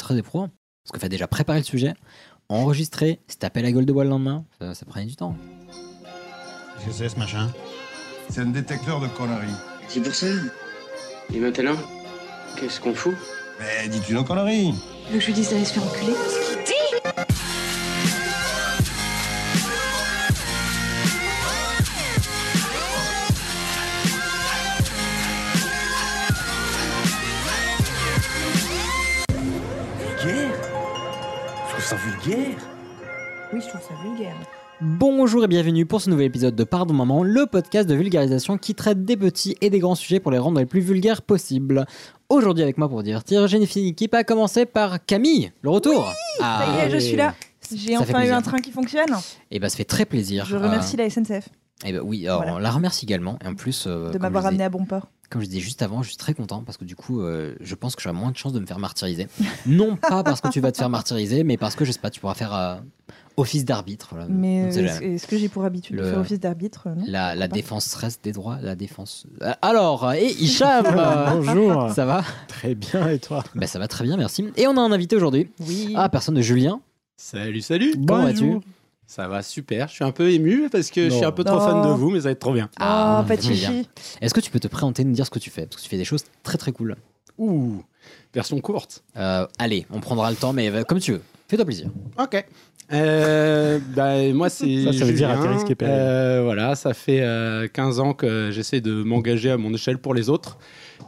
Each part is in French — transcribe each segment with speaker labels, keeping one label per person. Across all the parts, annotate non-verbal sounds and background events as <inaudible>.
Speaker 1: rentrée des cours, parce que fait déjà préparer le sujet, enregistrer, se taper la gueule de bois le lendemain, ça, ça prenait du temps.
Speaker 2: Qu'est-ce que c'est ce machin
Speaker 3: C'est un détecteur de conneries.
Speaker 4: C'est pour ça. Et maintenant, qu'est-ce qu'on fout
Speaker 3: Mais dis-tu nos conneries
Speaker 5: Le je lui dis d'aller se faire enculer.
Speaker 6: Vulgaire Je trouve ça vulgaire
Speaker 5: Oui, je trouve ça vulgaire.
Speaker 1: Bonjour et bienvenue pour ce nouvel épisode de Pardon Maman, le podcast de vulgarisation qui traite des petits et des grands sujets pour les rendre les plus vulgaires possibles. Aujourd'hui avec moi pour divertir, j'ai une fille qui a commencer par Camille, le retour.
Speaker 7: Ça y est, je suis là. J'ai
Speaker 1: Ah, Ça fait
Speaker 7: enfin eu
Speaker 1: plaisir. ah,
Speaker 7: un train qui fonctionne.
Speaker 1: Et bah ça fait très plaisir.
Speaker 7: Je remercie la SNCF
Speaker 1: et bah oui, alors,
Speaker 7: Voilà.
Speaker 1: on la remercie également. Et en plus, euh,
Speaker 7: de
Speaker 1: comme
Speaker 7: m'avoir
Speaker 1: je disais- Euh,
Speaker 7: amené à bon port.
Speaker 1: Comme je disais juste avant, je suis très content parce que du coup, euh, je pense que j'aurai moins de chances de me faire martyriser. <laughs> Non pas parce que tu vas te faire martyriser, mais parce que je sais pas, tu pourras faire euh, office d'arbitre. voilà.
Speaker 7: Mais
Speaker 1: On
Speaker 7: euh,
Speaker 1: sait
Speaker 7: est-ce
Speaker 1: jamais.
Speaker 7: est-ce que j'ai pour habitude de
Speaker 1: Le-
Speaker 7: faire office d'arbitre euh, Non.
Speaker 1: la, la
Speaker 7: pas.
Speaker 1: défense reste des droits, la défense. Euh, Alors, euh, et
Speaker 8: <laughs>
Speaker 1: Hicham, euh,
Speaker 8: Bonjour.
Speaker 1: ça va
Speaker 8: Très bien et toi
Speaker 1: Bah, ça va très bien, merci. Et on a un invité aujourd'hui.
Speaker 7: Oui.
Speaker 1: Ah, personne de Julien.
Speaker 9: Salut, salut
Speaker 1: Comment vas-tu
Speaker 8: Bonjour.
Speaker 9: Ça va super, je suis un peu ému parce que je suis
Speaker 8: Non.
Speaker 9: un peu trop
Speaker 7: Non.
Speaker 9: fan de vous, mais ça va être trop bien.
Speaker 7: Ah,
Speaker 1: Ah,
Speaker 7: pas de
Speaker 1: Julien.
Speaker 7: chichi.
Speaker 1: Est-ce que tu peux te présenter, nous dire ce que tu fais Parce que tu fais des choses très très cool.
Speaker 9: Ouh, version courte.
Speaker 1: Euh, allez, on prendra le temps, mais euh, comme tu veux. Fais-toi plaisir.
Speaker 9: Ok. Euh, bah, moi, c'est.
Speaker 8: Ça, ça veut dire
Speaker 9: Julien.
Speaker 8: atterrir ce qui est pas
Speaker 9: Euh, Voilà, ça fait euh, 15 ans que j'essaie de m'engager à mon échelle pour les autres.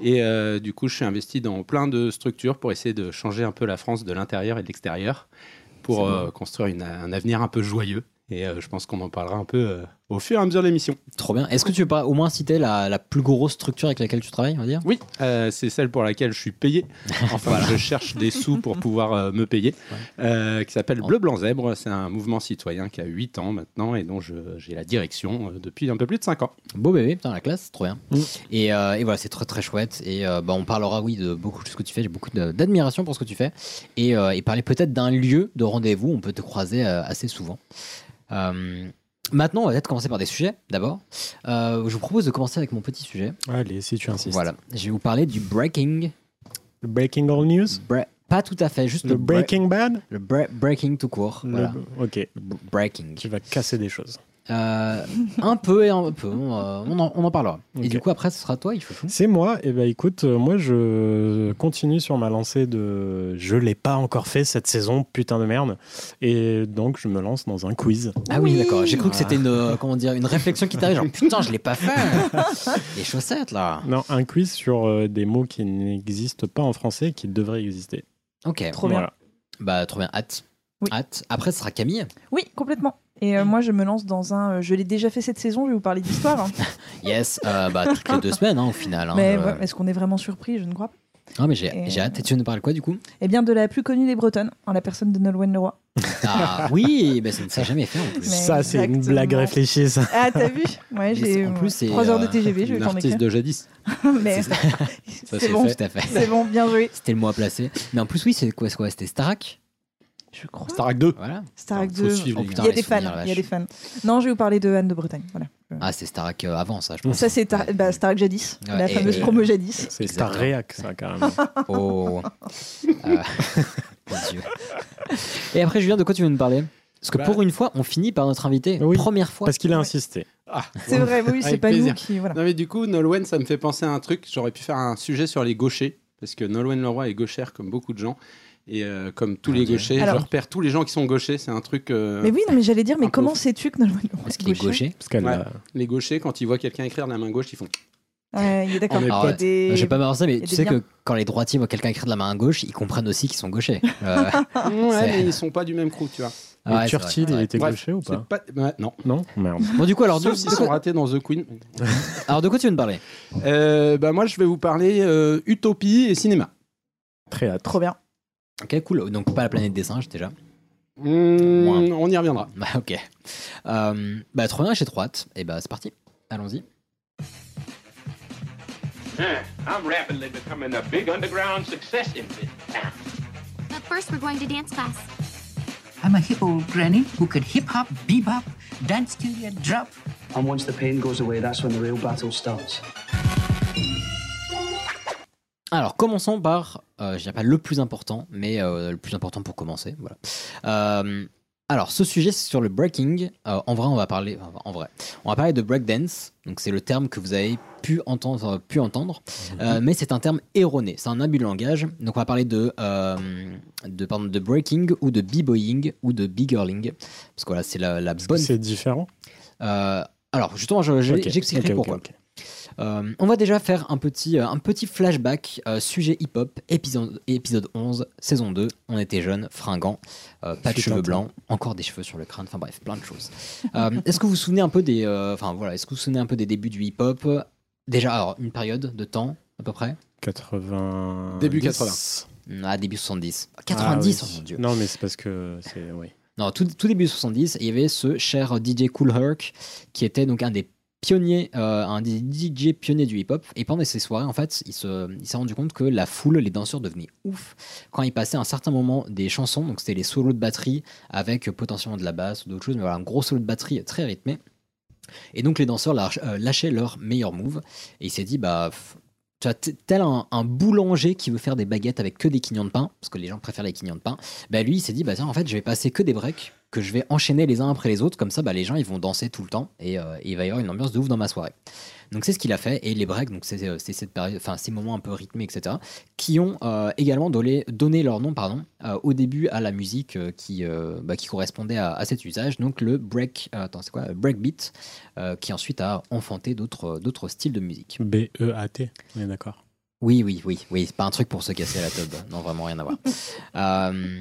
Speaker 9: Et euh, du coup, je suis investi dans plein de structures pour essayer de changer un peu la France de l'intérieur et de l'extérieur pour euh, construire une- un avenir un peu joyeux. Et euh, je pense qu'on en parlera un peu euh, au fur et à mesure de l'émission.
Speaker 1: Trop bien. Est-ce que tu veux pas au moins citer la, la plus grosse structure avec laquelle tu travailles, on va dire
Speaker 9: Oui, euh, c'est celle pour laquelle je suis payé. Enfin, je cherche des sous pour pouvoir euh, me payer. Euh, qui s'appelle Bleu Blanc Zèbre. C'est un mouvement citoyen qui a 8 ans maintenant et dont je- j'ai la direction euh, depuis un peu plus de 5 ans.
Speaker 1: Beau bébé, putain, la classe, trop bien.
Speaker 8: Mm.
Speaker 1: Et, euh, et voilà, c'est très très chouette. Et euh, bah, on parlera, oui, de beaucoup de ce que tu fais. J'ai beaucoup de- d'admiration pour ce que tu fais. Et, euh, et parler peut-être d'un lieu de rendez-vous. On peut te croiser euh, assez souvent. Euh, maintenant, on va peut-être commencer par des sujets d'abord. Euh, je vous propose de commencer avec mon petit sujet.
Speaker 8: Allez, si tu insistes.
Speaker 1: Voilà, je vais vous parler du breaking.
Speaker 8: Le Breaking All News
Speaker 1: Bre- pas tout à fait, juste
Speaker 8: Le
Speaker 1: le, bre-
Speaker 8: Breaking Bad
Speaker 1: le bre- breaking tout court.
Speaker 8: Le-
Speaker 1: Mm. Voilà.
Speaker 8: Ok,
Speaker 1: B- Breaking.
Speaker 8: tu vas casser des choses.
Speaker 1: Euh, un peu et un peu. On, euh, on en, on en parlera. Et
Speaker 8: Ok.
Speaker 1: du coup, après, ce sera toi, il faut fou.
Speaker 8: C'est moi, et eh ben écoute, euh, moi je continue sur ma lancée de je l'ai pas encore fait cette saison, putain de merde, et donc je me lance dans un quiz.
Speaker 1: Ah oui,
Speaker 7: Oui.
Speaker 1: d'accord. J'ai cru que c'était une, euh, comment dire, une réflexion qui <laughs> t'arrive. Genre, putain, je l'ai pas fait. <laughs> Les chaussettes, là.
Speaker 8: Non, un quiz sur euh, des mots qui n'existent pas en français et qui devraient exister.
Speaker 1: Ok.
Speaker 7: Trop bien.
Speaker 8: Voilà.
Speaker 1: Bah, trop bien. Hâte.
Speaker 7: Oui.
Speaker 1: Hâte. Après, ce sera Camille.
Speaker 7: Oui, complètement. Et euh, moi, je me lance dans un. euh, je l'ai déjà fait cette saison, je vais vous parler d'histoire. hein.
Speaker 1: Yes. euh, bah, toutes les deux semaines, hein, au final. hein,
Speaker 7: mais
Speaker 1: je-
Speaker 7: ouais, est-ce qu'on est vraiment surpris Je ne crois pas.
Speaker 1: Non, mais j'ai
Speaker 7: Et-
Speaker 1: j'ai hâte. Et tu veux nous parler de quoi, du
Speaker 7: <laughs>
Speaker 1: coup
Speaker 7: Eh bien, de la plus connue des Bretonnes, en la personne de Nolwenn Leroy.
Speaker 1: Ah oui, bah, ça ne s'est jamais fait, en plus.
Speaker 7: Mais
Speaker 8: ça, c'est une blague
Speaker 7: exactement.
Speaker 8: réfléchie, ça.
Speaker 7: Ah, t'as vu <laughs> Ouais, j'ai.
Speaker 1: en plus, c'est,
Speaker 7: 3 heures de
Speaker 1: euh,
Speaker 7: TGV, je vais t'en
Speaker 9: L'artiste
Speaker 7: écrire.
Speaker 9: de jadis.
Speaker 7: <laughs> Mais
Speaker 1: Ça,
Speaker 7: c'est bon,
Speaker 1: Tout à fait.
Speaker 7: c'est bon, bien joué.
Speaker 1: C'était le mot à placer. Mais en plus, oui, c'est quoi, c'est quoi C'était Starak
Speaker 7: Je crois.
Speaker 9: Starac 2.
Speaker 1: Voilà.
Speaker 7: Starac
Speaker 9: Faut
Speaker 7: 2.
Speaker 9: suivre,
Speaker 1: Oh,
Speaker 9: les
Speaker 1: putain.
Speaker 7: Il y
Speaker 1: les
Speaker 7: a des fans,
Speaker 1: souvenirs,
Speaker 7: il y a
Speaker 1: vache.
Speaker 7: des fans. Non, je vais vous parler de Anne de Bretagne. Voilà.
Speaker 1: Ah, c'est Starak euh, avant, ça, je pense.
Speaker 7: Ça, c'est Tar- bah, Starac Jadis,
Speaker 1: Ouais,
Speaker 7: la
Speaker 1: et-
Speaker 7: fameuse
Speaker 1: et-
Speaker 7: promo Jadis.
Speaker 8: C'est
Speaker 1: Exactement.
Speaker 8: Star Réac, ça, carrément.
Speaker 9: <laughs>
Speaker 1: Oh. Euh, mon Dieu. Et après, Julien, de quoi tu veux nous parler Parce que
Speaker 9: Bah-
Speaker 1: pour une fois, on finit par notre invité.
Speaker 8: Oui.
Speaker 1: Première fois.
Speaker 8: Parce qu'il a insisté.
Speaker 9: Ah,
Speaker 7: C'est vrai, oui, c'est
Speaker 9: Avec
Speaker 7: pas
Speaker 9: plaisir.
Speaker 7: nous qui. Voilà.
Speaker 9: Non mais du coup, Nolwenn, ça me fait penser à un truc. J'aurais pu faire un sujet sur les gauchers, parce que Nolwenn Leroy est gauchère comme beaucoup de gens. Et euh, comme tous
Speaker 1: Mon
Speaker 9: les
Speaker 1: Dieu.
Speaker 9: gauchers,
Speaker 7: Alors-
Speaker 9: je repère tous les gens qui sont gauchers. C'est un truc... euh,
Speaker 7: Mais oui, non, mais j'allais dire,
Speaker 9: Un
Speaker 7: mais
Speaker 9: peu
Speaker 7: comment
Speaker 9: fou.
Speaker 7: sais-tu que Nolwenn Leroy
Speaker 1: Parce qu'il est gaucher.
Speaker 8: Parce qu'elle
Speaker 9: Ouais.
Speaker 8: a-
Speaker 9: Les gauchers, quand ils voient quelqu'un écrire de la main gauche, ils font...
Speaker 7: Ouais, il est d'accord.
Speaker 9: On
Speaker 7: Ah,
Speaker 9: est
Speaker 7: Il y a
Speaker 1: potes.
Speaker 7: des-
Speaker 1: Je vais pas m'avancer, mais
Speaker 7: et
Speaker 1: tu
Speaker 7: des
Speaker 1: sais
Speaker 7: liens.
Speaker 1: que quand les droitiers voient quelqu'un écrire de la main à gauche, ils comprennent aussi qu'ils sont
Speaker 9: <laughs>
Speaker 1: gauchers. Euh,
Speaker 9: Ouais,
Speaker 1: C'est-
Speaker 9: mais ils sont pas du même crew, tu vois.
Speaker 8: Mais
Speaker 1: ouais, c'est
Speaker 8: Churchill,
Speaker 1: vrai,
Speaker 8: il
Speaker 1: ouais.
Speaker 8: était
Speaker 9: Bref,
Speaker 8: gaucher ou
Speaker 9: C'est
Speaker 8: pas
Speaker 9: pas... bah, non.
Speaker 8: Non Merde.
Speaker 1: <laughs> Bon, du coup, alors,
Speaker 9: Sauf
Speaker 1: de-
Speaker 9: s'ils
Speaker 1: de
Speaker 9: sont
Speaker 1: quoi-
Speaker 9: ratés dans The Queen.
Speaker 1: alors, de quoi tu veux nous parler
Speaker 9: Euh, bah, moi, je vais vous parler euh, utopie et cinéma.
Speaker 8: Très hâte.
Speaker 7: Trop bien.
Speaker 1: Ok, cool. Donc, pas la planète des singes, déjà.
Speaker 9: Hmm, on y reviendra.
Speaker 1: Bah, ok. Euh, bah, trop bien, j'ai trop hâte. Et bah, c'est parti. Allons-y.
Speaker 4: I'm rapidly becoming a big underground success in this town.
Speaker 10: But first, we're going to dance class.
Speaker 6: I'm a hip old granny who could hip hop, bebop, dance till you drop.
Speaker 4: And once the pain goes away, that's when the real battle starts.
Speaker 1: Alors, commençons par euh, je dirais pas le plus important, mais euh, le plus important pour commencer. Voilà. Euh, alors, ce sujet, c'est sur le breaking. Euh, en vrai, on va parler. enfin, en vrai, on va parler de breakdance. Donc, c'est le terme que vous avez pu entendre, pu entendre.
Speaker 8: Mhm.
Speaker 1: Euh, mais c'est un terme erroné. C'est un abus de langage. Donc, on va parler de, euh, de, pardon, de breaking ou de b-boying ou de b-girling. Parce que voilà, c'est la, la bonne.
Speaker 8: C'est différent.
Speaker 1: Euh, alors, justement, je- je-
Speaker 8: Ok,
Speaker 1: j'expliquerai
Speaker 8: ok, ok,
Speaker 1: pourquoi.
Speaker 8: ok.
Speaker 1: Euh, on va déjà faire un petit, euh, un petit flashback euh, sujet hip-hop, épisode, épisode 11, saison 2. On était jeunes, fringants, euh, pas de
Speaker 8: Putain,
Speaker 1: cheveux
Speaker 8: t'as-
Speaker 1: blancs, encore des cheveux sur le crâne, enfin bref, plein de choses. Euh, est-ce que vous vous souvenez un peu des, euh, enfin voilà, est-ce que vous vous souvenez un peu des débuts du hip-hop Déjà, alors une période de temps à peu près
Speaker 8: 80.
Speaker 9: Début 80.
Speaker 1: Ah, début 70.
Speaker 8: Ah
Speaker 1: 90,
Speaker 8: oui.
Speaker 1: oh mon dieu.
Speaker 8: Non, mais c'est parce que c'est. Oui.
Speaker 1: Non, tout, tout début 70, il y avait ce cher DJ Cool Herc qui était donc un des pionniers, euh, un des DJ pionniers du hip-hop. Et pendant ces soirées, en fait, il se- il s'est rendu compte que la foule, les danseurs devenaient ouf quand il passait un certain moment des chansons. Donc c'était les solos de batterie avec euh, potentiellement de la basse ou d'autres choses, mais voilà, un gros solo de batterie très rythmé. Et donc les danseurs lâch- euh, lâchaient leur meilleur move. Et il s'est dit, bah. f- tu vois, t- tel un, un boulanger qui veut faire des baguettes avec que des quignons de pain, parce que les gens préfèrent les quignons de pain, bah lui il s'est dit bah tiens en fait je vais passer que des breaks que je vais enchaîner les uns après les autres comme ça bah les gens ils vont danser tout le temps et, euh, et il va y avoir une ambiance de ouf dans ma soirée donc c'est ce qu'il a fait et les breaks donc c'est euh, c'est cette période enfin ces moments un peu rythmés etc qui ont euh, également donné, donné leur nom pardon euh, au début à la musique euh, qui euh, bah, qui correspondait à, à cet usage donc le break euh, attends c'est quoi Le breakbeat euh, qui ensuite a enfanté d'autres euh, d'autres styles de musique
Speaker 8: B-E-A-T. On est d'accord.
Speaker 1: oui, oui, oui, oui. C'est pas un truc pour se casser la tête. Non, vraiment rien à voir. Euh,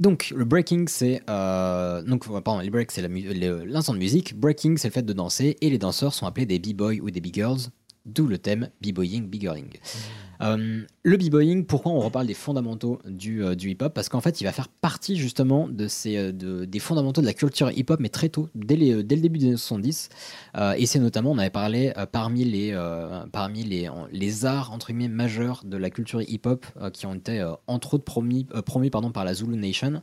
Speaker 1: donc, le breaking, c'est. euh, donc, euh, pardon, les breaks, c'est la mu- le- l'instant de musique. Breaking, c'est le fait de danser. Et les danseurs sont appelés des b-boys ou des b-girls. D'où le thème b-boying, b-girling. Euh, le b-boying, pourquoi on reparle des fondamentaux du, euh, du hip-hop Parce qu'en fait, il va faire partie justement de ces, euh, de- des fondamentaux de la culture hip-hop, mais très tôt, dès, les- euh, dès le début des années 70. Euh, et c'est notamment, on avait parlé euh, parmi les, euh, parmi les, en- les arts entre guillemets majeurs de la culture hip-hop euh, qui ont été euh, entre autres promis, euh, promus pardon, par la Zulu Nation euh,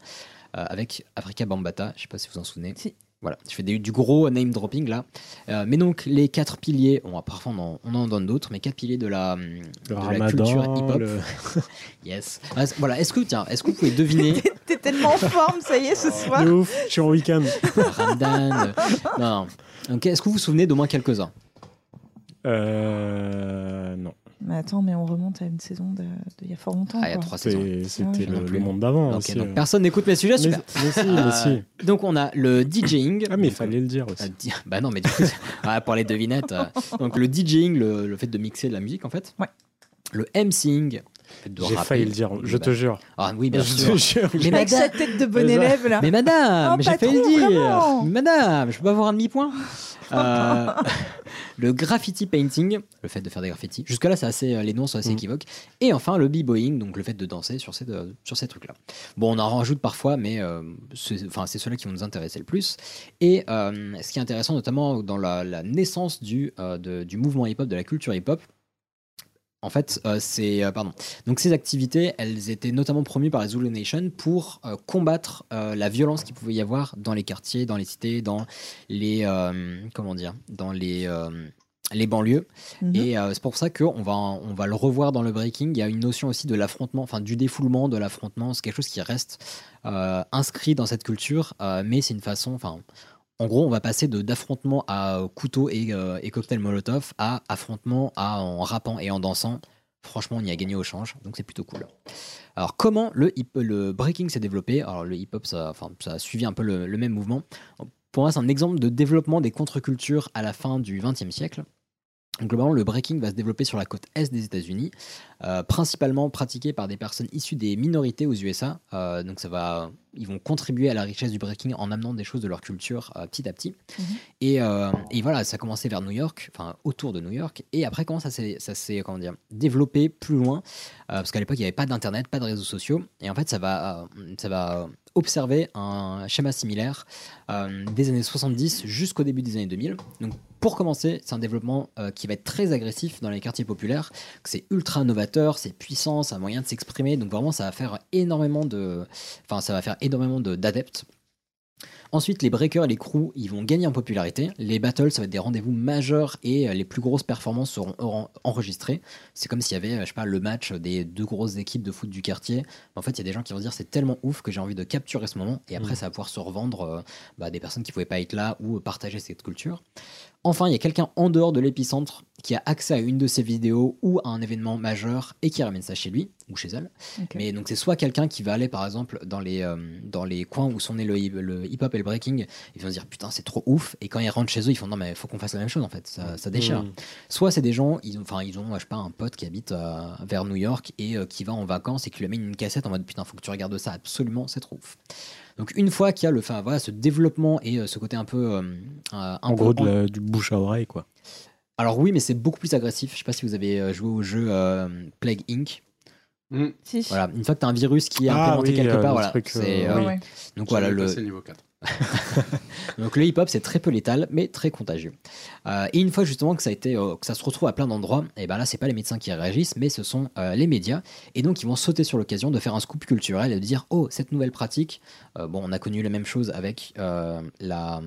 Speaker 1: avec Africa Bambata. Je sais pas si vous vous en souvenez.
Speaker 7: Si.
Speaker 1: Voilà, je fais des- du gros name dropping là. Euh, mais donc les quatre piliers, on, va- parfois on en, on en donne d'autres, mais quatre piliers de la, hum, de
Speaker 8: Le
Speaker 1: la culture
Speaker 8: ramadan.
Speaker 1: hip-hop.
Speaker 8: le-
Speaker 1: <laughs> Yes. Ah, c- Voilà, est-ce que tiens, est-ce que vous pouvez deviner
Speaker 7: T'es tellement en forme, ça y est,
Speaker 1: Ah.
Speaker 7: ce soir.
Speaker 8: De ouf, je suis en week-end.
Speaker 1: Ramadan euh, Non. Ok, est-ce que vous vous souvenez d'au moins quelques-uns
Speaker 8: Euh, non,
Speaker 7: Mais attends, mais on remonte à une saison de- de- il y a fort longtemps.
Speaker 1: Ah, il y a
Speaker 7: quoi.
Speaker 1: trois saisons.
Speaker 8: c'est-
Speaker 7: Ouais,
Speaker 8: c'était
Speaker 7: je
Speaker 8: le,
Speaker 1: non
Speaker 8: le
Speaker 1: plus.
Speaker 8: monde d'avant.
Speaker 1: Ok,
Speaker 8: aussi,
Speaker 1: donc
Speaker 8: euh.
Speaker 1: personne n'écoute mes sujets,
Speaker 8: mais,
Speaker 1: super.
Speaker 8: mais si, mais si.
Speaker 1: Euh, Donc on a le DJing.
Speaker 8: Ah, mais il fallait le dire
Speaker 1: Euh,
Speaker 8: aussi.
Speaker 1: di- Bah non, mais du coup, <laughs> ah, pour les devinettes. euh, donc le DJing, le, le fait de mixer de la musique en fait.
Speaker 7: Ouais.
Speaker 1: Le MCing. le fait de
Speaker 8: J'ai
Speaker 1: rapper.
Speaker 8: failli le dire, je
Speaker 1: Bah,
Speaker 8: te jure.
Speaker 1: Ah oui, bien
Speaker 8: Je
Speaker 1: sûr.
Speaker 8: te jure.
Speaker 1: Mais
Speaker 7: Avec
Speaker 1: madame,
Speaker 7: sa tête de bon
Speaker 8: Mais ça-
Speaker 7: élève, là.
Speaker 1: mais madame,
Speaker 7: Oh,
Speaker 1: j'ai failli le
Speaker 7: patron,
Speaker 1: dire.
Speaker 7: vraiment.
Speaker 1: Madame, je peux pas avoir un
Speaker 7: <laughs>
Speaker 1: demi-point. Euh, <laughs> le graffiti painting, le fait de faire des graffitis. Jusque-là, c'est assez, euh, les noms sont assez
Speaker 7: Mm.
Speaker 8: Mhm.
Speaker 1: équivoques. Et enfin, le b-boying, donc le fait de danser sur ces, deux- sur ces trucs-là. Bon, on en rajoute parfois, mais euh, c'est enfin, c'est ceux-là qui vont nous intéresser le plus. Et euh, ce qui est intéressant, notamment dans la, la naissance du, euh, de- du mouvement hip-hop, de la culture hip-hop, en fait, euh, c'est euh, pardon. Donc ces activités, elles étaient notamment promues par la Zulu Nation pour euh, combattre euh, la violence qu'il pouvait y avoir dans les quartiers, dans les cités, dans les euh, comment dire, dans les euh, les banlieues.
Speaker 7: Mhm.
Speaker 1: Et euh, c'est pour ça qu'on va, on va le revoir dans le breaking. Il y a une notion aussi de l'affrontement, enfin du défoulement, de l'affrontement. C'est quelque chose qui reste euh, inscrit dans cette culture, euh, mais c'est une façon, enfin, en gros, on va passer de d'affrontement à euh, couteau et, euh, et cocktail Molotov à affrontement à en rappant et en dansant. Franchement, on y a gagné au change, donc c'est plutôt cool. Alors, comment le, hip- le breaking s'est développé Alors, le hip-hop, ça, enfin, ça a suivi un peu le, le même mouvement. Pour moi, c'est un exemple de développement des contre-cultures à la fin du XXe siècle. Donc, globalement, le breaking va se développer sur la côte est des États-Unis, euh, principalement pratiqué par des personnes issues des minorités aux USA. Euh, donc, ça va, ils vont contribuer à la richesse du breaking en amenant des choses de leur culture euh, petit à petit.
Speaker 7: Mhm.
Speaker 1: et, euh, et voilà, ça a commencé vers New York, enfin autour de New York. Et après, comment ça s'est, ça s'est comment dire, développé plus loin euh, parce qu'à l'époque, il n'y avait pas d'internet, pas de réseaux sociaux. Et en fait, ça va, euh, ça va observer un schéma similaire euh, des années 70 jusqu'au début des années 2000. Donc, pour commencer, c'est un développement euh, qui va être très agressif dans les quartiers populaires. C'est ultra novateur, c'est puissant, c'est un moyen de s'exprimer. Donc, vraiment, ça va faire énormément de, enfin, ça va faire énormément de- d'adeptes. Ensuite, les breakers et les crews, ils vont gagner en popularité. Les battles, ça va être des rendez-vous majeurs et euh, les plus grosses performances seront en- enregistrées. C'est comme s'il y avait, euh, je sais pas, le match des deux grosses équipes de foot du quartier. En fait, il y a des gens qui vont se dire c'est tellement ouf que j'ai envie de capturer ce moment. Et après, ça va pouvoir se revendre euh, bah, à des personnes qui pouvaient pas être là ou euh, partager cette culture. Enfin, il y a quelqu'un en dehors de l'épicentre qui a accès à une de ces vidéos ou à un événement majeur et qui ramène ça chez lui ou chez elle.
Speaker 7: Ok.
Speaker 1: Mais donc c'est soit quelqu'un qui va aller par exemple dans les, euh, dans les coins où sont nés le, hip- le hip-hop et le breaking, ils vont se dire putain c'est trop ouf, et quand ils rentrent chez eux ils font non mais faut qu'on fasse la même chose en fait, ça, ça déchire.
Speaker 8: Mm.
Speaker 1: Soit c'est des gens, ils ont, enfin ils ont je sais pas un pote qui habite euh, vers New York et euh, qui va en vacances et qui lui amène une cassette en mode putain faut que tu regardes ça absolument, c'est trop ouf. Donc une fois qu'il y a le, enfin voilà ce développement et euh, ce côté un peu, euh, euh, un
Speaker 8: En
Speaker 1: peu
Speaker 8: gros, de la- du bouche à oreille, quoi.
Speaker 1: alors oui mais c'est beaucoup plus agressif. Je sais pas si vous avez euh, joué au jeu euh, Plague Inc.
Speaker 7: Si.
Speaker 1: Voilà, une fois que t'as un virus qui est
Speaker 8: Ah
Speaker 1: implémenté
Speaker 8: oui,
Speaker 1: quelque
Speaker 8: euh,
Speaker 1: part,
Speaker 8: le
Speaker 1: voilà.
Speaker 8: truc, euh,
Speaker 1: c'est,
Speaker 7: Ouais,
Speaker 8: oui.
Speaker 7: ouais.
Speaker 1: donc voilà,
Speaker 9: J'avais
Speaker 1: le,
Speaker 9: passé niveau 4.
Speaker 1: Donc le hip-hop c'est très peu létal mais très contagieux. Euh, et une fois justement que ça a été euh, que ça se retrouve à plein d'endroits, et ben là c'est pas les médecins qui réagissent mais ce sont euh, les médias et donc ils vont sauter sur l'occasion de faire un scoop culturel et de dire oh cette nouvelle pratique euh, bon on a connu la même chose avec euh, la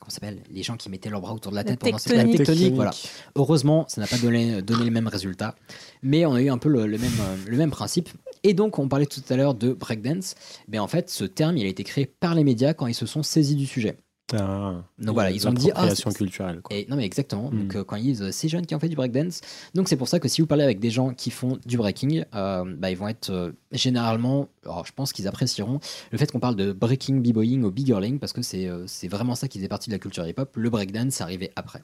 Speaker 1: comment ça s'appelle les gens qui mettaient leurs bras autour de la
Speaker 7: La
Speaker 1: tête pendant ces-
Speaker 7: tectonique.
Speaker 1: la tectonique voilà. Heureusement, ça n'a pas donné, donné les mêmes résultats, mais on a eu un peu le, le même, euh, le même principe. Et donc, on parlait tout à l'heure de breakdance. Mais en fait, ce terme, il a été créé par les médias quand ils se sont saisis du sujet.
Speaker 8: Ah,
Speaker 1: Donc voilà, ils ont dit ah,
Speaker 8: l'appropriation
Speaker 1: c'est-
Speaker 8: culturelle. quoi.
Speaker 1: Et, non mais exactement. Donc
Speaker 8: Mm.
Speaker 1: euh, quand ils disent euh, ces jeunes qui ont fait du breakdance, donc c'est pour ça que si vous parlez avec des gens qui font du breaking, euh, bah, ils vont être euh, généralement, alors je pense qu'ils apprécieront le fait qu'on parle de breaking, b-boying ou b-girling parce que c'est euh, c'est vraiment ça qui faisait partie de la culture hip-hop. Le breakdance, c'est arrivé après.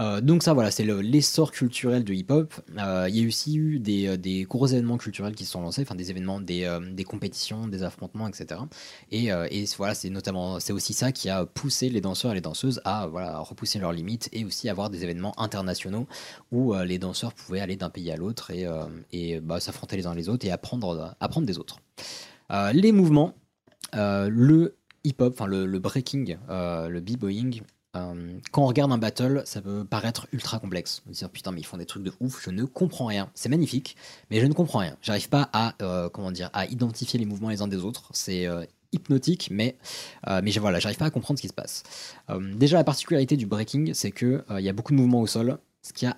Speaker 1: Euh, donc ça voilà, c'est le- l'essor culturel de hip-hop. Euh, il y a aussi eu des, euh, des gros événements culturels qui se sont lancés, enfin des événements, des, euh, des compétitions, des affrontements, etc. Et, euh, et voilà, c'est notamment, c'est aussi ça qui a poussé les danseurs et les danseuses à euh, voilà, repousser leurs limites et aussi avoir des événements internationaux où euh, les danseurs pouvaient aller d'un pays à l'autre et, euh, et, bah, s'affronter les uns les autres et apprendre, apprendre des autres. Euh, les mouvements, euh, le hip-hop, enfin le, le breaking, euh, le b-boying. euh, quand on regarde un battle, ça peut paraître ultra complexe. On se dit putain mais ils font des trucs de ouf, je ne comprends rien. C'est magnifique, mais je ne comprends rien. J'arrive pas à euh, comment dire à identifier les mouvements les uns des autres. C'est euh, hypnotique, mais, euh, mais j'ai- voilà, j'arrive pas à comprendre ce qui se passe. Euh, déjà, la particularité du breaking, c'est qu'il y a beaucoup de mouvements au sol, ce qu'il y a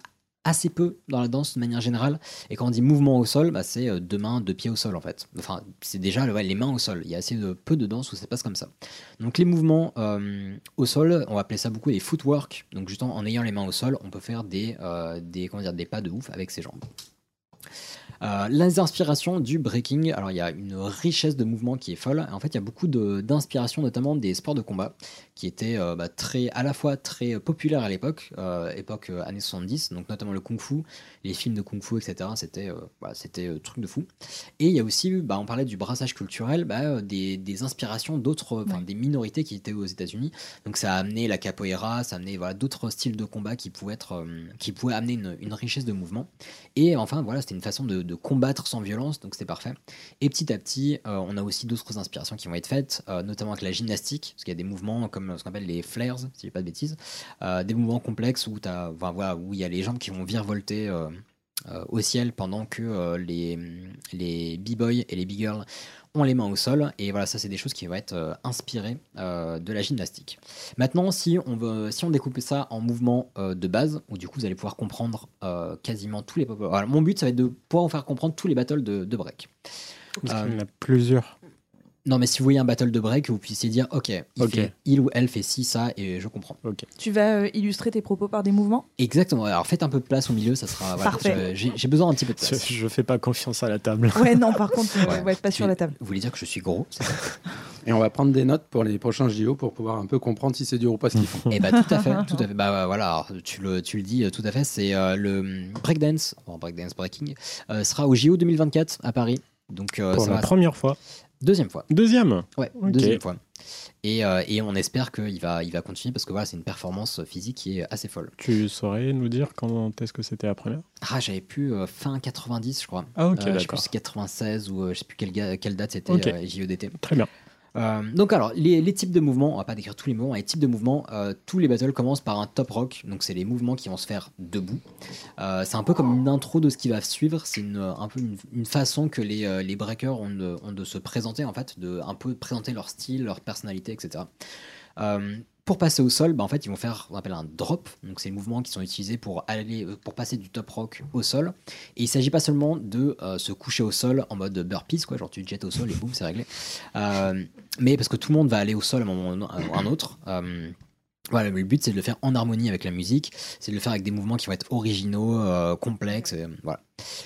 Speaker 1: assez peu dans la danse de manière générale. Et quand on dit mouvement au sol, bah, c'est euh, deux mains, deux pieds au sol en fait. Enfin, c'est déjà ouais, les mains au sol. Il y a assez de, peu de danse où ça se passe comme ça. Donc les mouvements euh, au sol, on va appeler ça beaucoup les footwork. Donc juste en, en ayant les mains au sol, on peut faire des, euh, des, comment dire, des pas de ouf avec ses jambes. Euh, les inspirations du breaking, alors il y a une richesse de mouvements qui est folle. En fait, il y a beaucoup de- d'inspirations, notamment des sports de combat, qui étaient euh, bah, très, à la fois très euh, populaires à l'époque, euh, époque euh, années 70, donc notamment le kung-fu, les films de kung-fu, etc. C'était euh, voilà, c'était euh, truc de fou. Et il y a aussi, eu, bah, on parlait du brassage culturel, bah, euh, des, des inspirations d'autres, enfin des minorités qui étaient aux États-Unis. Donc ça a amené la capoeira, ça a amené voilà, d'autres styles de combat qui pouvaient, être, euh, qui pouvaient amener une- une richesse de mouvements. Et enfin, voilà, c'était une façon de, de combattre sans violence, donc c'était parfait. Et petit à petit, euh, on a aussi d'autres inspirations qui vont être faites, euh, notamment avec la gymnastique, parce qu'il y a des mouvements comme ce qu'on appelle les flares, si je dis pas de bêtises, euh, des mouvements complexes où, t'as- enfin, voilà, où il y a les jambes qui vont virevolter euh, euh, au ciel pendant que euh, les, les b-boys et les b-girls ont les mains au sol. Et voilà, ça, c'est des choses qui vont être euh, inspirées euh, de la gymnastique. Maintenant, si on, veut, si on découpe ça en mouvements euh, de base, où du coup vous allez pouvoir comprendre euh, quasiment tous les. Voilà, mon but, ça va être de pouvoir vous faire comprendre tous les battles de, de break.
Speaker 8: Parce
Speaker 1: Euh,
Speaker 8: qu'il y en a plusieurs.
Speaker 1: Non, mais si vous voyez un battle de break, vous puissiez dire Ok, il,
Speaker 8: Ok.
Speaker 1: fait- il ou elle fait ci, ça, et je comprends.
Speaker 7: Tu vas euh, illustrer tes propos par des mouvements
Speaker 1: Exactement. Alors faites un peu de place au milieu, ça sera. voilà,
Speaker 7: Parfait.
Speaker 1: je- J'ai j'ai besoin d'un petit peu de
Speaker 8: Je,
Speaker 1: place.
Speaker 8: je fais pas confiance à la table.
Speaker 7: Ouais, non, par contre, euh,
Speaker 1: Ouais.
Speaker 7: ouais, pas sur
Speaker 1: Tu-
Speaker 7: la table.
Speaker 1: Vous voulez dire que je suis gros
Speaker 9: Et on va prendre des notes pour les prochains JO pour pouvoir un peu comprendre si c'est dur ou pas ce qu'ils font.
Speaker 1: Eh bah tout à fait, tout à fait. Bah euh, voilà, alors, tu le, tu le dis euh, tout à fait, c'est euh, le hum, breakdance, en breakdance breaking, euh, sera au JO 2024 à Paris. Donc euh,
Speaker 8: <laughs> Pour
Speaker 1: ça
Speaker 8: la
Speaker 1: va-
Speaker 8: première fois.
Speaker 1: deuxième fois.
Speaker 8: Deuxième.
Speaker 1: Ouais,
Speaker 8: Ok.
Speaker 1: deuxième fois. Et, euh, et on espère qu'il va, il va continuer parce que voilà, c'est une performance physique qui est assez folle.
Speaker 8: Tu saurais nous dire quand est-ce que c'était la première
Speaker 1: Ah, j'avais pu euh, fin 90, je crois.
Speaker 8: Ah ok,
Speaker 1: Euh, je sais plus
Speaker 8: d'accord.
Speaker 1: si 96 ou euh, je sais plus quelle, ga- quelle date c'était
Speaker 8: Ok.
Speaker 1: euh, JODT.
Speaker 8: Très bien.
Speaker 1: Euh, donc alors, les, les types de mouvements, on va pas décrire tous les mouvements, mais les types de mouvements, euh, tous les battles commencent par un top rock, donc c'est les mouvements qui vont se faire debout. Euh, c'est un peu comme une intro de ce qui va suivre, c'est une, euh, un peu une, une façon que les, euh, les breakers ont de, ont de se présenter en fait, de un peu présenter leur style, leur personnalité, etc. Euh, pour passer au sol, bah, en fait, ils vont faire ce qu'on appelle un drop. Donc, c'est les mouvements qui sont utilisés pour aller, euh, pour passer du top rock au sol. Et il s'agit pas seulement de euh, se coucher au sol en mode burpees, quoi, genre tu te jettes au sol et boum, c'est réglé. Euh, mais parce que tout le monde va aller au sol à un moment ou à un autre. Euh, voilà, mais le but c'est de le faire en harmonie avec la musique, c'est de le faire avec des mouvements qui vont être originaux, euh, complexes, euh, voilà.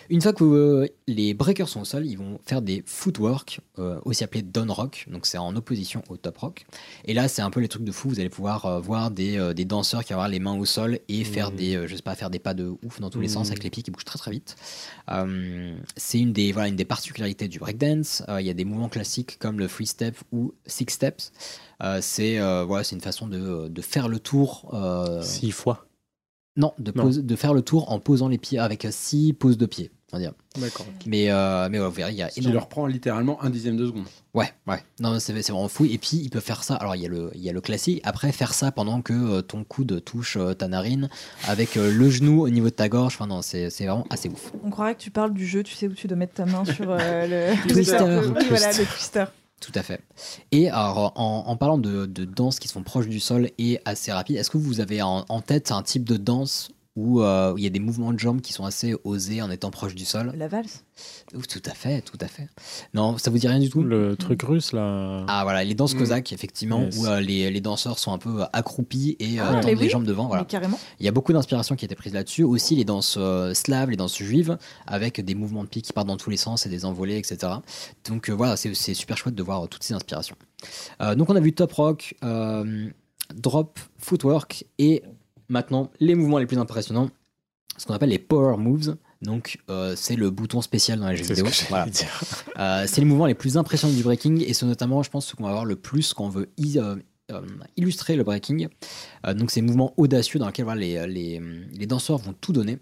Speaker 1: Une fois que euh, les breakers sont au sol, ils vont faire des footwork, euh, aussi appelés down rock, donc c'est en opposition au top rock. Et là, c'est un peu les trucs de fou. Vous allez pouvoir euh, voir des, euh, des danseurs qui vont avoir les mains au sol et faire des, euh, je sais pas, faire des pas de ouf dans tous les
Speaker 8: Mhm.
Speaker 1: sens avec les pieds qui bougent très très vite. Euh, c'est une des, voilà, une des particularités du breakdance. Euh, Il y a des mouvements classiques comme le free step ou six steps. Euh, c'est euh, voilà, c'est une façon de, de faire le tour. euh,
Speaker 8: Six fois.
Speaker 1: Non, de,
Speaker 8: Non.
Speaker 1: pose- de faire le tour en posant les pieds avec six poses de pieds. on va dire.
Speaker 9: <laughs> D'accord.
Speaker 1: Mais, euh, mais ouais, vous verrez, il y a
Speaker 9: Ce qui leur prend littéralement un dixième de seconde.
Speaker 1: Ouais, ouais. Non, mais c'est c'est vraiment fou. Et puis, il peut faire ça. Alors, il y a le, il y a le classique. Après, faire ça pendant que euh, ton coude touche euh, ta narine avec euh, le genou au niveau de ta gorge. Enfin, non, c'est c'est vraiment assez ouf.
Speaker 7: On croirait que tu parles du jeu, tu sais où tu dois mettre ta main sur euh, le
Speaker 1: Twister.
Speaker 7: <laughs> Oui, voilà, le twister.
Speaker 1: Tout à fait. Et alors, en, en parlant de, de danses qui sont proches du sol et assez rapides, est-ce que vous avez en, en tête un type de danse où euh, où il y a des mouvements de jambes qui sont assez osés en étant proche du sol
Speaker 7: La valse.
Speaker 1: Ouh, Tout à fait, tout à fait. Non, ça vous dit rien du tout
Speaker 8: Le truc russe, là.
Speaker 1: Ah voilà, les danses
Speaker 9: Mm.
Speaker 1: cosaques, effectivement,
Speaker 8: Yes.
Speaker 1: où euh, les, les danseurs sont un peu accroupis et euh,
Speaker 7: Ah, mais
Speaker 1: tendent les
Speaker 7: oui.
Speaker 1: jambes devant. Voilà.
Speaker 7: Mais carrément.
Speaker 1: Il y a beaucoup d'inspiration qui a été prise là-dessus. Aussi, les danses euh, slaves, les danses juives, avec des mouvements de pieds qui partent dans tous les sens et des envolées, etc. Donc euh, voilà, c'est c'est super chouette de voir euh, toutes ces inspirations. Euh, donc on a vu top rock, euh, drop, footwork et maintenant les mouvements les plus impressionnants, ce qu'on appelle les power moves. Donc euh, c'est le bouton spécial dans les jeux
Speaker 8: C'est ce
Speaker 1: vidéo.
Speaker 8: que j'allais
Speaker 1: Voilà.
Speaker 8: dire.
Speaker 1: Euh, c'est les mouvements les plus impressionnants du breaking et c'est notamment, je pense, ce qu'on va voir le plus quand on veut i- euh, euh, illustrer le breaking. Euh, donc, ces mouvements audacieux dans lesquels voilà, les, euh, les, les danseurs vont tout donner.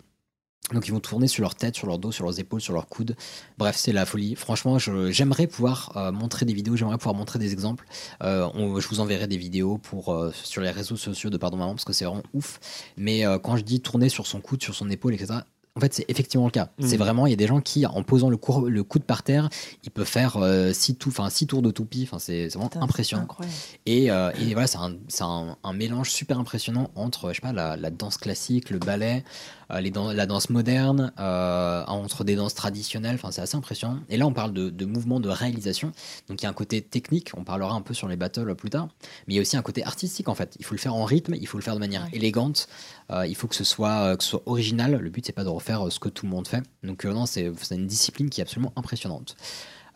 Speaker 1: Donc, ils vont tourner sur leur tête, sur leur dos, sur leurs épaules, sur leurs coudes. Bref, c'est la folie. Franchement, je- j'aimerais pouvoir euh, montrer des vidéos, j'aimerais pouvoir montrer des exemples. Euh, on- je vous enverrai des vidéos pour, euh, sur les réseaux sociaux de Pardon Maman parce que c'est vraiment ouf. Mais euh, quand je dis tourner sur son coude, sur son épaule, etc., en fait, c'est effectivement le cas. C'est
Speaker 8: Mhm.
Speaker 1: vraiment, il y a des gens qui, en posant le, cour- le coude par terre, il peut faire 6 tours de toupie. Enfin, c'est c'est vraiment
Speaker 7: Putain, c'est
Speaker 1: impressionnant.
Speaker 7: Incroyable.
Speaker 1: Et, euh, et voilà, c'est un, c'est un- un mélange super impressionnant entre, je sais pas, la, la danse classique, le ballet, euh, les dan- la danse moderne, euh, entre des danses traditionnelles. Enfin, c'est assez impressionnant. Et là, on parle de, de mouvements de réalisation. Donc, il y a un côté technique. On parlera un peu sur les battles euh, plus tard. Mais il y a aussi un côté artistique, en fait. Il faut le faire en rythme, il faut le faire de manière élégante. euh, il faut que ce soit, euh, que ce soit original. Le but, c'est pas de refaire euh, ce que tout le monde fait. Donc, euh, non, c'est c'est une discipline qui est absolument impressionnante.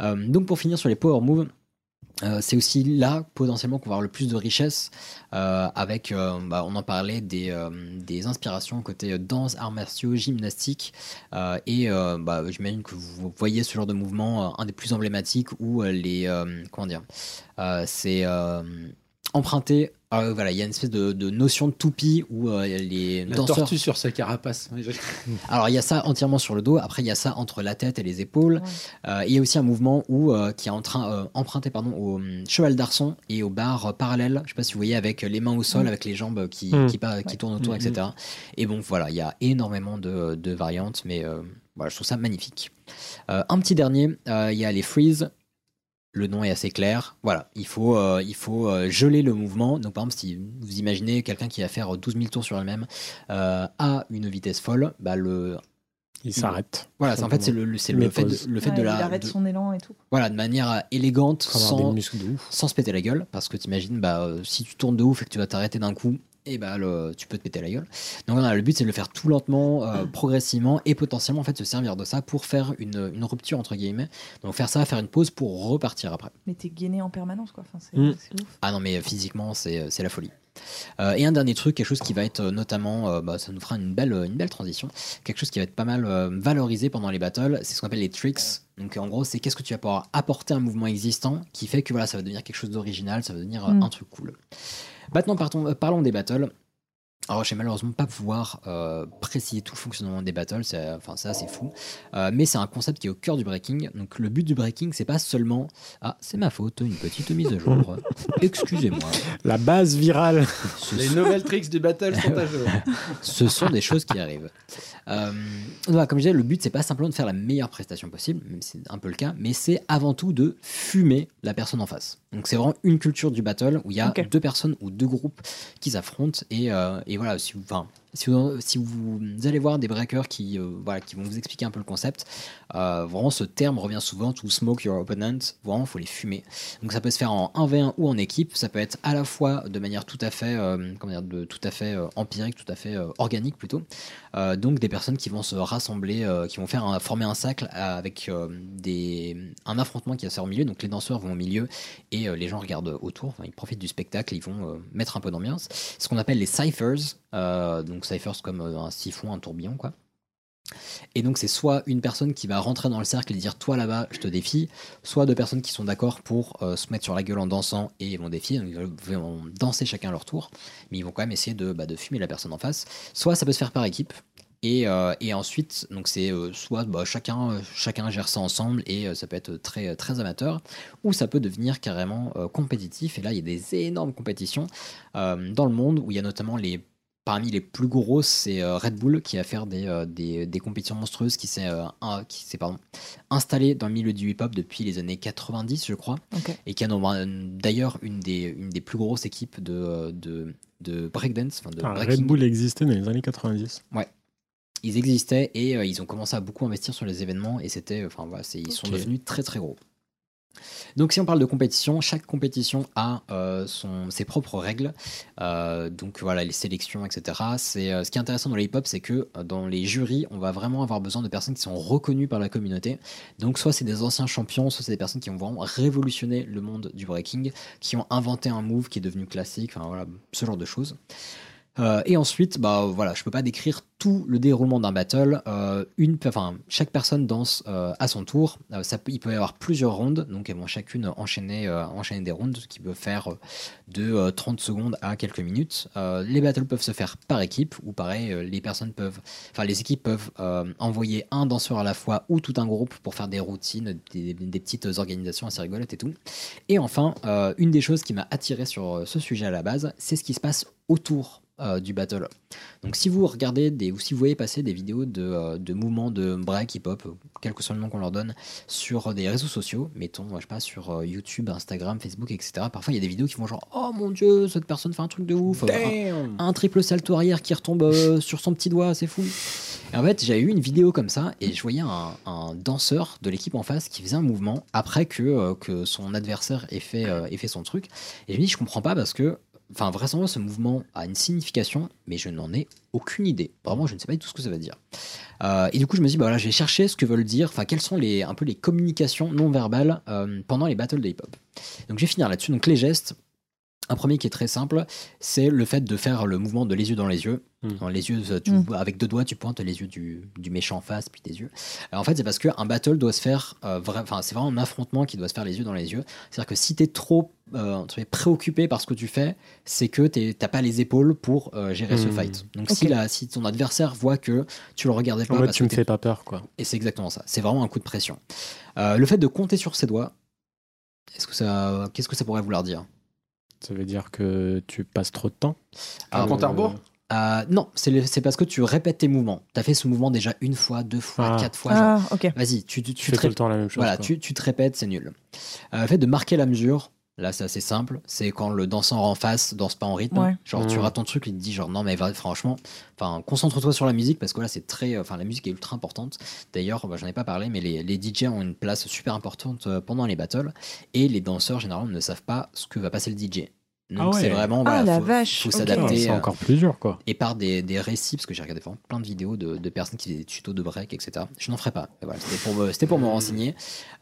Speaker 1: Euh, donc, pour finir sur les power moves, euh, c'est aussi là potentiellement qu'on va avoir le plus de richesse euh, avec, euh, bah, on en parlait, des, euh, des inspirations côté euh, danse, arts martiaux, gymnastique. euh, et euh, bah, j'imagine que vous voyez ce genre de mouvement, euh, un des plus emblématiques où euh, les. euh, comment dire euh, C'est euh, emprunté. ah, voilà, il y a une espèce de, de notion de toupie où euh, les
Speaker 9: La
Speaker 1: danseurs.
Speaker 9: tortue sur sa <laughs> carapace.
Speaker 1: Alors il y a ça entièrement sur le dos, après il y a ça entre la tête et les épaules.
Speaker 7: Ouais.
Speaker 1: Euh, il y a aussi un mouvement où, euh, qui est en train, euh, emprunté pardon, au hum, cheval d'arçon et aux barres euh, parallèles, je sais pas si vous voyez, avec les mains au sol,
Speaker 7: Mm.
Speaker 1: avec les jambes euh, qui,
Speaker 8: Mm.
Speaker 1: qui, pa- qui tournent autour,
Speaker 8: Mm,
Speaker 1: etc. Et bon voilà, il y a énormément de, de variantes, mais euh, voilà, je trouve ça magnifique. Euh, un petit dernier, euh, il y a les freeze. Le nom est assez clair. Voilà, il faut, euh, il faut euh, geler le mouvement. Donc, par exemple, si vous imaginez quelqu'un qui va faire 12 000 tours sur elle-même euh, à une vitesse folle, bah le,
Speaker 8: Il s'arrête.
Speaker 1: voilà, c'est- en fait, c'est le, le- c'est le
Speaker 8: Mais
Speaker 1: fait,
Speaker 8: pause.
Speaker 1: de, le fait
Speaker 7: Ouais,
Speaker 1: de
Speaker 7: il
Speaker 1: la.
Speaker 7: arrête
Speaker 1: de-
Speaker 7: son élan et tout.
Speaker 1: voilà, de manière élégante,
Speaker 8: Faut avoir des
Speaker 1: sans,
Speaker 8: muscles de ouf.
Speaker 1: sans se péter la gueule. Parce que t'imagines, bah, euh, si tu tournes de ouf et que tu vas t'arrêter d'un coup, et bah, le- tu peux te péter la gueule. Donc, voilà, le but, c'est de le faire tout lentement, euh, progressivement, et potentiellement, en fait, se servir de ça pour faire une, une rupture, entre guillemets. Donc, faire ça, faire une pause pour repartir après.
Speaker 7: Mais t'es gainé en permanence, quoi. Enfin, c'est
Speaker 8: Mm.
Speaker 7: c'est ouf.
Speaker 1: Ah non, mais physiquement, c'est c'est la folie. Euh, et un dernier truc, quelque chose qui va être euh, notamment, euh, bah, ça nous fera une belle, une belle transition, quelque chose qui va être pas mal euh, valorisé pendant les battles, c'est ce qu'on appelle les tricks. Donc euh, en gros, c'est qu'est-ce que tu vas pouvoir apporter à un mouvement existant qui fait que voilà, ça va devenir quelque chose d'original, ça va devenir euh,
Speaker 7: Mm.
Speaker 1: un truc cool. Maintenant, partons- euh, parlons des battles. Alors, je vais malheureusement pas pouvoir euh, préciser tout le fonctionnement des battles, c'est enfin, ça, c'est fou. Euh, mais c'est un concept qui est au cœur du breaking. Donc, le but du breaking, c'est pas seulement Ah, c'est ma faute, une petite mise à jour. Excusez-moi.
Speaker 8: La base virale.
Speaker 1: Ce
Speaker 9: Les nouvelles tricks du battle sont <laughs> à jour.
Speaker 1: ce sont des choses qui arrivent. Euh, voilà, comme je disais, le but, c'est pas simplement de faire la meilleure prestation possible, même si c'est un peu le cas, mais c'est avant tout de fumer la personne en face. Donc c'est vraiment une culture du battle où il y a
Speaker 7: Ok.
Speaker 1: deux personnes ou deux groupes qui s'affrontent et, euh, et voilà, si vous, enfin, si, vous, si vous allez voir des breakers qui, euh, voilà, qui vont vous expliquer un peu le concept, euh, vraiment ce terme revient souvent, to smoke your opponent, vraiment faut les fumer. Donc ça peut se faire en 1v1 ou en équipe, ça peut être à la fois de manière tout à fait, euh, comment dire, de, tout à fait euh, empirique, tout à fait euh, organique plutôt. Euh, donc des personnes qui vont se rassembler, euh, qui vont faire un- former un cercle euh, avec euh, des, un affrontement qui va se faire au milieu. Donc les danseurs vont au milieu et euh, les gens regardent autour, Enfin, ils profitent du spectacle, ils vont euh, mettre un peu d'ambiance. Ce qu'on appelle les ciphers, euh, donc ciphers comme euh, un siphon, un tourbillon quoi. Et donc c'est soit une personne qui va rentrer dans le cercle et dire toi là-bas je te défie, soit deux personnes qui sont d'accord pour euh, se mettre sur la gueule en dansant et vont défier, donc ils vont danser chacun à leur tour, mais ils vont quand même essayer de, bah, de fumer la personne en face. Soit ça peut se faire par équipe, et, euh, et ensuite, donc c'est euh, soit bah, chacun, euh, chacun gère ça ensemble et euh, ça peut être très, très amateur, ou ça peut devenir carrément euh, compétitif. Et là, il y a des énormes compétitions euh, dans le monde où il y a notamment les parmi les plus grosses, c'est euh, Red Bull qui va faire des, euh, des, des compétitions monstrueuses qui s'est euh, un- qui s'est, pardon, installée dans le milieu du hip-hop depuis les années 90, je crois,
Speaker 7: Ok.
Speaker 1: et qui a nommé, euh, d'ailleurs une des, une des plus grosses équipes de, euh, de, de breakdance, enfin de
Speaker 8: Ah, Red
Speaker 1: breaking.
Speaker 8: Bull existait dans les années 90.
Speaker 1: Ils existaient et euh, ils ont commencé à beaucoup investir sur les événements et c'était, euh, enfin voilà, c'est- ils sont
Speaker 8: Ok.
Speaker 1: devenus très très gros. Donc si on parle de compétition, chaque compétition a euh, son, ses propres règles. Euh, donc voilà, les sélections, etc. C'est, euh, ce qui est intéressant dans le hip-hop, c'est que euh, dans les jurys, on va vraiment avoir besoin de personnes qui sont reconnues par la communauté. Donc soit c'est des anciens champions, soit c'est des personnes qui ont vraiment révolutionné le monde du breaking, qui ont inventé un move qui est devenu classique, enfin voilà, ce genre de choses. Euh, et ensuite, bah voilà, je peux pas décrire tout le déroulement d'un battle. Euh, une, enfin, chaque personne danse euh, à son tour. Euh, ça peut- il peut y avoir plusieurs rondes, donc elles vont chacune enchaîner, euh, enchaîner des rondes, ce qui peut faire euh, de euh, 30 secondes à quelques minutes. Euh, les battles peuvent se faire par équipe, ou pareil, euh, les personnes peuvent, enfin, les équipes peuvent euh, envoyer un danseur à la fois ou tout un groupe pour faire des routines, des, des petites organisations assez rigolotes et tout. Et enfin, euh, une des choses qui m'a attiré sur euh, ce sujet à la base, c'est ce qui se passe autour euh, du battle. Donc si vous regardez des, ou si vous voyez passer des vidéos de, euh, de mouvements de break, hip-hop, quel que soit le nom qu'on leur donne, sur des réseaux sociaux, mettons, je sais pas, sur euh, YouTube, Instagram, Facebook, etc. Parfois il y a des vidéos qui vont genre, oh mon dieu, cette personne fait un truc de ouf, un-
Speaker 8: Ah.
Speaker 1: un triple salto arrière qui retombe <laughs> euh, sur son petit doigt, c'est fou. Et en fait, j'avais eu une vidéo comme ça et je voyais un, un danseur de l'équipe en face qui faisait un mouvement après que, euh, que son adversaire ait fait, euh, ait fait son truc. Et je me dis, je comprends pas parce que, enfin, vraisemblablement, ce mouvement a une signification, mais je n'en ai aucune idée. Vraiment, je ne sais pas du tout ce que ça veut dire. Euh, et du coup, je me dis, bah voilà, je vais chercher ce que veulent dire, enfin, quelles sont les, un peu les communications non verbales euh, pendant les battles de hip-hop. Donc, je vais finir là-dessus. Donc, les gestes. Un premier qui est très simple, c'est le fait de faire le mouvement de les yeux dans les yeux.
Speaker 8: Mm.
Speaker 1: Dans les yeux, tu-
Speaker 7: Mm.
Speaker 1: avec deux doigts, tu pointes les yeux du, du méchant en face, puis tes yeux. Alors, en fait, c'est parce qu'un battle doit se faire, euh, vra- enfin, c'est vraiment un affrontement qui doit se faire les yeux dans les yeux. C'est-à-dire que si t'es trop euh, entre guillemets, préoccupé par ce que tu fais, c'est que t'es- t'as pas les épaules pour euh, gérer ce
Speaker 8: Mm.
Speaker 1: fight. Donc
Speaker 7: Ok.
Speaker 1: si, la, si ton adversaire voit que tu le regardais pas,
Speaker 8: En mode,
Speaker 1: parce
Speaker 8: tu
Speaker 1: que
Speaker 8: me
Speaker 1: t'es-
Speaker 8: fais pas peur, quoi.
Speaker 1: et c'est exactement ça. C'est vraiment un coup de pression. Euh, le fait de compter sur ses doigts, est-ce que ça, qu'est-ce que ça pourrait vouloir dire
Speaker 8: Ça veut dire que tu passes trop de temps.
Speaker 9: Un
Speaker 1: Ah,
Speaker 9: compte à rebours
Speaker 1: Euh, Non, c'est le- c'est parce que tu répètes tes mouvements. T'as fait ce mouvement déjà une fois, deux fois,
Speaker 8: Ah.
Speaker 1: quatre fois. genre,
Speaker 7: Ah, ok.
Speaker 1: Vas-y, tu, tu,
Speaker 8: Tu
Speaker 1: tu
Speaker 8: fais
Speaker 1: te
Speaker 8: tout le temps la même chose.
Speaker 1: Voilà,
Speaker 8: quoi.
Speaker 1: tu, tu te répètes, c'est nul. Euh, le fait de marquer la mesure, là c'est assez simple, c'est quand le danseur en face danse pas en rythme.
Speaker 7: Ouais.
Speaker 1: Genre tu
Speaker 8: Mhm.
Speaker 1: rates ton truc, il te dit genre non mais va- franchement, enfin concentre-toi sur la musique parce que là c'est très, enfin la musique est ultra importante. D'ailleurs, bah, j'en ai pas parlé, mais les, les DJ ont une place super importante euh, pendant les battles et les danseurs généralement ne savent pas ce que va passer le DJ. Donc
Speaker 8: Ah ouais.
Speaker 1: c'est vraiment,
Speaker 7: Ah,
Speaker 1: voilà,
Speaker 7: la
Speaker 1: faut,
Speaker 7: vache,
Speaker 1: faut
Speaker 7: ok.
Speaker 8: Ah,
Speaker 1: s'adapter.
Speaker 8: C'est
Speaker 1: euh,
Speaker 8: encore plus dur, quoi.
Speaker 1: et par des, des récits, parce que j'ai regardé vraiment plein de vidéos de, de personnes qui faisaient des tutos de break, etc. Je n'en ferai pas. Mais voilà, c'était pour me, c'était
Speaker 8: Mmh.
Speaker 1: pour me renseigner.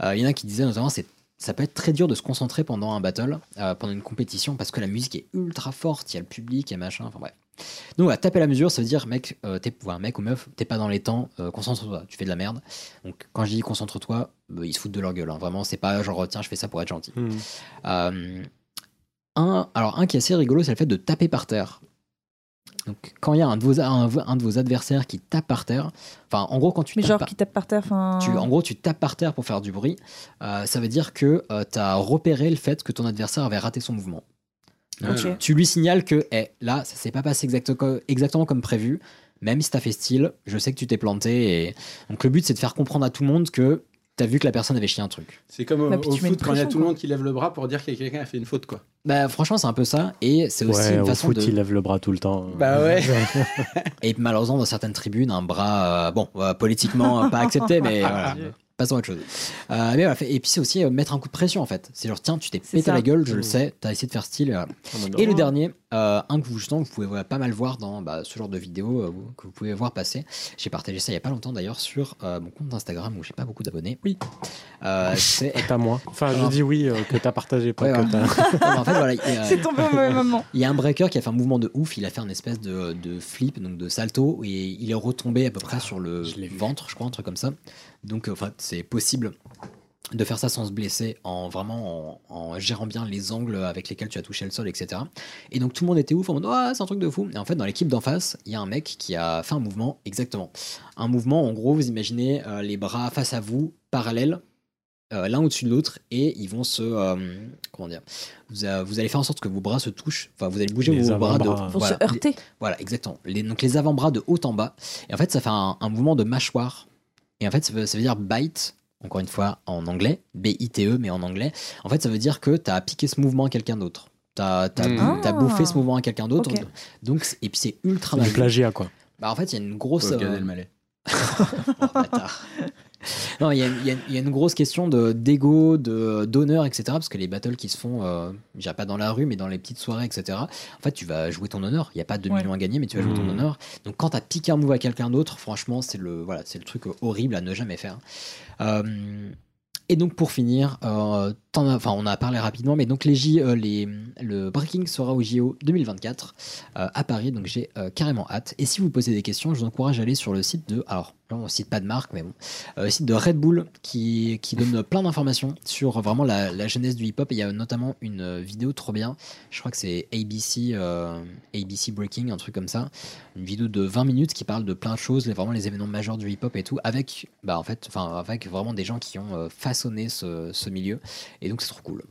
Speaker 1: Euh, Il y en a qui disaient notamment c'est ça peut être très dur de se concentrer pendant un battle, euh, pendant une compétition, parce que la musique est ultra forte, il y a le public, il y a machin, enfin bref. Donc voilà, taper la mesure, ça veut dire, mec, euh, t'es, voilà, mec ou meuf, t'es pas dans les temps, euh, concentre-toi, tu fais de la merde. Donc quand je dis concentre-toi, euh, ils se foutent de leur gueule, hein. vraiment, c'est pas genre, tiens, je fais ça pour être gentil. Euh, un, alors, un qui est assez rigolo, c'est le fait de taper par terre. Donc, quand il y a un de, vos, un, un de vos adversaires qui tape par terre, enfin, en gros, quand tu
Speaker 7: Mais
Speaker 1: tapes
Speaker 7: genre
Speaker 1: par-
Speaker 7: qui tape par terre, enfin.
Speaker 1: tu- en gros, tu tapes par terre pour faire du bruit, euh, ça veut dire que tu as repéré le fait que ton adversaire avait raté son mouvement. Donc,
Speaker 7: Ok.
Speaker 1: tu, tu lui signales que eh, là, ça s'est pas passé exacte- exactement comme prévu, même si t'as fait style, je sais que tu t'es planté. Et... Donc, le but, c'est de faire comprendre à tout le monde que t'as vu que la personne avait chié un truc.
Speaker 9: C'est comme au,
Speaker 7: Bah, puis
Speaker 9: au
Speaker 7: tu mets une
Speaker 9: foot quand il y a
Speaker 7: pression,
Speaker 9: tout le
Speaker 7: quoi.
Speaker 9: monde qui lève le bras pour dire que quelqu'un a fait une faute, quoi.
Speaker 1: Bah, franchement, c'est un peu ça. Et c'est aussi
Speaker 8: Ouais,
Speaker 1: une
Speaker 8: au
Speaker 1: façon
Speaker 8: foot,
Speaker 1: de.
Speaker 8: il lève le bras tout le temps.
Speaker 9: Bah ouais.
Speaker 1: Et malheureusement, dans certaines tribunes, un bras, euh, bon, euh, politiquement euh, pas accepté,
Speaker 7: <laughs>
Speaker 1: mais
Speaker 7: Ah,
Speaker 1: voilà. Passons à autre chose. Euh, mais voilà, fait- et puis c'est aussi euh, mettre un coup de pression en fait. C'est genre, tiens, tu t'es
Speaker 7: C'est
Speaker 1: pété
Speaker 7: ça.
Speaker 1: la gueule, je le
Speaker 8: Mmh.
Speaker 1: sais, t'as essayé de faire style. euh,
Speaker 8: <laughs> En mode,
Speaker 1: Et le
Speaker 8: oh,
Speaker 1: dernier, euh, un que vous, justement, vous pouvez voilà, pas mal voir dans bah, ce genre de vidéos euh, que vous pouvez voir passer. J'ai partagé ça il y a pas longtemps d'ailleurs sur euh, mon compte Instagram où j'ai pas beaucoup d'abonnés. Oui. c'est.
Speaker 8: Pas moi. Enfin,
Speaker 1: Ah.
Speaker 8: je dis oui, euh, que t'as partagé, pas
Speaker 1: Ouais,
Speaker 8: que
Speaker 1: ouais.
Speaker 7: hein.
Speaker 8: t'as-
Speaker 1: Non, mais en fait, voilà, il y a-
Speaker 7: <laughs> C'est tombé au mauvais moment.
Speaker 1: il y a un breaker qui a fait un mouvement de ouf, il a fait une espèce de, de flip, donc de salto, et il est retombé à peu près sur le
Speaker 8: je l'ai vu.
Speaker 1: ventre, je crois, un truc comme ça. Donc, euh, enfin, c'est possible de faire ça sans se blesser, en vraiment en, en gérant bien les angles avec lesquels tu as touché le sol, etc. Et donc tout le monde était ouf en mode Ah, c'est un truc de fou. Et en fait, dans l'équipe d'en face, il y a un mec qui a fait un mouvement exactement. Un mouvement, en gros, vous imaginez euh, les bras face à vous, parallèles, euh, l'un au-dessus de l'autre, et ils vont se. euh, comment dire vous, euh, vous allez faire en sorte que vos bras se touchent, enfin, vous allez bouger
Speaker 8: Les
Speaker 1: vos bras de.
Speaker 8: avant-bras.
Speaker 7: Pour
Speaker 1: voilà.
Speaker 7: se heurter.
Speaker 1: Voilà, exactement. Les- donc les avant-bras de haut en bas. Et en fait, ça fait un, un mouvement de mâchoire. Et en fait, ça veut, ça veut dire bite, encore une fois en anglais, B-I-T-E, E, mais en anglais. En fait, ça veut dire que tu as appliqué ce mouvement à quelqu'un d'autre. Tu as,
Speaker 9: Mm.
Speaker 7: Ah.
Speaker 1: bouffé ce mouvement à quelqu'un d'autre.
Speaker 7: Ok.
Speaker 1: Donc, c'est- et puis c'est
Speaker 7: <laughs>
Speaker 1: ultra
Speaker 8: du
Speaker 1: mal.
Speaker 8: plagiat, quoi.
Speaker 1: Bah, en fait, il y a une grosse.
Speaker 9: Pauvre Gad
Speaker 1: euh,
Speaker 9: Elmaleh.
Speaker 1: Oh, bâtard. non, il y, a- il y a- il y a une grosse question de d'ego, de d'honneur, etc. Parce que les battles qui se font, euh, je dirais pas dans la rue, mais dans les petites soirées, etc. En fait, tu vas jouer ton honneur. Il n'y a pas 2
Speaker 7: Ouais.
Speaker 1: millions à gagner, mais tu vas jouer ton
Speaker 8: Mhm.
Speaker 1: honneur. Donc, quand t'as piqué un move à quelqu'un d'autre, franchement, c'est le voilà, c'est le truc horrible à ne jamais faire. Euh, et donc pour finir, euh, t'en as- enfin on a parlé rapidement, mais donc les J, euh, les, le breaking sera au JO 2024 euh, à Paris, donc j'ai euh, carrément hâte. Et si vous posez des questions, je vous encourage à aller sur le site de, alors là, on cite pas de marque, mais bon, euh, le site de Red Bull qui, qui donne plein d'informations sur vraiment la, la jeunesse du hip-hop. Et Il y a notamment une euh, vidéo trop bien, je crois que c'est ABC, euh, ABC Breaking, un truc comme ça, une vidéo de 20 minutes qui parle de plein de choses, les- vraiment les événements majeurs du hip-hop et tout, avec, bah, en fait, enfin, avec vraiment des gens qui ont euh, façonné ce, ce milieu. Et donc, c'est trop cool.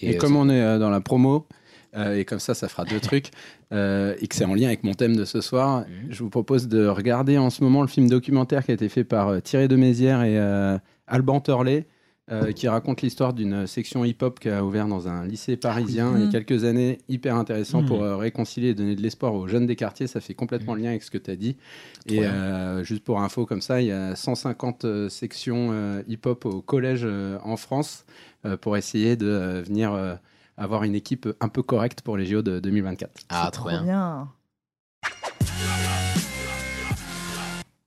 Speaker 9: Et,
Speaker 1: euh,
Speaker 9: comme on est euh, dans la promo, euh, et comme ça, ça fera deux trucs, euh, et que c'est en lien avec mon thème de ce soir,
Speaker 1: Mhm.
Speaker 9: je vous propose de regarder en ce moment le film documentaire qui a été fait par euh, Thierry de Mézières et euh, Alban Torlé, euh, qui raconte l'histoire d'une section hip-hop qui a ouvert dans un lycée parisien il y a
Speaker 7: Mhm.
Speaker 9: quelques années. Hyper intéressant
Speaker 8: Mhm.
Speaker 9: pour euh, réconcilier et donner de l'espoir aux jeunes des quartiers. Ça fait complètement lien avec ce que tu as dit. Et
Speaker 1: bien.
Speaker 9: euh, juste pour info, comme ça, il y a 150 euh, sections euh, hip-hop au collège euh, en France euh, pour essayer de euh, venir euh, avoir une équipe un peu correcte pour les JO de 2024.
Speaker 1: Ah,
Speaker 7: C'est
Speaker 1: trop bien.
Speaker 7: bien.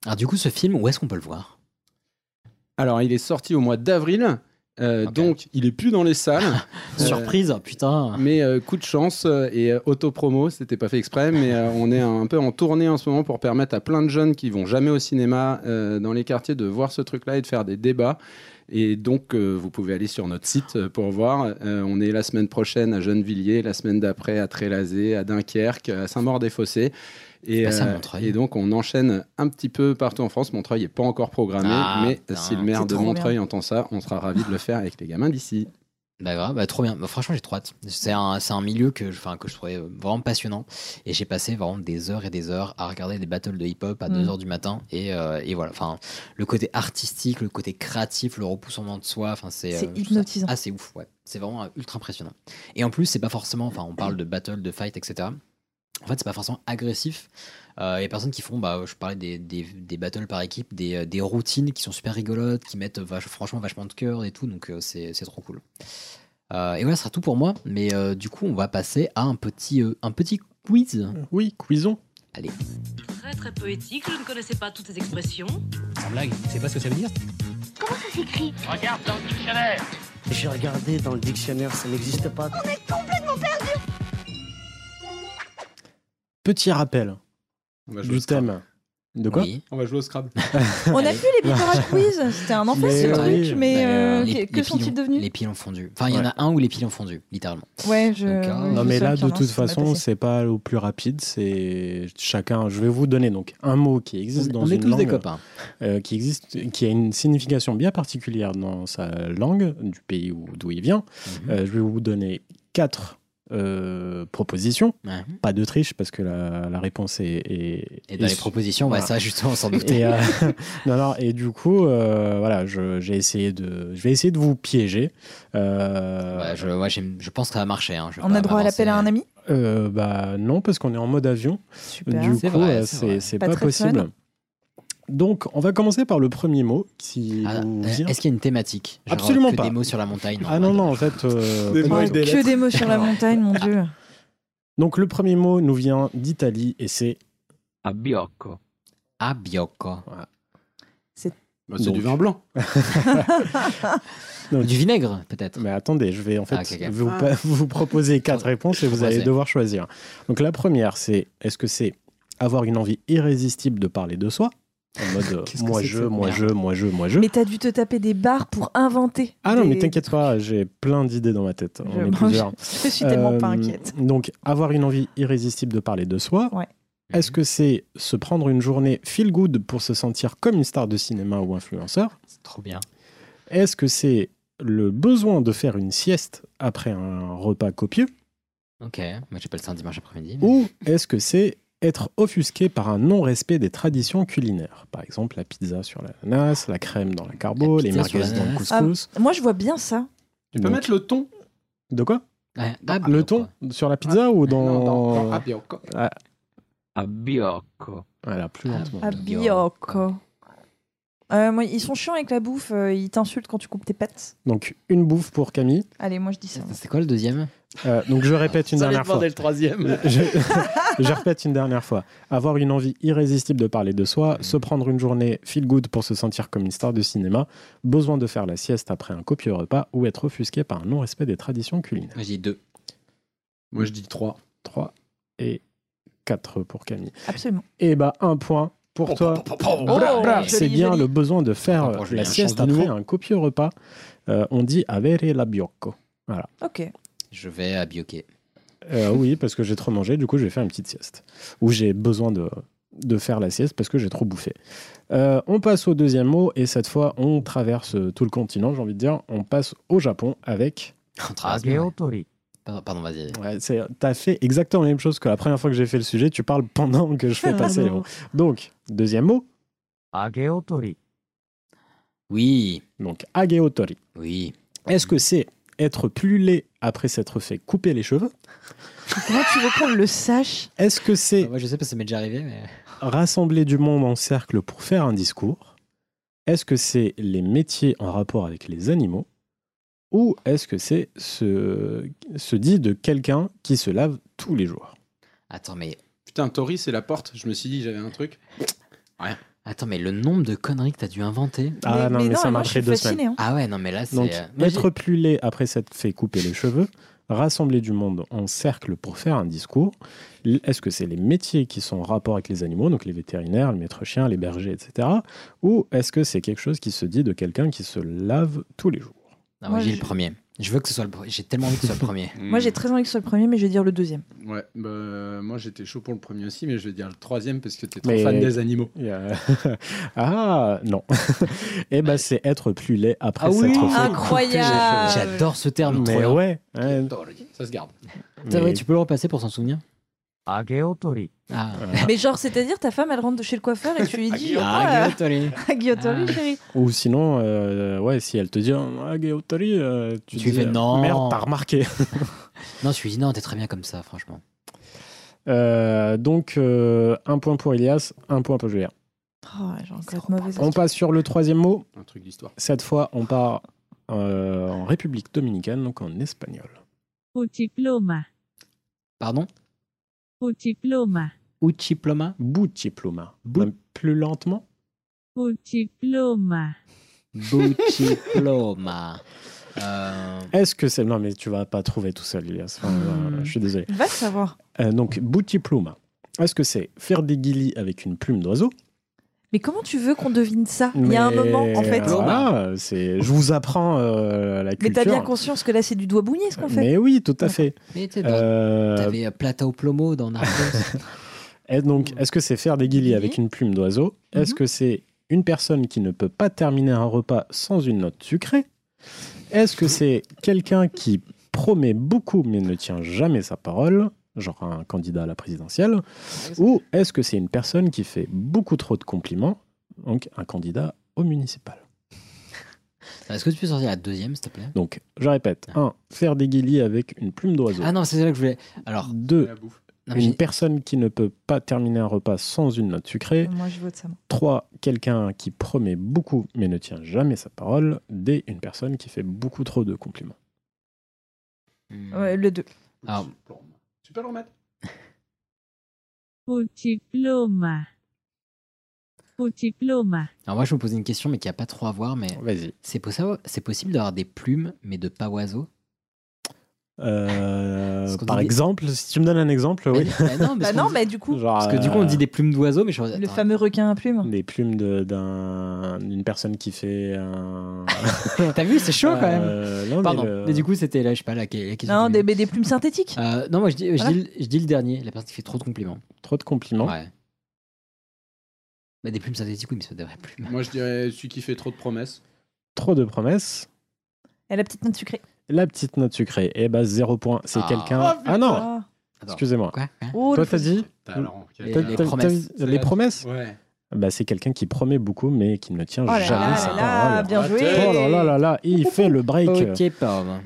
Speaker 1: Alors, du coup, ce film, où est-ce qu'on peut le voir
Speaker 9: Alors, il est sorti au mois d'avril, euh,
Speaker 1: Ok.
Speaker 9: donc il est plus dans les salles. Euh,
Speaker 1: Surprise, putain.
Speaker 9: <laughs> Mais euh, coup de chance euh, et euh, auto-promo, c'était pas fait exprès, mais euh, on est un, un peu en tournée en ce moment pour permettre à plein de jeunes qui vont jamais au cinéma euh, dans les quartiers de voir ce truc-là et de faire des débats. Et donc, euh, vous pouvez aller sur notre site euh, pour voir. Euh, on est la semaine prochaine à Gennevilliers, la semaine d'après à Trélazé, à Dunkerque, à Saint-Maur-des-Fossés. Et,
Speaker 1: Pas ça,
Speaker 9: euh,
Speaker 1: Montreuil.
Speaker 9: et donc, on enchaîne un petit peu partout en France. Montreuil n'est pas encore programmé,
Speaker 1: Ah,
Speaker 9: mais
Speaker 1: putain,
Speaker 9: si le maire
Speaker 7: c'est
Speaker 9: de
Speaker 7: trop
Speaker 9: Montreuil entend ça, on sera ravis de le faire avec les gamins d'ici.
Speaker 1: Bah, grave, bah, trop bien. Bah, franchement, j'ai trop hâte. C'est un, c'est un milieu que, je- enfin, que je trouvais euh, vraiment passionnant. Et j'ai passé vraiment des heures et des heures à regarder des battles de hip-hop à
Speaker 7: Mm.
Speaker 1: 2h du matin. Et, euh, et voilà. Enfin, le côté artistique, le côté créatif, le repoussement de soi. Enfin, c'est.
Speaker 7: C'est
Speaker 1: euh, je trouve ça
Speaker 7: hypnotisant.
Speaker 1: Ah, c'est ouf, ouais. C'est vraiment euh, ultra impressionnant. Et en plus, c'est pas forcément. Enfin, on parle de battle, de fight, etc. En fait, c'est pas forcément agressif. Euh, Il y a des personnes qui font, bah, je parlais des, des, des battles par équipe, des, euh, des routines qui sont super rigolotes, qui mettent vache- franchement vachement de cœur et tout, donc euh, c'est c'est trop cool. Euh, et voilà, ce sera tout pour moi, mais euh, du coup, on va passer à un petit, euh, un petit quiz.
Speaker 2: Mm.
Speaker 8: Oui, cuisons.
Speaker 11: Très très poétique, je ne connaissais pas toutes ces expressions.
Speaker 2: Sans blague, c'est pas ce que ça veut dire
Speaker 10: Comment ça s'écrit
Speaker 4: Regarde dans le dictionnaire.
Speaker 6: J'ai regardé dans le dictionnaire, ça n'existe pas.
Speaker 8: Petit rappel
Speaker 9: Bah, je
Speaker 8: du
Speaker 9: le ferai.
Speaker 1: Bah,
Speaker 8: thème. De quoi
Speaker 1: Oui.
Speaker 9: On va jouer au Scrabble.
Speaker 7: On a vu les Bicora Quiz, c'était un enfer
Speaker 8: Mais
Speaker 7: ce
Speaker 8: oui.
Speaker 7: Ah, truc, mais euh,
Speaker 1: les-
Speaker 7: que
Speaker 1: les
Speaker 7: sont-ils
Speaker 1: pilons-
Speaker 7: devenus
Speaker 1: Les piles ont fondu. Enfin, il y en
Speaker 8: Ouais.
Speaker 1: a un où les piles ont fondu, littéralement.
Speaker 7: Ouais, je.
Speaker 1: Donc, euh,
Speaker 7: ouais,
Speaker 8: Non
Speaker 7: je
Speaker 8: mais
Speaker 7: sais
Speaker 8: là
Speaker 7: qu'il y en
Speaker 8: de
Speaker 7: a un,
Speaker 8: toute
Speaker 7: ça m'a
Speaker 8: façon
Speaker 7: passé.
Speaker 8: c'est pas au plus rapide c'est chacun je vais vous donner donc un mot qui existe dans
Speaker 1: On est
Speaker 8: une
Speaker 1: tous des
Speaker 8: langue
Speaker 1: copains.
Speaker 8: euh, qui existe qui a une signification bien particulière dans sa langue du pays où d'où il vient
Speaker 1: Mhm.
Speaker 8: Euh, je vais vous donner quatre euh, propositions
Speaker 1: Ouais.
Speaker 8: pas de triche parce que la, la réponse est, est-
Speaker 1: Et dans les
Speaker 8: est su-
Speaker 1: propositions, bah,
Speaker 8: Voilà.
Speaker 1: ça, justement, on s'en doutait.
Speaker 8: et, euh, <laughs> non, non, et du coup, euh, voilà, je, j'ai essayé de, je vais essayer de vous piéger. Euh,
Speaker 1: Ouais, je, ouais, j'aime- je pense que ça va marcher. hein. Je vais
Speaker 7: On
Speaker 1: pas
Speaker 7: a droit à l'appel à un
Speaker 1: m'avancer.
Speaker 7: ami
Speaker 8: euh, bah non, parce qu'on est en mode avion.
Speaker 7: Super.
Speaker 8: Du
Speaker 1: C'est
Speaker 8: coup,
Speaker 1: vrai,
Speaker 8: euh,
Speaker 1: c'est
Speaker 8: c'est
Speaker 1: vrai.
Speaker 8: c'est
Speaker 7: Pas
Speaker 8: pas,
Speaker 7: très
Speaker 8: possible.
Speaker 7: fun.
Speaker 8: Donc, on va commencer par le premier mot qui
Speaker 1: Ah,
Speaker 8: vous
Speaker 1: euh,
Speaker 8: vient.
Speaker 1: Est-ce qu'il y a une thématique Genre,
Speaker 8: Absolument
Speaker 1: que
Speaker 8: pas.
Speaker 1: Des mots sur la montagne
Speaker 8: Ah non, non, en fait. euh,
Speaker 9: Des
Speaker 8: pas
Speaker 9: mots
Speaker 8: du
Speaker 9: et
Speaker 8: tout.
Speaker 9: des
Speaker 7: Que des mots sur la montagne, mon dieu.
Speaker 8: Donc, le premier mot nous vient d'Italie et c'est.
Speaker 12: Abbiocco.
Speaker 1: Ah, biocco.
Speaker 9: Bah, c'est
Speaker 8: Donc.
Speaker 9: du vin blanc.
Speaker 8: Donc-
Speaker 1: Du vinaigre, peut-être.
Speaker 8: Mais attendez, je vais en fait
Speaker 1: Ah, ok, ok.
Speaker 8: Vous, pa- vous proposer quatre réponses et vous
Speaker 1: Proposer.
Speaker 8: allez devoir choisir. Donc, la première, c'est est-ce que c'est avoir une envie irrésistible de parler de soi En
Speaker 9: <laughs>
Speaker 8: mode euh,
Speaker 9: Qu'est-ce que
Speaker 8: moi
Speaker 9: c'est que
Speaker 8: je,
Speaker 9: cette
Speaker 8: moi
Speaker 1: merde
Speaker 8: je, moi je, moi je.
Speaker 7: Mais t'as dû te taper des barres pour inventer.
Speaker 8: Ah non,
Speaker 7: des-
Speaker 8: mais t'inquiète pas, j'ai plein d'idées dans ma tête.
Speaker 7: Je-
Speaker 8: On est plusieurs.
Speaker 7: Je suis tellement pas
Speaker 8: Euh,
Speaker 7: inquiète.
Speaker 8: Donc, avoir une envie irrésistible de parler de soi.
Speaker 7: Ouais.
Speaker 8: Est-ce que c'est se prendre une journée feel good pour se sentir comme une star de cinéma ou influenceur
Speaker 1: C'est trop bien.
Speaker 8: Est-ce que c'est le besoin de faire une sieste après un repas copieux
Speaker 1: Ok, moi j'appelle ça un dimanche après-midi. mais-
Speaker 8: Ou est-ce que c'est être offusqué par un non-respect des traditions culinaires Par exemple, la pizza sur l'ananas, la crème dans la carbo,
Speaker 1: La
Speaker 8: les
Speaker 1: pizza sur
Speaker 8: merguez dans le
Speaker 1: l'ananas.
Speaker 8: couscous.
Speaker 7: Moi, je vois bien ça.
Speaker 9: Tu peux
Speaker 8: Donc-
Speaker 9: mettre le ton
Speaker 8: De quoi Ah.
Speaker 1: Ouais, ah,
Speaker 8: Le
Speaker 1: biocco.
Speaker 8: ton Sur la pizza ou dans...
Speaker 9: Non,
Speaker 8: <laughs>
Speaker 9: dans- dans Abbiocco.
Speaker 12: Abbiocco.
Speaker 8: Voilà, plus
Speaker 1: Ah,
Speaker 8: lentement.
Speaker 1: Ah,
Speaker 7: À Biocco. Euh, moi, ils sont chiants avec la bouffe, euh, ils t'insultent quand tu coupes tes pattes.
Speaker 8: Donc, une bouffe pour Camille.
Speaker 7: Allez, moi je dis ça.
Speaker 1: C'est quoi le deuxième
Speaker 8: Euh, donc, je répète une
Speaker 9: Ça
Speaker 8: dernière
Speaker 9: dépend
Speaker 8: fois. Euh,
Speaker 9: dès le troisième.
Speaker 8: je, <laughs> je répète une dernière fois. Avoir une envie irrésistible de parler de soi,
Speaker 9: Mm.
Speaker 8: se prendre une journée feel good pour se sentir comme une star de cinéma, besoin de faire la sieste après un copieux repas ou être offusqué par un non-respect des traditions culinaires.
Speaker 1: Moi, J'ai deux.
Speaker 9: Moi, je dis 3.
Speaker 8: 3 et 4 pour Camille.
Speaker 7: Absolument.
Speaker 8: Et bah, un point pour toi. Bravo.
Speaker 7: joli,
Speaker 8: C'est bien
Speaker 7: joli.
Speaker 8: le besoin de faire
Speaker 1: Attends, pour Julien,
Speaker 8: la
Speaker 1: change
Speaker 8: sieste
Speaker 1: de
Speaker 8: après
Speaker 1: mot.
Speaker 8: un copieux repas. Euh, on dit avere la biocco.
Speaker 7: Ok.
Speaker 1: Je vais à bioquer.
Speaker 8: Euh, oui, parce que j'ai trop mangé, du coup je vais faire une petite sieste. Ou j'ai besoin de, de faire la sieste parce que j'ai trop bouffé. Euh, on passe au deuxième mot, et cette fois on traverse tout le continent, j'ai envie de dire. On passe au Japon avec...
Speaker 1: On
Speaker 8: Ah,
Speaker 1: trace, mais ouais.
Speaker 12: Abbiottori.
Speaker 1: Pardon, pardon, vas-y.
Speaker 8: Ouais, c'est- T'as fait exactement la même chose que la première fois que j'ai fait le sujet, tu parles pendant que je
Speaker 7: <laughs>
Speaker 8: fais passer les mots. Donc, deuxième mot,
Speaker 12: Ageotori.
Speaker 1: Oui,
Speaker 8: donc ageotori.
Speaker 1: oui.
Speaker 8: Est-ce que c'est être plus laid après s'être fait couper les cheveux
Speaker 7: Comment tu veux qu'on le sache
Speaker 8: Est-ce que c'est
Speaker 1: Bah, Moi, je sais pas, ça m'est déjà arrivé, mais.
Speaker 8: rassembler du monde en cercle pour faire un discours Est-ce que c'est les métiers en rapport avec les animaux Ou est-ce que c'est ce, ce dit de quelqu'un qui se lave tous les jours
Speaker 1: Attends, mais.
Speaker 9: Putain, Tori, c'est la porte. Je me suis dit, j'avais un truc.
Speaker 1: Attends, mais le nombre de conneries que t'as dû inventer.
Speaker 8: Ah non, mais, ça
Speaker 7: moi,
Speaker 8: m'a
Speaker 7: je
Speaker 8: pris
Speaker 7: suis
Speaker 8: deux
Speaker 7: fascinée,
Speaker 8: semaines.
Speaker 7: hein.
Speaker 1: Ah ouais, non, mais là, c'est.
Speaker 8: Donc,
Speaker 1: euh, moi, j'ai-
Speaker 8: être plus laid après s'être fait couper les cheveux, rassembler du monde en cercle pour faire un discours, L- est-ce que c'est les métiers qui sont en rapport avec les animaux, donc les vétérinaires, les maîtres chiens, les bergers, etc. Ou est-ce que c'est quelque chose qui se dit de quelqu'un qui se lave tous les jours
Speaker 1: Non, moi,
Speaker 7: Moi,
Speaker 1: j'ai
Speaker 7: j'ai-
Speaker 1: le premier. Je veux que ce soit le premier. J'ai tellement envie que ce soit le <laughs> premier.
Speaker 8: Hmm.
Speaker 7: Moi, j'ai très envie que ce soit le premier, mais je vais dire le deuxième.
Speaker 9: Ouais, bah, euh, moi j'étais chaud pour le premier aussi, mais je vais dire le troisième parce que t'es trop
Speaker 8: Mais-
Speaker 9: fan des animaux.
Speaker 8: Il y a- <laughs> ah non. <laughs> Eh ben c'est être plus laid après
Speaker 1: Ah oui, Ah,
Speaker 8: s'être fait.
Speaker 7: Incroyable
Speaker 1: J'adore ce terme. trop
Speaker 8: Mais
Speaker 1: bien.
Speaker 8: ouais. ouais,
Speaker 9: Tori, Ça se garde.
Speaker 1: T'as- ouais,
Speaker 8: mais-
Speaker 1: tu peux le repasser pour s'en souvenir
Speaker 12: Ageotori.
Speaker 1: Ah,
Speaker 7: Mais genre, c'est-à-dire, ta femme, elle rentre de chez le coiffeur et tu
Speaker 8: <laughs>
Speaker 7: lui dis
Speaker 1: ah,
Speaker 7: Ah,
Speaker 1: Guillaume,
Speaker 7: <laughs> ah, guilloterie,
Speaker 1: Ah.
Speaker 7: chérie
Speaker 8: Ou sinon, euh, ouais, si elle te dit ah, Gayotori, euh, tu,
Speaker 1: Tu
Speaker 8: dis,
Speaker 1: fais non.
Speaker 8: Merde, t'as remarqué.
Speaker 1: <laughs> Non, je suis dit, non, t'es très bien comme ça, franchement.
Speaker 8: Euh, donc euh, un point pour Elias, un point pour Julien.
Speaker 7: Oh, j'ai encore être mauvaise.
Speaker 8: On passe sur le troisième mot.
Speaker 9: Un truc d'histoire.
Speaker 8: Cette fois, on part euh, en République dominicaine, donc en espagnol.
Speaker 11: Utiploma.
Speaker 1: Pardon
Speaker 11: Utiploma.
Speaker 1: Uchiploma
Speaker 8: Butiploma.
Speaker 1: Bout-
Speaker 8: Même Plus lentement.
Speaker 11: Utiploma.
Speaker 1: Buchiploma. Euh,
Speaker 8: Est-ce que c'est non mais tu vas pas trouver tout seul, Elias. Enfin,
Speaker 7: Hmm.
Speaker 8: euh, je suis désolé.
Speaker 7: Va le savoir.
Speaker 8: Euh, donc, butipluma. Est-ce que c'est faire des guillis avec une plume d'oiseau
Speaker 7: Mais comment tu veux qu'on devine ça Il y a un
Speaker 8: Mais
Speaker 7: moment, en fait.
Speaker 8: voilà, c'est, je vous apprends euh, la
Speaker 7: Mais
Speaker 8: culture.
Speaker 7: t'as bien conscience que là, c'est du doigt bougné ce qu'on fait.
Speaker 8: Mais oui, tout à fait.
Speaker 1: Mais t'es dans-
Speaker 8: Euh,
Speaker 1: T'avais euh, Plata au Plomo dans <laughs> Narcos.
Speaker 8: Et donc, est-ce que c'est faire des
Speaker 1: Mhm.
Speaker 8: guillis avec une plume d'oiseau Est-ce que c'est une personne qui ne peut pas terminer un repas sans une note sucrée Est-ce
Speaker 1: Mhm.
Speaker 8: que c'est quelqu'un qui promet beaucoup mais ne tient jamais sa parole Genre un candidat à la présidentielle Ou est-ce que c'est une personne qui fait beaucoup trop de compliments Donc un candidat au municipal.
Speaker 1: Est-ce que tu peux sortir la deuxième, s'il te plaît
Speaker 8: Donc, je répète 1. Faire des guillis avec une plume d'oiseau.
Speaker 1: Ah non, c'est là que je voulais. Alors,
Speaker 8: 2.
Speaker 1: Non, mais
Speaker 8: Une
Speaker 1: j'ai-
Speaker 8: personne qui ne peut pas terminer un repas sans une note sucrée.
Speaker 7: Moi, je vote ça. moi.
Speaker 8: 3. Quelqu'un qui promet beaucoup mais ne tient jamais sa parole. D. Une personne qui fait beaucoup trop de compliments.
Speaker 1: Hmm.
Speaker 7: Ouais, le 2.
Speaker 8: Ah.
Speaker 1: Alors,
Speaker 9: Tu peux le remettre
Speaker 13: Puchiploma. Puchiploma.
Speaker 1: alors moi, je me posais une question, mais qui a pas trop à voir. Mais c'est possible, c'est possible d'avoir des plumes, mais de pas oiseaux.
Speaker 8: Euh,
Speaker 1: Parce qu'on
Speaker 8: par
Speaker 1: dit-
Speaker 8: exemple, si tu me donnes un exemple, oui. Ah,
Speaker 1: Bah non,
Speaker 7: Bah
Speaker 1: parce
Speaker 7: non,
Speaker 1: qu'on dit-
Speaker 7: mais du coup,
Speaker 8: Genre, euh,
Speaker 1: parce que du coup, on dit des plumes d'oiseaux, mais je
Speaker 7: le fameux requin à plumes.
Speaker 8: Des plumes de- d'un- d'une personne qui fait
Speaker 1: <laughs>
Speaker 8: un.
Speaker 1: T'as vu, c'est chaud quand même.
Speaker 8: Euh, non, mais
Speaker 1: Pardon.
Speaker 8: le-
Speaker 1: Mais du coup, c'était là, je sais pas, la, la question.
Speaker 7: Non,
Speaker 1: du-
Speaker 7: des, mais des plumes synthétiques.
Speaker 1: Euh, non, moi, je dis, je,
Speaker 7: Voilà.
Speaker 1: dis, le- je dis le dernier, la personne qui fait trop de compliments.
Speaker 8: Trop de compliments.
Speaker 1: Ouais. Bah, des plumes synthétiques, oui, mais ça devrait plus.
Speaker 9: Moi, je dirais celui qui fait trop de promesses.
Speaker 8: Trop de promesses.
Speaker 7: Et la petite note sucrée.
Speaker 8: La petite note sucrée. Eh bah, 0 point. C'est
Speaker 1: Ah.
Speaker 8: quelqu'un.
Speaker 7: Oh,
Speaker 8: ah non
Speaker 7: putain.
Speaker 8: Excusez-moi.
Speaker 1: Quoi hein?
Speaker 7: Oh,
Speaker 8: Toi,
Speaker 7: le
Speaker 8: t'as dit
Speaker 9: Talent.
Speaker 8: T'as-
Speaker 1: Les-
Speaker 8: t'as-
Speaker 1: les
Speaker 8: t'as-
Speaker 1: promesses.
Speaker 8: t'as- les promesses
Speaker 9: Ouais.
Speaker 8: bah, C'est quelqu'un qui promet beaucoup, mais qui ne tient
Speaker 7: Oh là là
Speaker 8: jamais
Speaker 7: là
Speaker 8: sa
Speaker 7: là,
Speaker 8: parole.
Speaker 7: bien joué.
Speaker 8: Oh là là là là, et il fait le break.
Speaker 1: Ok, pardon.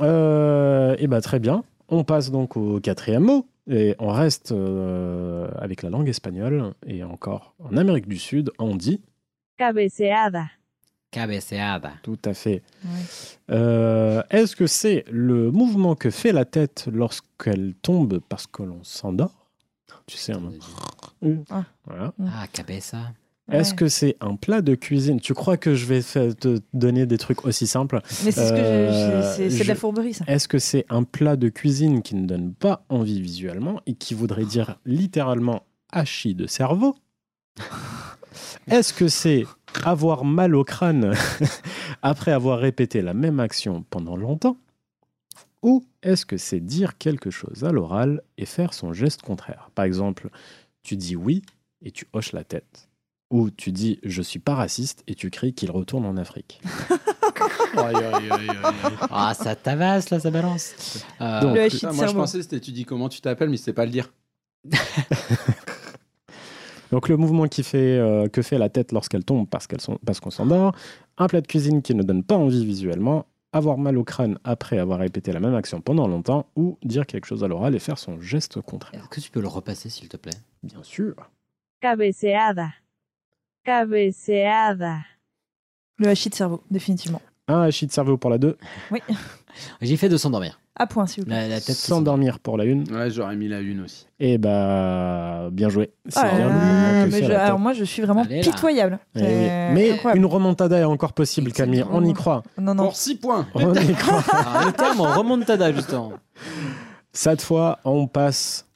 Speaker 8: Euh, et bah, très bien. On passe donc au quatrième mot. Et on reste euh, avec la langue espagnole. Et encore, en Amérique du Sud, on dit
Speaker 13: Cabeceada.
Speaker 1: Cabeceada.
Speaker 8: tout à fait. Euh, Est-ce que c'est le mouvement que fait la tête lorsqu'elle tombe parce que l'on s'endort Tu sais, un... Voilà.
Speaker 1: Ah, cabeza.
Speaker 8: Est-ce que c'est un plat de cuisine Tu crois que je vais fa- te donner des trucs aussi simples
Speaker 7: Mais c'est ce que je-
Speaker 8: Euh,
Speaker 7: je- c'est- c'est de la
Speaker 8: je-
Speaker 7: fourberie, ça.
Speaker 8: Est-ce que c'est un plat de cuisine qui ne donne pas envie visuellement et qui voudrait dire littéralement hachis de cerveau Est-ce que c'est avoir mal au crâne <laughs> après avoir répété la même action pendant longtemps Ou est-ce que c'est dire quelque chose à l'oral et faire son geste contraire Par exemple, tu dis oui et tu hoches la tête. Ou tu dis je suis pas raciste et tu cries qu'il retourne en Afrique.
Speaker 9: Aïe, aïe,
Speaker 8: <laughs>
Speaker 9: aïe, aïe, aïe.
Speaker 1: Ah, ça tabasse, là, ça balance. Euh,
Speaker 8: Donc, ah,
Speaker 7: hachis de
Speaker 9: Putain, moi, je
Speaker 7: cerveau.
Speaker 9: pensais c'était tu dis comment tu t'appelles, mais c'est pas le dire.
Speaker 8: Donc le mouvement qui fait, euh, que fait la tête lorsqu'elle tombe parce qu'elle s'en- parce qu'on s'endort, un plat de cuisine qui ne donne pas envie visuellement, avoir mal au crâne après avoir répété la même action pendant longtemps, ou dire quelque chose à l'oral et faire son geste contraire.
Speaker 1: Est-ce que tu peux le repasser, s'il te plaît
Speaker 8: Bien sûr.
Speaker 13: Cabeceada. Cabeceada.
Speaker 7: Le hachis de cerveau, définitivement.
Speaker 8: Un hachis de cerveau pour la 2,
Speaker 7: Oui.
Speaker 1: J'ai fait de s'endormir.
Speaker 7: À point, s'il vous
Speaker 1: La,
Speaker 7: plaît.
Speaker 1: la tête c'est
Speaker 8: s'endormir pour la 1,
Speaker 9: Ouais, j'aurais mis la une aussi.
Speaker 8: et bah bien joué. C'est
Speaker 7: Oh là
Speaker 8: bien
Speaker 7: là,
Speaker 8: le mouvement
Speaker 7: mais
Speaker 8: que fait
Speaker 7: je-
Speaker 8: la
Speaker 7: alors
Speaker 8: tête.
Speaker 7: moi, je suis vraiment
Speaker 1: Allez, là.
Speaker 7: pitoyable.
Speaker 8: Eh
Speaker 7: C'est
Speaker 8: oui. Mais
Speaker 7: incroyable.
Speaker 8: une remontada est encore possible, Camille, on y
Speaker 7: <laughs>
Speaker 8: croit.
Speaker 7: Euh, Non, non.
Speaker 9: Pour 6 points.
Speaker 8: On y croit.
Speaker 1: Ah, le terme en remontada, justement.
Speaker 8: Cette fois, on passe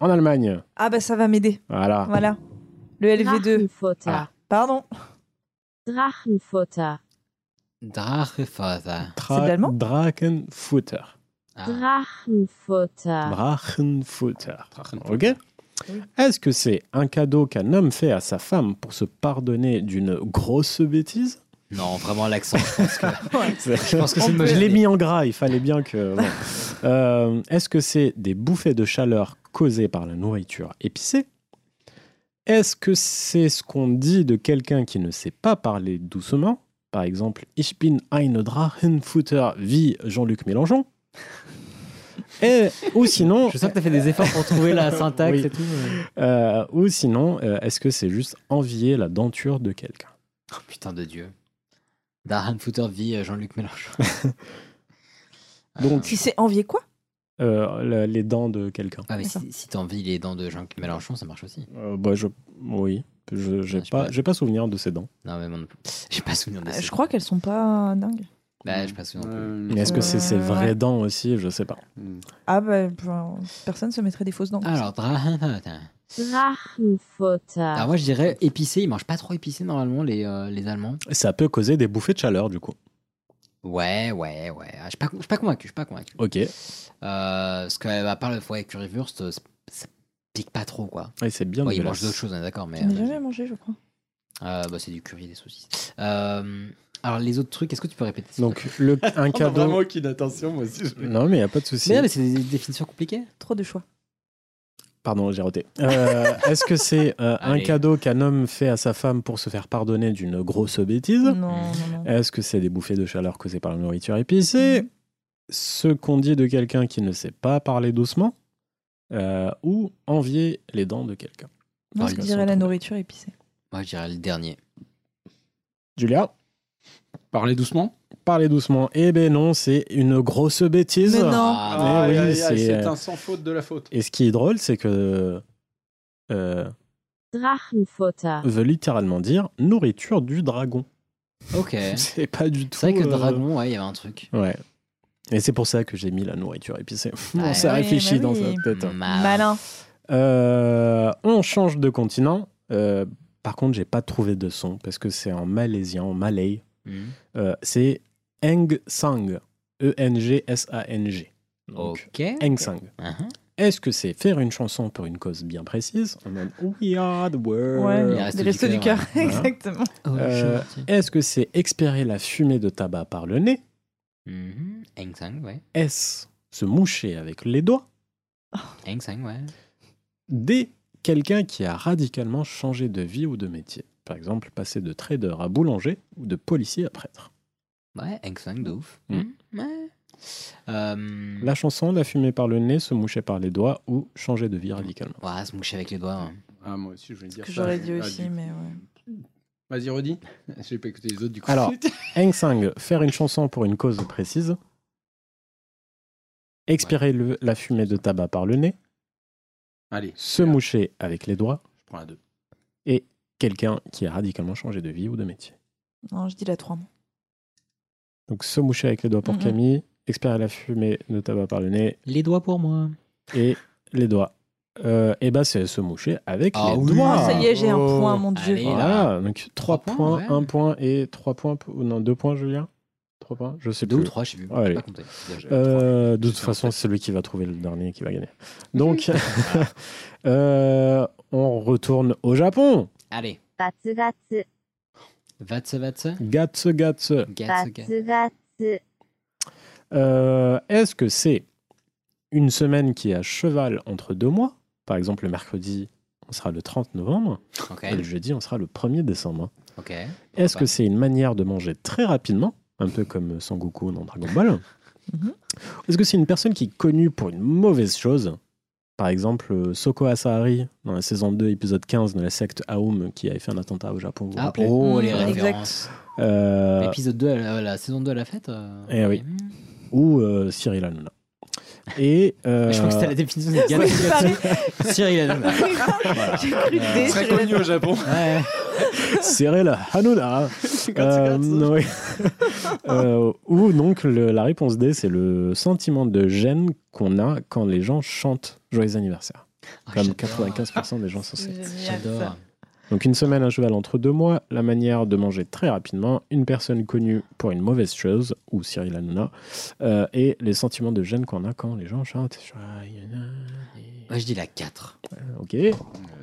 Speaker 8: en Allemagne.
Speaker 7: Ah bah ça va m'aider.
Speaker 8: Voilà.
Speaker 7: Voilà. Le LV2.
Speaker 13: Drachenfutter.
Speaker 7: Pardon.
Speaker 13: Drachenfutter.
Speaker 1: Drachefada.
Speaker 8: Tra-
Speaker 7: C'est de l'allemand
Speaker 8: Drachenfutter.
Speaker 1: Ah,
Speaker 13: Drachenfutter.
Speaker 8: Drachenfutter. Ok Est-ce que c'est un cadeau qu'un homme fait à sa femme pour se pardonner d'une grosse bêtise
Speaker 1: non, vraiment l'accent, je pense que, je pense que c'est
Speaker 8: Je
Speaker 1: une mauvaise
Speaker 8: l'ai
Speaker 1: idée.
Speaker 8: mis en gras, il fallait bien que. bon. Euh, Est-ce que c'est des bouffées de chaleur causées par la nourriture épicée Est-ce que c'est ce qu'on dit de quelqu'un qui ne sait pas parler doucement Par exemple, Ich bin ein Drachenfutter, vie Jean-Luc Mélenchon. Et, ou sinon, euh,
Speaker 1: Je sens que t'as fait des efforts pour trouver la syntaxe
Speaker 8: Oui.
Speaker 1: et tout. mais-
Speaker 8: Euh, ou sinon, euh, est-ce que c'est juste envier la denture de quelqu'un
Speaker 1: Oh, putain de Dieu. Darren Footer vit euh, Jean-Luc Mélenchon.
Speaker 8: Donc,
Speaker 7: Si c'est envier quoi
Speaker 8: euh, le- les dents de quelqu'un.
Speaker 1: Ah, mais si, si t'envies les dents de Jean-Luc Mélenchon, ça marche aussi.
Speaker 8: Euh, bah, je, oui, je j'ai
Speaker 1: je sais
Speaker 8: pas,
Speaker 1: pas.
Speaker 8: j'ai pas souvenir de ses dents. Bah,
Speaker 1: Non, mais moi non plus. J'ai pas souvenir de
Speaker 7: Euh,
Speaker 1: ça.
Speaker 7: Je crois qu'elles sont pas dingues.
Speaker 1: Bah, je passe souvent.
Speaker 9: Euh,
Speaker 8: Mais est-ce que c'est ses vraies dents aussi Je sais pas.
Speaker 7: Ah bah, ben, personne se mettrait des fausses dents.
Speaker 1: Alors, dra-
Speaker 13: Drachenfutter.
Speaker 1: Alors moi je dirais épicé, ils mangent pas trop épicé normalement les, euh, les Allemands.
Speaker 8: Ça peut causer des bouffées de chaleur du coup.
Speaker 1: Ouais, ouais, ouais. Ah, Je suis pas, je suis pas convaincu, je suis pas convaincu.
Speaker 8: Ok.
Speaker 1: Euh, parce que à part le foie avec currywurst, euh, ça, ça pique pas trop quoi.
Speaker 8: Ouais, Ah, c'est bien
Speaker 1: Bon, ils
Speaker 8: dégueulasse.
Speaker 1: mangent d'autres choses, on est d'accord, mais
Speaker 7: J'en ai
Speaker 1: euh,
Speaker 7: jamais mangé, je crois.
Speaker 1: euh, bah, c'est du curry et des saucisses. Euh, alors les autres trucs, est-ce que tu peux répéter s'il te plaît <laughs>
Speaker 8: Donc le,
Speaker 1: Oh,
Speaker 8: un cadeau.
Speaker 9: aucune attention, moi aussi.
Speaker 8: Non mais y a pas de souci.
Speaker 1: Mais non, mais c'est des définitions compliquées.
Speaker 7: Trop de choix.
Speaker 8: Pardon, j'ai roté. Euh, Est-ce que c'est euh, un
Speaker 1: Allez.
Speaker 8: cadeau qu'un homme fait à sa femme pour se faire pardonner d'une grosse bêtise
Speaker 7: Non,
Speaker 1: Mm.
Speaker 7: non, non.
Speaker 8: Est-ce que c'est des bouffées de chaleur causées par la nourriture épicée
Speaker 1: Mm.
Speaker 8: Ce qu'on dit de quelqu'un qui ne sait pas parler doucement Euh, Ou envier les dents de quelqu'un
Speaker 7: Moi,
Speaker 1: Par
Speaker 7: je
Speaker 1: exemple,
Speaker 7: dirais la nourriture épicée.
Speaker 1: Moi je dirais le dernier.
Speaker 8: Julia
Speaker 9: Parlez doucement.
Speaker 8: Parler doucement, eh ben non, c'est une grosse bêtise.
Speaker 7: Mais non.
Speaker 1: Ah,
Speaker 8: mais oui, c'est- euh,
Speaker 9: c'est un sans faute de la faute.
Speaker 8: Et ce qui est drôle, c'est que euh,
Speaker 13: Drachenfutter.
Speaker 8: veut littéralement dire nourriture du dragon.
Speaker 1: Ok. C'est
Speaker 8: <laughs> C'est pas du tout.
Speaker 1: vrai que
Speaker 8: euh,
Speaker 1: dragon, ouais, il y avait un truc.
Speaker 8: Ouais. Et c'est pour ça que j'ai mis la nourriture épicée. <laughs> On
Speaker 1: Ouais.
Speaker 8: s'est
Speaker 7: Oui,
Speaker 8: réfléchi
Speaker 7: bah
Speaker 8: dans
Speaker 7: oui.
Speaker 8: sa tête.
Speaker 1: Malin.
Speaker 7: Malin.
Speaker 8: Euh, on change de continent. Euh, par contre, j'ai pas trouvé de son parce que c'est en malaisien, en malais.
Speaker 1: Mhm.
Speaker 8: Euh, c'est E Eng Sang. E-N-G-S-A-N-G. Donc,
Speaker 1: Ok.
Speaker 8: Eng Sang.
Speaker 1: Uh-huh.
Speaker 8: Est-ce que c'est faire une chanson pour une cause bien précise En mode We are the world.
Speaker 1: Il
Speaker 7: Ouais,
Speaker 1: reste
Speaker 7: des
Speaker 1: du
Speaker 7: restos du
Speaker 1: cœur.
Speaker 7: cœur,
Speaker 8: Voilà.
Speaker 7: exactement.
Speaker 1: Oh,
Speaker 8: Euh,
Speaker 1: gentil.
Speaker 8: Est-ce que c'est expirer la fumée de tabac par le nez
Speaker 1: Mhm. Hang Sang, ouais.
Speaker 8: Est-ce se moucher avec les doigts
Speaker 1: Hang Sang, ouais.
Speaker 8: D. Quelqu'un qui a radicalement changé de vie ou de métier. Par exemple, passer de trader à boulanger ou de policier à prêtre.
Speaker 1: Ouais, Hang Sang, de ouf.
Speaker 8: Mm.
Speaker 1: Mm. Ouais. Euh,
Speaker 8: La chanson, la fumée par le nez, se moucher par les doigts ou changer de vie radicalement.
Speaker 1: Ouais, se moucher avec les doigts. hein. ouais.
Speaker 9: Ah, moi aussi, je voulais
Speaker 7: Ce
Speaker 9: dire
Speaker 7: que
Speaker 9: ça.
Speaker 7: j'aurais dit
Speaker 9: Ah,
Speaker 7: aussi,
Speaker 9: du-
Speaker 7: mais ouais.
Speaker 9: Vas-y, redis. <laughs> J'ai pas écouté les autres du coup.
Speaker 8: Alors, Heng Sang, faire une chanson pour une cause précise. Expirer le- la fumée de tabac par le nez.
Speaker 9: <laughs> Allez,
Speaker 8: Se
Speaker 9: merde,
Speaker 8: moucher avec les doigts.
Speaker 9: Je prends la 2.
Speaker 8: Quelqu'un qui a radicalement changé de vie ou de métier.
Speaker 7: Non, je dis la 3. moi.
Speaker 8: Donc, se moucher avec les doigts pour
Speaker 7: Mhm.
Speaker 8: Camille. Expirer la fumée de tabac par le nez
Speaker 1: Les doigts pour moi.
Speaker 8: et les doigts. Euh, et bah, c'est se moucher avec
Speaker 1: Ah
Speaker 8: les
Speaker 1: oui.
Speaker 8: doigts.
Speaker 7: Ah, ça y est, j'ai un
Speaker 8: Oh.
Speaker 7: point, mon dieu.
Speaker 1: Allez,
Speaker 8: <laughs>
Speaker 1: là.
Speaker 8: Voilà, donc 3
Speaker 1: points,
Speaker 8: points,
Speaker 1: ouais.
Speaker 8: 1 point et 3 points. pour- Non, 2 points, Julien 3 points Je sais
Speaker 1: Deux
Speaker 8: plus.
Speaker 1: ou trois, je sais plus.
Speaker 8: Ouais,
Speaker 1: j'ai
Speaker 8: allez.
Speaker 1: pas compté. Bien joué.
Speaker 8: Euh, de
Speaker 9: Je
Speaker 8: toute
Speaker 9: sais, en
Speaker 8: façon,
Speaker 9: fait.
Speaker 8: c'est celui qui va trouver le dernier qui
Speaker 7: <laughs>
Speaker 8: va gagner. Donc, <laughs> euh, on retourne au Japon.
Speaker 1: Allez.
Speaker 13: Gatsu gatsu.
Speaker 1: Vatse, vatse.
Speaker 8: Gatsu gatsu.
Speaker 1: Gatse, gatse.
Speaker 13: Gatsu gatsu.
Speaker 8: Euh, Est-ce que c'est une semaine qui est à cheval entre deux mois Par exemple, le mercredi, on sera le 30 novembre
Speaker 1: Ok,
Speaker 8: et le jeudi, on sera le 1er décembre.
Speaker 1: ok.
Speaker 8: Est-ce
Speaker 1: pas.
Speaker 8: que c'est une manière de manger très rapidement, un peu comme Sangoku dans Dragon
Speaker 1: <laughs>
Speaker 8: Ball Mm-hmm.
Speaker 7: Mhm.
Speaker 8: Est-ce que c'est une personne qui est connue pour une mauvaise chose Par exemple, euh, Soko Asahari, dans la saison 2, épisode 15 de la secte Aum, qui avait fait un attentat au Japon, vous vous
Speaker 1: Ah,
Speaker 8: rappelez
Speaker 1: oh, les
Speaker 7: Mm,
Speaker 1: références.
Speaker 8: Euh,
Speaker 1: Épisode 2, à la, la saison 2 à la fête. euh,
Speaker 8: Eh oui.
Speaker 1: mm.
Speaker 8: Ou euh, Cyril Hanouna. Et, euh,
Speaker 1: Mais Je crois que c'était la définition de <laughs>
Speaker 7: Ça me
Speaker 1: Gatsu, Gatsu. <laughs> Cyril Hanouna.
Speaker 7: J'ai cru que des
Speaker 9: Très
Speaker 7: sur la-
Speaker 9: connu au Japon.
Speaker 1: Ouais.
Speaker 8: Cyril Hanouna Euh, oui. <laughs> Euh, ou donc le- la réponse D, c'est le sentiment de gêne qu'on a quand les gens chantent Joyeux anniversaire,
Speaker 1: Ah,
Speaker 8: comme
Speaker 1: j'adore. Ah,
Speaker 8: 95% des gens sont
Speaker 7: C'est génial, ça.
Speaker 1: J'adore.
Speaker 8: Donc une semaine à cheval entre deux mois, la manière de manger très rapidement, une personne connue pour une mauvaise chose, ou Cyril Hanouna, euh, et les sentiments de gêne qu'on a quand les gens chantent.
Speaker 1: Moi, je dis la 4.
Speaker 8: Ok.
Speaker 9: <laughs> Ouais,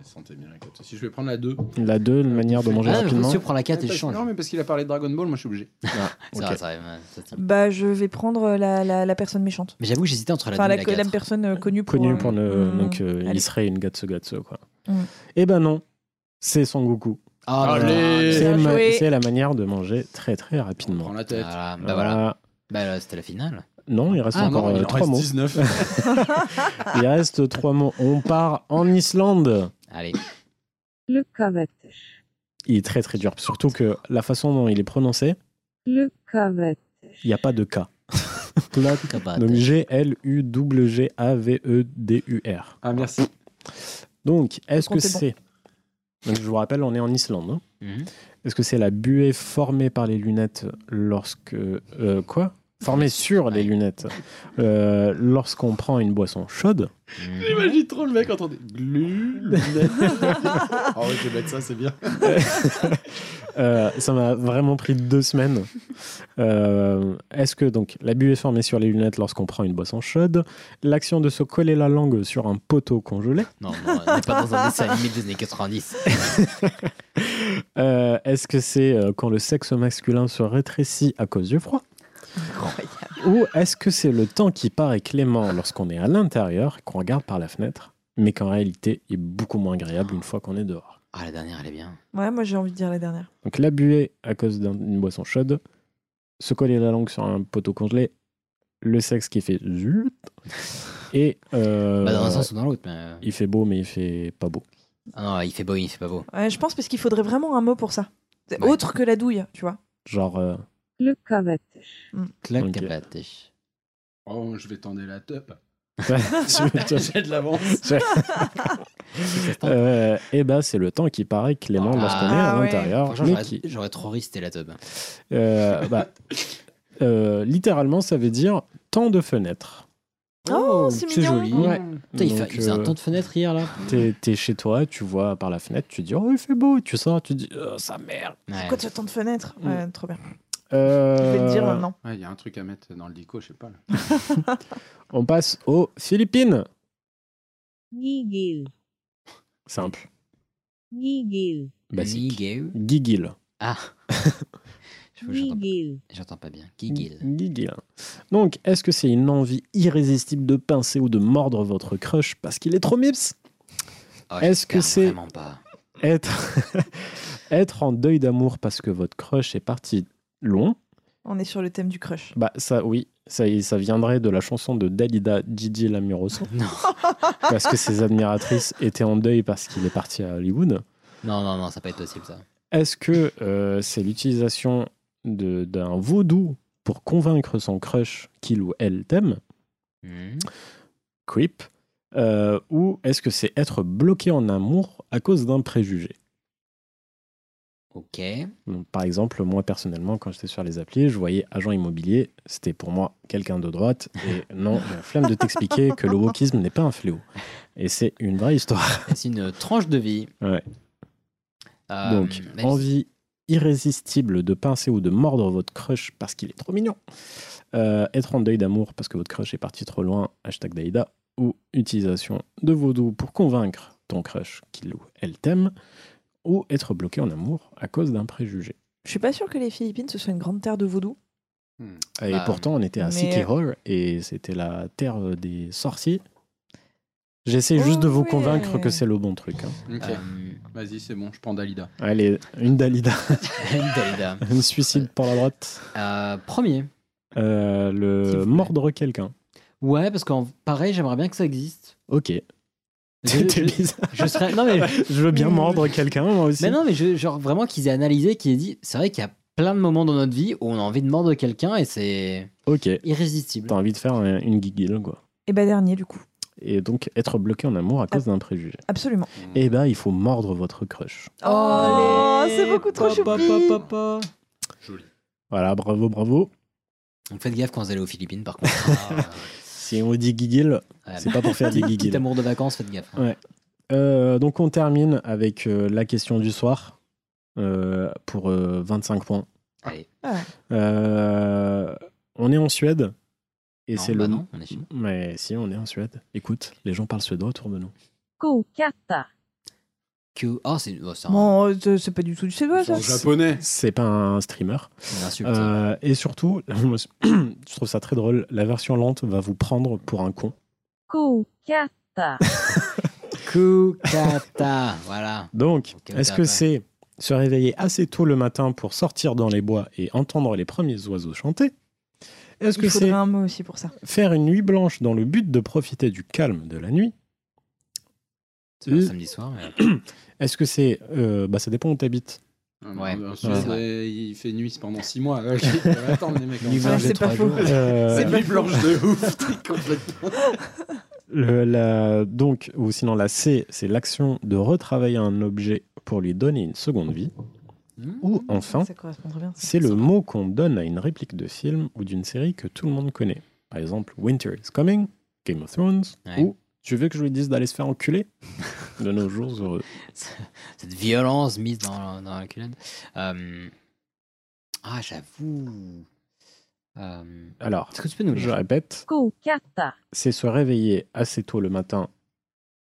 Speaker 9: sentez bien la 4 aussi. Je vais prendre la 2.
Speaker 8: La deux, la manière de manger
Speaker 1: Ah, non, je
Speaker 8: rapidement.
Speaker 1: suis prend la 4 et je change.
Speaker 9: Non, mais parce qu'il a parlé de Dragon Ball, moi je suis obligé.
Speaker 8: Ah,
Speaker 1: C'est
Speaker 8: ok.
Speaker 1: vrai, c'est vrai, ouais, ça tient.
Speaker 7: Bah, je vais prendre la, la, la personne méchante.
Speaker 1: Mais j'avoue, que j'hésitais entre la 2
Speaker 7: Enfin, la,
Speaker 1: et la
Speaker 7: la
Speaker 1: 4.
Speaker 7: personne euh, connue pour.
Speaker 8: Connu
Speaker 7: euh,
Speaker 8: pour le.
Speaker 7: mm,
Speaker 8: donc euh, il
Speaker 7: allez.
Speaker 8: serait une gatsu gatsu, quoi.
Speaker 7: Mm.
Speaker 8: Eh ben non, c'est Son Goku.
Speaker 1: Oh là là,
Speaker 9: Allez.
Speaker 1: mais-
Speaker 8: C'est la,
Speaker 7: Bien
Speaker 8: ma-
Speaker 7: joué.
Speaker 8: c'est la manière de manger très très
Speaker 9: On prend
Speaker 8: rapidement.
Speaker 9: la tête.
Speaker 1: Voilà, bah
Speaker 8: Voilà.
Speaker 1: voilà. Bah là, c'était la finale.
Speaker 8: Non, il reste
Speaker 1: Ah,
Speaker 8: encore
Speaker 1: bon, il
Speaker 8: euh,
Speaker 1: en
Speaker 8: trois
Speaker 9: reste
Speaker 8: mots.
Speaker 9: 19.
Speaker 8: <laughs> Il reste trois mots. On part en Islande.
Speaker 1: Allez.
Speaker 13: Lukkavetter.
Speaker 8: Il est très très dur. Surtout que la façon dont il est prononcé,
Speaker 13: Lukkavetter.
Speaker 8: il n'y a
Speaker 1: <laughs>
Speaker 8: pas de K. Là,
Speaker 7: Ah,
Speaker 1: Kabad.
Speaker 8: donc G-L-U-G-A-V-E-D-U-R. E
Speaker 9: Ah, merci.
Speaker 8: Donc, est-ce que
Speaker 7: Comptez bon.
Speaker 8: c'est. Donc, je vous rappelle, on est en Islande. hein. Est-ce que c'est la buée formée par les lunettes lorsque. euh, quoi Formée sur les lunettes euh, lorsqu'on prend une boisson chaude
Speaker 9: <laughs>
Speaker 1: Hum.
Speaker 9: J'imagine trop le mec quand on dit glu,
Speaker 8: <laughs>
Speaker 9: lunette. Ah ouais, Oh, je vais mettre ça, c'est bien.
Speaker 8: Euh, ça m'a vraiment pris deux semaines. Euh, Est-ce que donc la buée est formée sur les lunettes lorsqu'on prend une boisson chaude L'action de se coller la langue sur un poteau congelé
Speaker 1: Non, non, on n'est pas dans un dessin animé des années 90.
Speaker 8: Euh, Est-ce que c'est euh, quand le sexe masculin se rétrécit à cause du froid Ou est-ce que c'est le temps qui paraît clément lorsqu'on est à l'intérieur et qu'on regarde par la fenêtre, mais qu'en réalité est beaucoup moins agréable une fois qu'on est dehors
Speaker 1: Ah, la dernière, elle est bien.
Speaker 7: Ouais, moi j'ai envie de dire la dernière.
Speaker 8: Donc la buée à cause d'un- d'une boisson chaude, se coller la langue sur un poteau congelé, le sexe qui fait zut, et euh,
Speaker 1: Bah, dans un sens ou dans l'autre, mais. euh,
Speaker 8: il fait beau mais il fait pas beau.
Speaker 1: Ah non, il fait beau, il fait pas beau.
Speaker 7: Ouais, je pense parce qu'il faudrait vraiment un mot pour ça. C'est Autre que la douille, tu vois.
Speaker 8: Genre euh, <laughs>
Speaker 1: Clac,
Speaker 8: Ok.
Speaker 1: capatech.
Speaker 9: Oh, je vais tendre la teub.
Speaker 8: J'ai
Speaker 9: J'ai de l'avance.
Speaker 7: <laughs>
Speaker 8: euh, et bah c'est le temps qui paraît clément lorsqu'on est à
Speaker 7: Ah ouais.
Speaker 8: l'intérieur.
Speaker 1: Franchement,
Speaker 8: mais
Speaker 1: j'aurais-
Speaker 8: qui-
Speaker 1: j'aurais trop ri, c'était la teub.
Speaker 8: euh, bah, euh, littéralement ça veut dire tant de fenêtres.
Speaker 7: Oh, c'est
Speaker 1: c'est
Speaker 7: mignon.
Speaker 1: joli.
Speaker 8: Ouais.
Speaker 1: Putain, il,
Speaker 8: Donc,
Speaker 1: fait, il faisait un
Speaker 8: euh,
Speaker 1: temps de fenêtre hier, là.
Speaker 8: T'es t'es chez toi, tu vois par la fenêtre, tu dis oh il fait beau, et tu sors, tu dis oh, ça merde.
Speaker 1: Ouais.
Speaker 7: Quoi, tu attends de fenêtre Ouais, Trop bien.
Speaker 8: Euh,
Speaker 7: Je vais te dire euh, non.
Speaker 9: Il y a un truc à mettre dans le dico, je sais pas. Là.
Speaker 8: On passe aux Philippines.
Speaker 13: Gigil.
Speaker 8: Simple.
Speaker 13: Gigil.
Speaker 8: Basique.
Speaker 1: Nigel.
Speaker 8: Gigil. <laughs>
Speaker 1: Ah, Je- j'entends pas-
Speaker 13: Gigil.
Speaker 1: j'entends pas bien. Gigil.
Speaker 8: Gigil. Donc, est-ce que c'est une envie irrésistible de pincer ou de mordre votre crush parce qu'il est trop mips
Speaker 1: Oh,
Speaker 8: Est-ce que
Speaker 1: j'espère
Speaker 8: c'est-
Speaker 1: Vraiment pas.
Speaker 8: être... <laughs> être en deuil d'amour parce que votre crush est parti loin
Speaker 7: On est sur le thème du crush.
Speaker 8: Bah, ça, oui. Ça, ça viendrait de la chanson de Dalida, Gigi Lamoroso.
Speaker 1: Non.
Speaker 8: <laughs> parce que ses admiratrices étaient en deuil parce qu'il est parti à Hollywood.
Speaker 1: Non, non, non, ça peut être possible, ça.
Speaker 8: Est-ce que euh, c'est l'utilisation de- d'un vaudou pour convaincre son crush qu'il ou elle t'aime
Speaker 1: Hmm.
Speaker 8: Creep euh, Ou est-ce que c'est être bloqué en amour à cause d'un préjugé
Speaker 1: Ok.
Speaker 8: Donc, Par exemple, moi personnellement, quand j'étais sur les applis, je voyais agent immobilier, c'était pour moi quelqu'un de droite.
Speaker 1: <laughs>
Speaker 8: Et non, j'ai la flemme de t'expliquer que le wokisme n'est pas un fléau. Et c'est une vraie histoire.
Speaker 1: C'est une tranche de vie.
Speaker 8: Ouais.
Speaker 1: Euh,
Speaker 8: Donc,
Speaker 1: mais-
Speaker 8: envie irrésistible de pincer ou de mordre votre crush parce qu'il est trop mignon. Euh, être en deuil d'amour parce que votre crush est parti trop loin, hashtag Daïda. Ou utilisation de vaudou pour convaincre ton crush qu'il ou elle t'aime. Ou être bloqué en amour à cause d'un préjugé.
Speaker 7: Je suis pas sûre que les Philippines, ce soit une grande terre de vaudou.
Speaker 8: Et
Speaker 1: Bah,
Speaker 8: pourtant, on était à
Speaker 7: mais-
Speaker 8: Sikihor et c'était la terre des sorciers. J'essaie juste
Speaker 1: Oh,
Speaker 8: de vous
Speaker 7: Ouais.
Speaker 8: convaincre que c'est le bon truc. hein.
Speaker 9: Ok,
Speaker 1: euh, <laughs>
Speaker 9: vas-y, c'est bon, je prends Dalida.
Speaker 8: Allez, une Dalida, <laughs>
Speaker 1: Dalida.
Speaker 8: un suicide pour la droite.
Speaker 1: Euh, premier.
Speaker 8: Euh,
Speaker 1: S'il
Speaker 8: le
Speaker 1: vous plaît.
Speaker 8: mordre quelqu'un.
Speaker 1: Ouais, parce qu'en pareil, j'aimerais bien que ça existe.
Speaker 8: Ok. <laughs>
Speaker 1: Je-
Speaker 8: C'était
Speaker 1: je- <laughs>
Speaker 8: bizarre.
Speaker 1: Je serais. Non,
Speaker 8: <laughs>
Speaker 1: mais.
Speaker 8: Je veux bien mordre quelqu'un, moi aussi.
Speaker 1: Mais non, mais je- genre vraiment qu'ils aient analysé, qu'ils aient dit. C'est vrai qu'il y a plein de moments dans notre vie où on a envie de mordre quelqu'un et c'est
Speaker 8: Ok.
Speaker 1: irrésistible.
Speaker 8: T'as envie de faire un- une guiguille, quoi.
Speaker 7: Et bah, dernier, du coup.
Speaker 8: Et donc, être bloqué en amour à cause d'un préjugé.
Speaker 7: Absolument.
Speaker 8: Eh ben, il faut mordre votre crush.
Speaker 7: Oh, c'est beaucoup trop choupi.
Speaker 9: Joli.
Speaker 8: Voilà, bravo, bravo.
Speaker 1: Donc faites gaffe quand vous allez aux Philippines,
Speaker 8: <laughs>
Speaker 1: par contre.
Speaker 8: Si on dit guiguille,
Speaker 1: Ah, ouais.
Speaker 8: c'est pas
Speaker 1: <laughs>
Speaker 8: pour faire des
Speaker 1: Petit- Petit
Speaker 8: guiguilles.
Speaker 1: amour de vacances, faites gaffe. hein.
Speaker 8: Ouais. Euh, donc, on termine avec euh, la question du soir euh, pour euh, 25 points.
Speaker 1: Allez.
Speaker 8: Euh, on est en Suède. Et
Speaker 1: Non,
Speaker 8: c'est
Speaker 1: bah
Speaker 8: le.
Speaker 1: non, on est chez nous.
Speaker 8: Mais si, on est en Suède. Écoute, les gens parlent suédois autour de nous.
Speaker 13: Kokata.
Speaker 1: Que- Oh, c'est oh, c'est un,
Speaker 7: Bon, euh, c'est- c'est pas du tout du suédois, ça.
Speaker 9: En japonais.
Speaker 8: C'est pas un streamer.
Speaker 1: une insulte.
Speaker 8: Euh, et surtout, <laughs> moi, c- je <clears throat> trouve ça très drôle, la version lente va vous prendre pour un con.
Speaker 13: Kokata.
Speaker 1: Kukata, voilà.
Speaker 8: Donc,
Speaker 1: Ok,
Speaker 8: est-ce
Speaker 1: t'as
Speaker 8: que
Speaker 1: pas.
Speaker 8: c'est se réveiller assez tôt le matin pour sortir dans les bois et entendre les premiers oiseaux chanter Est-ce que
Speaker 7: Il faudrait
Speaker 8: c'est
Speaker 7: un mot aussi pour ça.
Speaker 8: faire une nuit blanche dans le but de profiter du calme de la nuit
Speaker 1: C'est un
Speaker 8: Euh.
Speaker 1: samedi soir. mais-
Speaker 8: Est-ce que c'est... euh, bah ça dépend où t'habites.
Speaker 1: Ouais,
Speaker 9: En
Speaker 1: c'est
Speaker 9: Suède,
Speaker 1: vrai.
Speaker 9: euh, il fait nuit pendant 6 mois. Euh, Ok, on va attendre les mecs.
Speaker 1: Nuit
Speaker 7: Ouais,
Speaker 1: blanche de
Speaker 7: <laughs> c'est pas
Speaker 1: trois
Speaker 7: faux.
Speaker 1: jours.
Speaker 8: Euh,
Speaker 9: C'est nuit blanche de ouf, <laughs> t'es complètement.
Speaker 8: Le- la- donc, ou sinon la C, c'est l'action de retravailler un objet pour lui donner une seconde vie.
Speaker 9: Hmm,
Speaker 8: Ou enfin,
Speaker 7: Ça correspondrait bien. ça.
Speaker 8: c'est le mot qu'on donne à une réplique de film ou d'une série que tout le monde connaît. Par exemple, Winter is Coming, Game of Thrones,
Speaker 1: Ouais.
Speaker 8: ou Tu veux que je lui dise d'aller se faire enculer De nos jours heureux.
Speaker 1: Cette violence mise dans, dans la culotte. Euh, Ah, j'avoue. Euh,
Speaker 8: Alors,
Speaker 1: Est-ce que tu peux nous le
Speaker 8: je
Speaker 1: dire
Speaker 8: répète,
Speaker 13: こう、キャッタ、
Speaker 8: c'est se réveiller assez tôt le matin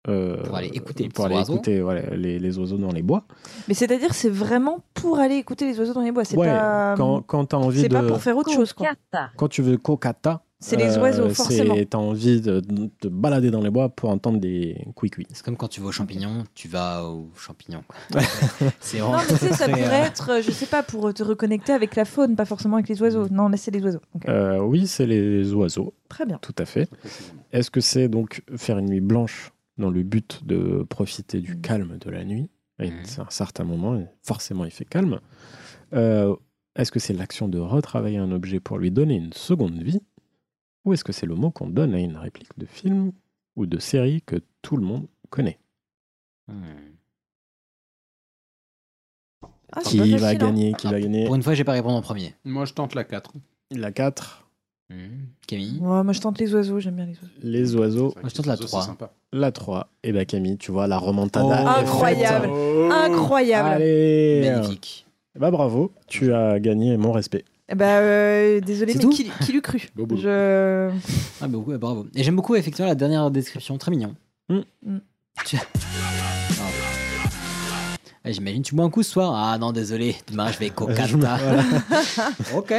Speaker 8: euh,
Speaker 1: Pour aller écouter les
Speaker 8: pour
Speaker 1: petits
Speaker 8: aller
Speaker 1: oiseaux.
Speaker 8: écouter, voilà, les- les oiseaux dans les bois.
Speaker 7: Mais c'est-à-dire, c'est vraiment pour aller écouter les oiseaux dans les bois. C'est
Speaker 8: Ouais,
Speaker 7: pas. euh,
Speaker 8: quand, quand t'as envie
Speaker 7: C'est
Speaker 8: de.
Speaker 7: pas pour faire autre chose,
Speaker 13: キャ
Speaker 7: quoi.
Speaker 13: ッタ、
Speaker 8: Quand tu veux kokata.
Speaker 7: C'est les oiseaux,
Speaker 8: c'est-
Speaker 7: forcément.
Speaker 8: T'as envie de de te balader dans les bois pour entendre des couicouis.
Speaker 1: C'est comme quand tu vas aux champignons, tu vas aux champignons. quoi. <laughs> c'est
Speaker 7: Non,
Speaker 1: vraiment
Speaker 7: mais tu sais, ça
Speaker 1: très,
Speaker 7: pourrait
Speaker 1: euh,
Speaker 7: être, euh, je sais pas, pour te reconnecter avec la faune, pas forcément avec les oiseaux. Non, mais c'est les oiseaux. Ok.
Speaker 8: Euh, oui, c'est les oiseaux,
Speaker 7: Très bien.
Speaker 8: tout à fait. Est-ce que c'est donc faire une nuit blanche dans le but de profiter
Speaker 7: Mm.
Speaker 8: du calme de la nuit À une-
Speaker 1: Mhm.
Speaker 8: à un certain moment, forcément, il fait calme. Euh, est-ce que c'est l'action de retravailler un objet pour lui donner une seconde vie Ou est-ce que c'est le mot qu'on donne à une réplique de film ou de série que tout le monde connaît
Speaker 1: hmm.
Speaker 7: Ah, c'est
Speaker 8: Qui
Speaker 7: pas
Speaker 8: va
Speaker 7: facile, hein.
Speaker 8: gagner Qui
Speaker 1: Ah,
Speaker 8: va gagner
Speaker 1: Pour une fois, j'ai pas répondu en premier.
Speaker 9: Moi, je tente la 4.
Speaker 8: La 4,
Speaker 1: Hmm. Camille
Speaker 7: Ouais, moi, je tente les oiseaux, j'aime bien les oiseaux.
Speaker 8: les oiseaux.
Speaker 1: Moi, je tente la 3.
Speaker 8: La 3, et bah Camille, tu vois, la remontada. est faite.
Speaker 7: Oh, Incroyable.
Speaker 9: Oh.
Speaker 7: Incroyable
Speaker 8: Allez
Speaker 1: Magnifique.
Speaker 8: Bah bravo, tu as gagné mon respect.
Speaker 7: Eh Bah, euh, désolé,
Speaker 1: C'est
Speaker 7: mais
Speaker 1: tout
Speaker 7: qui, qui l'eût cru
Speaker 9: Beau boulot.
Speaker 7: Je.
Speaker 1: Ah, bah, ouais, bravo. Et j'aime beaucoup, effectivement, la dernière description. Très mignon.
Speaker 8: Hmm.
Speaker 7: Hmm.
Speaker 1: Tu- Pardon. Ah, J'imagine, tu bois un coup ce soir Ah non, désolé, demain je vais cocata.
Speaker 8: <laughs> Je me- voilà.
Speaker 1: <laughs> ok.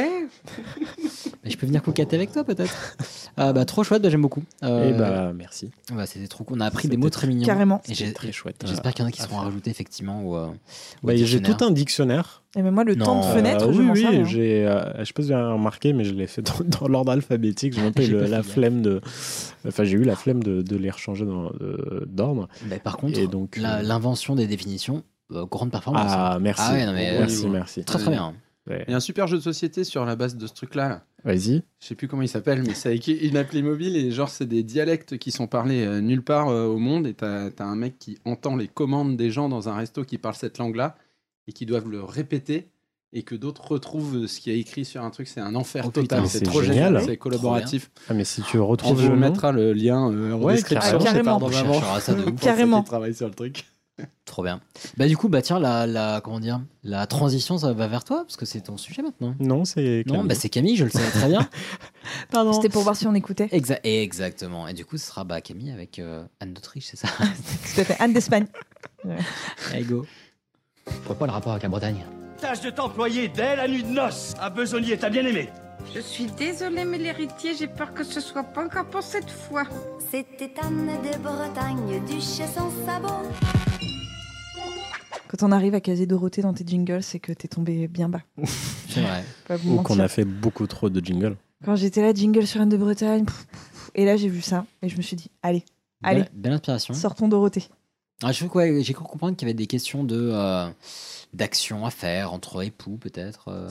Speaker 1: Mais je peux venir cocater avec toi peut-être Ah, bah, Trop chouette, bah, j'aime beaucoup. Euh,
Speaker 8: Et bah merci.
Speaker 1: ouais, C'était trop cool. On a appris des
Speaker 8: C'était
Speaker 1: mots très mignons.
Speaker 7: Carrément.
Speaker 1: Et j'ai-
Speaker 8: C'était très chouette.
Speaker 1: J'espère qu'il y en a qui
Speaker 8: Euh, à
Speaker 1: seront
Speaker 8: faire.
Speaker 1: rajoutés effectivement au, euh, au
Speaker 8: Bah, j'ai
Speaker 1: dictionnaire.
Speaker 8: tout un dictionnaire.
Speaker 7: Et même moi, le temps
Speaker 1: Non.
Speaker 7: de fenêtre,
Speaker 8: Euh,
Speaker 7: je
Speaker 8: oui,
Speaker 7: m'en
Speaker 8: oui,
Speaker 7: sers. hein.
Speaker 8: j'ai, euh, je sais pas si vous avez remarqué, mais je l'ai fait dans, dans l'ordre alphabétique. J'ai un peu
Speaker 1: Ah, J'ai
Speaker 8: le-
Speaker 1: pas fait
Speaker 8: la
Speaker 1: gaffe.
Speaker 8: flemme de. Enfin, j'ai eu la flemme de, de les rechanger dans- de- d'ordre.
Speaker 1: Bah, par contre,
Speaker 8: Et donc,
Speaker 1: la-
Speaker 8: euh,
Speaker 1: l'invention des définitions, euh, grande performance.
Speaker 8: Ah, merci.
Speaker 1: Ah ouais, non, mais, euh,
Speaker 8: merci, merci.
Speaker 1: Très très bien.
Speaker 8: Ouais.
Speaker 9: Il y a un super jeu de société sur la base de ce truc-là. là.
Speaker 8: Vas-y.
Speaker 9: Je sais plus comment il s'appelle, mais c'est avec une appli mobile et genre c'est des dialectes qui sont parlés euh, nulle part euh, au monde et t'as t'as un mec qui entend les commandes des gens dans un resto qui parle cette langue-là et qui doivent le répéter et que d'autres retrouvent ce qui est écrit sur un truc. C'est un enfer
Speaker 1: Oh putain,
Speaker 9: total,
Speaker 1: mais
Speaker 9: c'est
Speaker 8: c'est
Speaker 9: trop
Speaker 8: génial.
Speaker 9: génial, c'est collaboratif.
Speaker 8: Ah, mais si tu
Speaker 9: On
Speaker 8: retrouves
Speaker 9: vous
Speaker 8: le nom-
Speaker 9: mettra le lien euh, en
Speaker 8: Ouais,
Speaker 9: description.
Speaker 7: carrément.
Speaker 9: c'est pas
Speaker 1: On
Speaker 8: bah,
Speaker 9: dans l'avant.
Speaker 1: cherchera hein. ça de ouf.
Speaker 7: Carrément.
Speaker 9: Pour ceux qui travaillent sur le truc.
Speaker 1: Trop bien. Bah du coup, bah tiens, la, la comment dire, la transition, ça va vers toi parce que c'est ton sujet maintenant.
Speaker 8: Non, c'est.
Speaker 1: Non,
Speaker 8: Camille.
Speaker 1: bah c'est Camille, je le savais très bien. <laughs> Pardon.
Speaker 7: C'était pour voir si on écoutait.
Speaker 1: Exa- exactement. Et du coup, ce sera bah, Camille avec euh, Anne d'Autriche, c'est ça
Speaker 7: Tout à fait. Anne d'Espagne.
Speaker 1: Allez, go.
Speaker 2: Pourquoi le rapport avec la Bretagne
Speaker 14: Tâche de t'employer dès la nuit de noces. Un besognier, t'as bien aimé.
Speaker 11: Je suis désolée, mais l'héritier, j'ai peur que ce soit pas encore pour cette fois.
Speaker 10: C'était Anne de Bretagne, duchesse en sabot.
Speaker 7: Quand on arrive à caser Dorothée dans tes jingles, c'est que t'es tombé bien bas.
Speaker 1: C'est vrai.
Speaker 7: Pas vous
Speaker 8: Ou
Speaker 7: mentir.
Speaker 8: qu'on a fait beaucoup trop de jingles.
Speaker 7: Quand j'étais là, jingle sur Anne de Bretagne. pff, pff, et là, j'ai vu ça. Et je me suis dit, allez, allez,
Speaker 1: Belle, belle
Speaker 8: Hein
Speaker 1: inspiration.
Speaker 7: sortons Dorothée.
Speaker 1: Ah, je crois j'ai cru comprendre qu'il y avait des questions de euh, d'action à faire entre époux, peut-être. euh.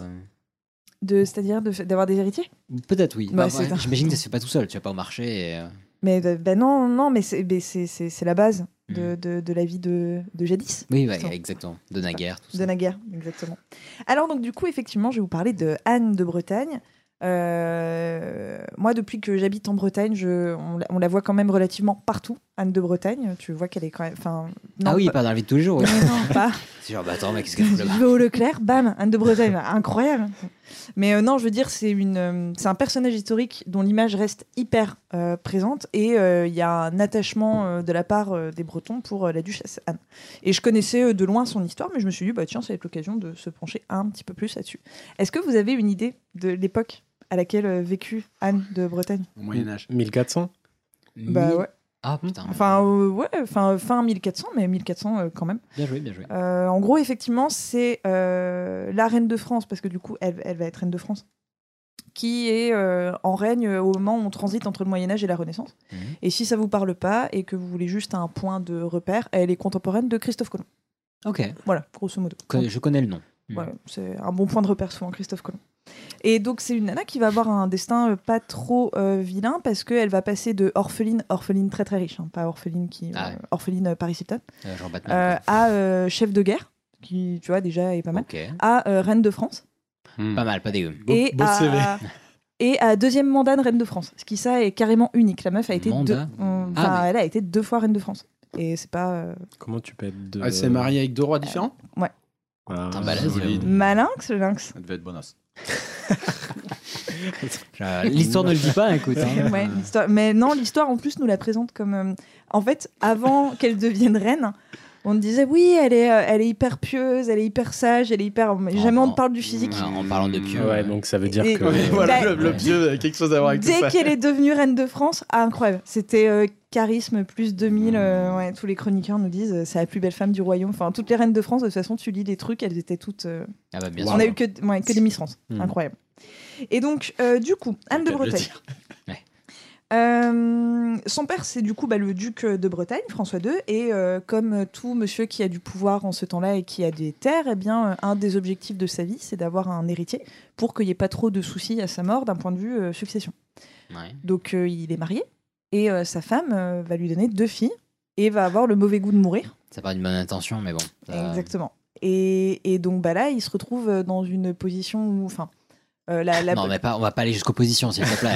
Speaker 7: De, c'est-à-dire de fa- d'avoir des héritiers
Speaker 1: Peut-être oui.
Speaker 7: Bah,
Speaker 1: Bah,
Speaker 7: c'est
Speaker 1: ouais,
Speaker 7: un-
Speaker 1: J'imagine que ça se fait pas tout seul. Tu vas pas au marché. Et, euh,
Speaker 7: Mais euh, ben non, non, mais c'est, mais c'est, c'est, c'est la base
Speaker 8: Mm.
Speaker 7: de, de, de la vie de, de jadis.
Speaker 1: Oui, ouais,
Speaker 7: Attends.
Speaker 1: exactement. De naguère, tout
Speaker 7: De
Speaker 1: ça. Ah
Speaker 7: Naguère, exactement. Alors, donc, du coup, effectivement, je vais vous parler de Anne de Bretagne. Euh, moi, depuis que j'habite en Bretagne, je, on, la- on la voit quand même relativement partout, Anne de Bretagne. Tu vois qu'elle est quand même. Enfin, non,
Speaker 1: ah oui,
Speaker 7: pas,
Speaker 1: pas dans la vie de tous les jours.
Speaker 7: <laughs>
Speaker 1: oui.
Speaker 7: non, pas.
Speaker 1: C'est genre, bah attends, mais qu'est-ce que je
Speaker 7: <laughs> Je
Speaker 1: là
Speaker 7: vais au Leclerc, bam, Anne de Bretagne, incroyable. Mais euh, non, je veux dire, c'est une, euh, c'est un personnage historique dont l'image reste hyper euh, présente et euh, il y a un attachement euh, de la part euh, des Bretons pour euh, la duchesse Anne. Et je connaissais euh, de loin son histoire, mais je me suis dit, bah tiens, ça va être l'occasion de se pencher un petit peu plus là-dessus. Est-ce que vous avez une idée de l'époque à laquelle euh, vécut Anne de Bretagne
Speaker 9: Au Moyen-Âge.
Speaker 8: 1400
Speaker 7: Bah ouais.
Speaker 1: Ah putain.
Speaker 7: Enfin, euh, ouais, enfin fin 1400, mais 1400 euh, quand même.
Speaker 1: Bien joué, bien joué.
Speaker 7: Euh, en gros, effectivement, c'est euh, la reine de France, parce que du coup, elle, elle va être reine de France, qui est euh, en règne au moment où on transite entre le Moyen-Âge et la Renaissance.
Speaker 1: Mhm.
Speaker 7: Et si ça vous parle pas et que vous voulez juste un point de repère, elle est contemporaine de Christophe Colomb.
Speaker 1: Ok.
Speaker 7: Voilà, grosso modo.
Speaker 1: Con- Je connais le nom.
Speaker 7: Voilà, c'est un bon point de repère souvent, Christophe Colomb. Et donc, c'est une nana qui va avoir un destin euh, pas trop euh, vilain parce qu'elle va passer de orpheline, orpheline très très riche, hein, pas orpheline qui.
Speaker 1: Ah
Speaker 7: euh,
Speaker 1: ouais.
Speaker 7: orpheline euh, Paris Hilton,
Speaker 1: Euh, genre Batman.
Speaker 7: euh, à euh, chef de guerre. qui, tu vois, déjà est pas mal,
Speaker 1: Ok.
Speaker 7: à euh, Reine de France.
Speaker 1: Pas mal, pas dégueu.
Speaker 7: et, à, <laughs> et à deuxième mandat de Reine de France. Ce qui, ça, est carrément unique. La meuf a été deux,
Speaker 1: Mandat
Speaker 7: enfin,
Speaker 1: Ah,
Speaker 7: elle a été deux fois Reine de France. Et c'est pas euh,
Speaker 8: Comment tu peux être
Speaker 7: Ah,
Speaker 8: deux
Speaker 9: Elle s'est mariée Ah, avec deux rois différents
Speaker 7: ouais.
Speaker 8: Ah,
Speaker 1: Putain, bah, balèze,
Speaker 9: solide.
Speaker 7: malinx,
Speaker 1: <laughs>
Speaker 7: le lynx.
Speaker 9: Elle devait être bonasse.
Speaker 1: Euh, L'histoire ne le dit pas, écoute. hein.
Speaker 7: <laughs> Ouais, l'histoire- mais non, l'histoire en plus nous la présente comme. euh, en fait, avant <laughs> qu'elle devienne reine, on disait oui, elle est, euh, elle est hyper pieuse, elle est hyper sage, elle est hyper.
Speaker 1: Oh,
Speaker 7: mais jamais on ne parle du physique.
Speaker 1: En en parlant de pieux.
Speaker 8: Ouais, donc ça veut dire
Speaker 7: Et-
Speaker 8: que. euh,
Speaker 7: Ouais,
Speaker 9: Mmh, voilà, le,
Speaker 7: Bah,
Speaker 9: le pieu a quelque chose à voir avec tout
Speaker 7: Dès
Speaker 9: ça.
Speaker 7: qu'elle est devenue reine de France, ah, incroyable. C'était euh, charisme plus 2000.
Speaker 9: Mm.
Speaker 7: euh, ouais, tous les chroniqueurs nous disent euh, c'est la plus belle femme du royaume. Enfin, toutes les reines de France, de toute façon, tu lis les trucs, elles étaient toutes. euh,
Speaker 1: Ah bah, bien
Speaker 7: on a
Speaker 1: sûr.
Speaker 7: eu que, ouais, que des Miss France.
Speaker 1: Mhm.
Speaker 7: Incroyable. Et donc, euh, du coup, Anne de
Speaker 9: Faut bien Mm. le
Speaker 7: Bretagne.
Speaker 9: dire. <laughs>
Speaker 7: Euh, son père, c'est du coup bah, le duc de Bretagne, François II, et euh, comme tout monsieur qui a du pouvoir en ce temps-là et qui a des terres, eh bien, euh, un des objectifs de sa vie, c'est d'avoir un héritier pour qu'il n'y ait pas trop de soucis à sa mort d'un point de vue euh, succession.
Speaker 1: Ouais.
Speaker 7: Donc euh, il est marié et euh, sa femme euh, va lui donner deux filles et va avoir le mauvais goût de mourir.
Speaker 1: Ça part d'une bonne intention, mais bon. ça- euh,
Speaker 7: Exactement. Et, et donc bah, là, il se retrouve euh, dans une position où, enfin, euh, la, la-
Speaker 1: Non, mais pas, on va pas aller jusqu'aux positions, s'il te
Speaker 7: <laughs>
Speaker 1: plaît.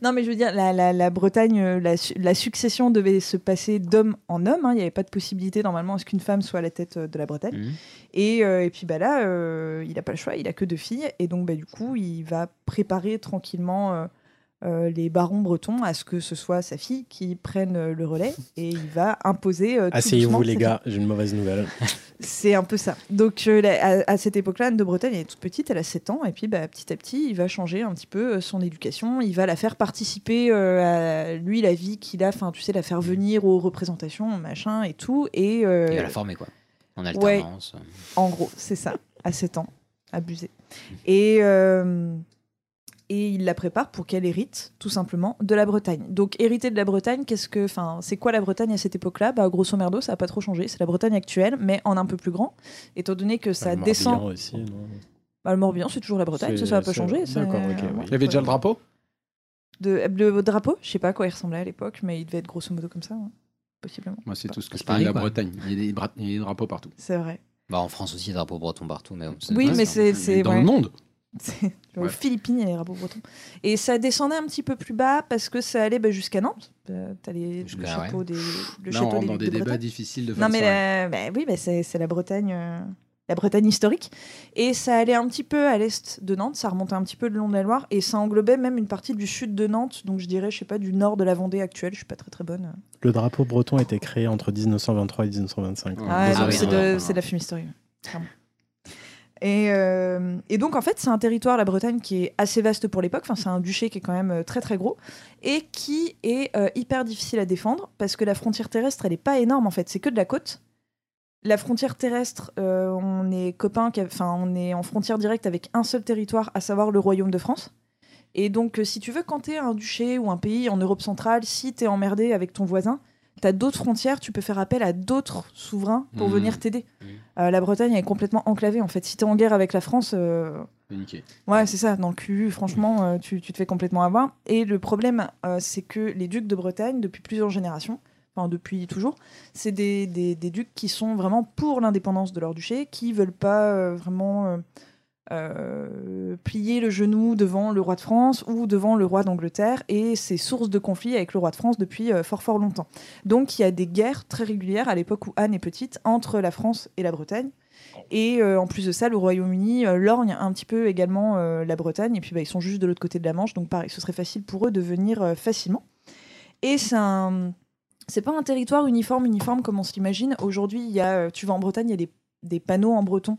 Speaker 7: non, mais je veux dire, la, la- la Bretagne, euh, la, su- la succession devait se passer d'homme en homme. hein. Il n'y avait pas de possibilité normalement à ce qu'une femme soit à la tête euh, de la Bretagne.
Speaker 1: Mhm.
Speaker 7: Et, euh, et puis bah là, euh, il n'a pas le choix, il a que deux filles. Et donc bah, du coup, il va préparer tranquillement euh, euh, les barons bretons à ce que ce soit sa fille qui prenne euh, le relais. Et il va imposer... euh, tout doucement
Speaker 8: Asseyez-vous, les
Speaker 7: cette-
Speaker 8: gars, j'ai une mauvaise nouvelle.
Speaker 7: c'est un peu ça. Donc euh, la- à, à cette époque-là, Anne de Bretagne elle est toute petite, elle a 7 ans, et puis bah, petit à petit, il va changer un petit peu euh, son éducation, il va la faire participer euh, à lui, la vie qu'il a, enfin tu sais, la faire venir aux représentations, machin et tout. Et, euh,
Speaker 1: Il va la former, quoi. En
Speaker 7: Ouais.
Speaker 1: alternance.
Speaker 7: en gros, c'est ça, à 7 ans, abusé. Et, euh, et il la prépare pour qu'elle hérite, tout simplement, de la Bretagne. Donc, hériter de la Bretagne, qu'est-ce que, enfin, c'est quoi la Bretagne à cette époque-là bah, Grosso merdo, ça n'a pas trop changé. C'est la Bretagne actuelle, mais en un peu plus grand, étant donné que ça
Speaker 8: Ah, Le Morbihan
Speaker 7: descend.
Speaker 8: aussi, hein. non
Speaker 7: Bah, le Morbihan, c'est toujours la Bretagne, ça,
Speaker 8: C'est-
Speaker 7: ça n'a pas
Speaker 8: c'est-
Speaker 7: changé. ça-
Speaker 8: d'accord, ok, oui.
Speaker 9: Il y avait déjà le drapeau
Speaker 7: De, le drapeau, je sais pas à quoi il ressemblait à l'époque, mais il devait être grosso modo comme ça, hein, possiblement.
Speaker 9: Moi, Ah, c'est tout ce que je
Speaker 1: C'est pareil,
Speaker 9: parle de la
Speaker 1: quoi.
Speaker 9: Bretagne. Il y a des, dra- il y a des drapeaux partout.
Speaker 7: C'est vrai.
Speaker 1: Bah, en France aussi, drapeau breton partout. Mais bon,
Speaker 7: Oui, mais c'est- c'est-
Speaker 9: Dans
Speaker 7: ouais.
Speaker 9: le monde
Speaker 7: C'est- tu vois, Aux
Speaker 9: Ouais.
Speaker 7: Philippines, il y a les rabots bretons. Et ça descendait un petit peu plus bas parce que ça allait bah, jusqu'à Nantes. Euh, T'as les, le
Speaker 1: Jusqu'à-
Speaker 7: château des. Le
Speaker 9: Là,
Speaker 7: château
Speaker 9: on rentre
Speaker 7: des
Speaker 9: dans
Speaker 7: ducs
Speaker 9: des
Speaker 7: de
Speaker 9: débats
Speaker 7: Bretagne.
Speaker 9: difficiles de
Speaker 7: Non,
Speaker 9: faire
Speaker 7: mais la- bah oui, bah, c'est c'est la Bretagne. euh, La Bretagne historique. Et ça allait un petit peu à l'est de Nantes, ça remontait un petit peu le long de la Loire, et ça englobait même une partie du sud de Nantes, donc je dirais, je sais pas, du nord de la Vendée actuelle, je suis pas très très bonne. euh,
Speaker 8: Le drapeau breton a été créé entre 1923 et 1925.
Speaker 7: Ah,
Speaker 8: Désolé.
Speaker 7: non, c'est
Speaker 1: hein.
Speaker 7: de, c'est de la fumisterie. ouais. Clairement. Et, euh, et donc, en fait, c'est un territoire, la Bretagne, qui est assez vaste pour l'époque. Enfin, c'est un duché qui est quand même euh, très, très gros et qui est euh, hyper difficile à défendre parce que la frontière terrestre, elle n'est pas énorme, en fait. C'est que de la côte. La frontière terrestre, euh, on est copain, enfin, on est en frontière directe avec un seul territoire, à savoir le Royaume de France. Et donc, euh, si tu veux, quand t'es un duché ou un pays en Europe centrale, si t'es emmerdé avec ton voisin, t'as d'autres frontières, tu peux faire appel à d'autres souverains pour
Speaker 9: Mhm.
Speaker 7: venir t'aider. Euh, la Bretagne elle est complètement enclavée en fait. Si t'es en guerre avec la France, euh,
Speaker 9: Niqué.
Speaker 7: ouais, c'est ça, dans le cul, franchement, euh, tu, tu te fais complètement avoir. Et le problème, euh, c'est que les ducs de Bretagne, depuis plusieurs générations, enfin depuis toujours, c'est des, des- des ducs qui sont vraiment pour l'indépendance de leur duché, qui veulent pas euh, vraiment euh, euh, plier le genou devant le roi de France ou devant le roi d'Angleterre, et c'est source de conflit avec le roi de France depuis euh, fort fort longtemps. Donc il y a des guerres très régulières à l'époque où Anne est petite entre la France et la Bretagne. Et euh, en plus de ça, le Royaume-Uni euh, lorgne un petit peu également euh, la Bretagne, et puis bah, ils sont juste de l'autre côté de la Manche, donc pareil, ce serait facile pour eux de venir euh, facilement. Et c'est un... C'est pas un territoire uniforme, uniforme comme on se l'imagine. Aujourd'hui, il y a, euh, tu vas en Bretagne, il y a des, des panneaux en breton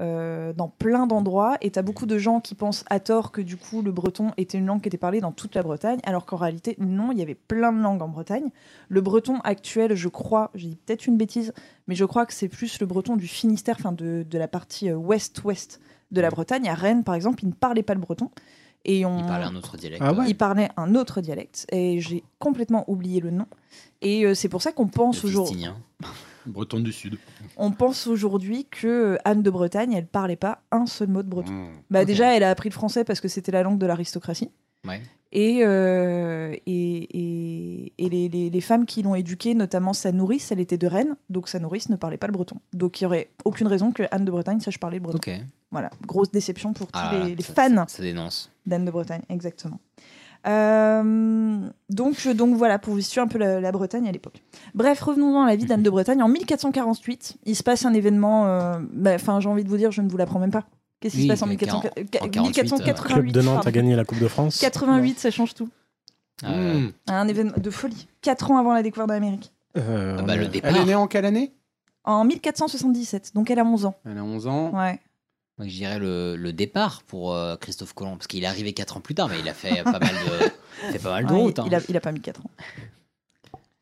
Speaker 7: euh, dans plein d'endroits, et t'as beaucoup de gens qui pensent à tort que du coup le breton était une langue qui était parlée dans toute la Bretagne, alors qu'en réalité, non, il y avait plein de langues en Bretagne. Le breton actuel, je crois, j'ai dit peut-être une bêtise, mais je crois que c'est plus le breton du Finistère, enfin de, de la partie euh, ouest-ouest de la Bretagne. À Rennes, par exemple, ils ne parlaient pas le breton. Et on...
Speaker 1: Il parlait un autre dialecte.
Speaker 8: Ah ouais.
Speaker 1: euh,
Speaker 7: Il parlait un autre dialecte et j'ai complètement oublié le nom. Et euh, c'est pour ça qu'on pense
Speaker 1: le
Speaker 7: aujourd'hui,
Speaker 1: Fistinien.
Speaker 9: Breton du Sud.
Speaker 7: on pense aujourd'hui que euh, Anne de Bretagne, elle parlait pas un seul mot de breton.
Speaker 8: Mm.
Speaker 9: Mmh.
Speaker 7: Bah
Speaker 1: Ok.
Speaker 7: déjà, elle a appris le français parce que c'était la langue de l'aristocratie.
Speaker 1: Ouais.
Speaker 7: Et, euh, et, et, et et les, les- les femmes qui l'ont éduquée, notamment sa nourrice, elle était de Rennes, donc sa nourrice ne parlait pas le breton. Donc il n'y aurait aucune raison que Anne de Bretagne sache parler le breton.
Speaker 1: Ok.
Speaker 7: Voilà, grosse déception pour tous
Speaker 1: Ah,
Speaker 7: les, les
Speaker 1: ça-
Speaker 7: fans
Speaker 1: Ça dénonce.
Speaker 7: d'Anne de Bretagne, exactement. Euh, donc, donc voilà, pour vous situer un peu la, la Bretagne à l'époque. Bref, revenons-en à la vie d'Anne de Bretagne. En 1448, il se passe un événement. euh, bah, Enfin, j'ai envie de vous dire, je ne vous l'apprends même pas. Qu'est-ce qui
Speaker 8: Oui,
Speaker 7: se passe en,
Speaker 8: en
Speaker 7: 1400
Speaker 8: 48,
Speaker 7: euh,
Speaker 8: ouais.
Speaker 7: 1488
Speaker 8: Club de Nantes a
Speaker 7: pardon.
Speaker 8: gagné la Coupe de France.
Speaker 7: 88, ça change tout.
Speaker 1: Ah,
Speaker 8: Euh,
Speaker 7: Un événement de folie. 4 ans avant la découverte de l'Amérique.
Speaker 8: euh,
Speaker 1: bah, le départ.
Speaker 9: Elle est née en quelle année
Speaker 7: En 1477, donc elle a 11 ans.
Speaker 9: Elle a 11 ans.
Speaker 7: Ouais.
Speaker 1: Moi, je dirais le, le départ pour euh, Christophe Colomb, parce qu'il est arrivé 4 ans plus tard, mais il a fait pas mal
Speaker 7: <laughs>
Speaker 1: de, il a fait pas mal de
Speaker 7: Ouais,
Speaker 1: route.
Speaker 7: il,
Speaker 1: hein.
Speaker 7: il a, il a pas mis 4 ans.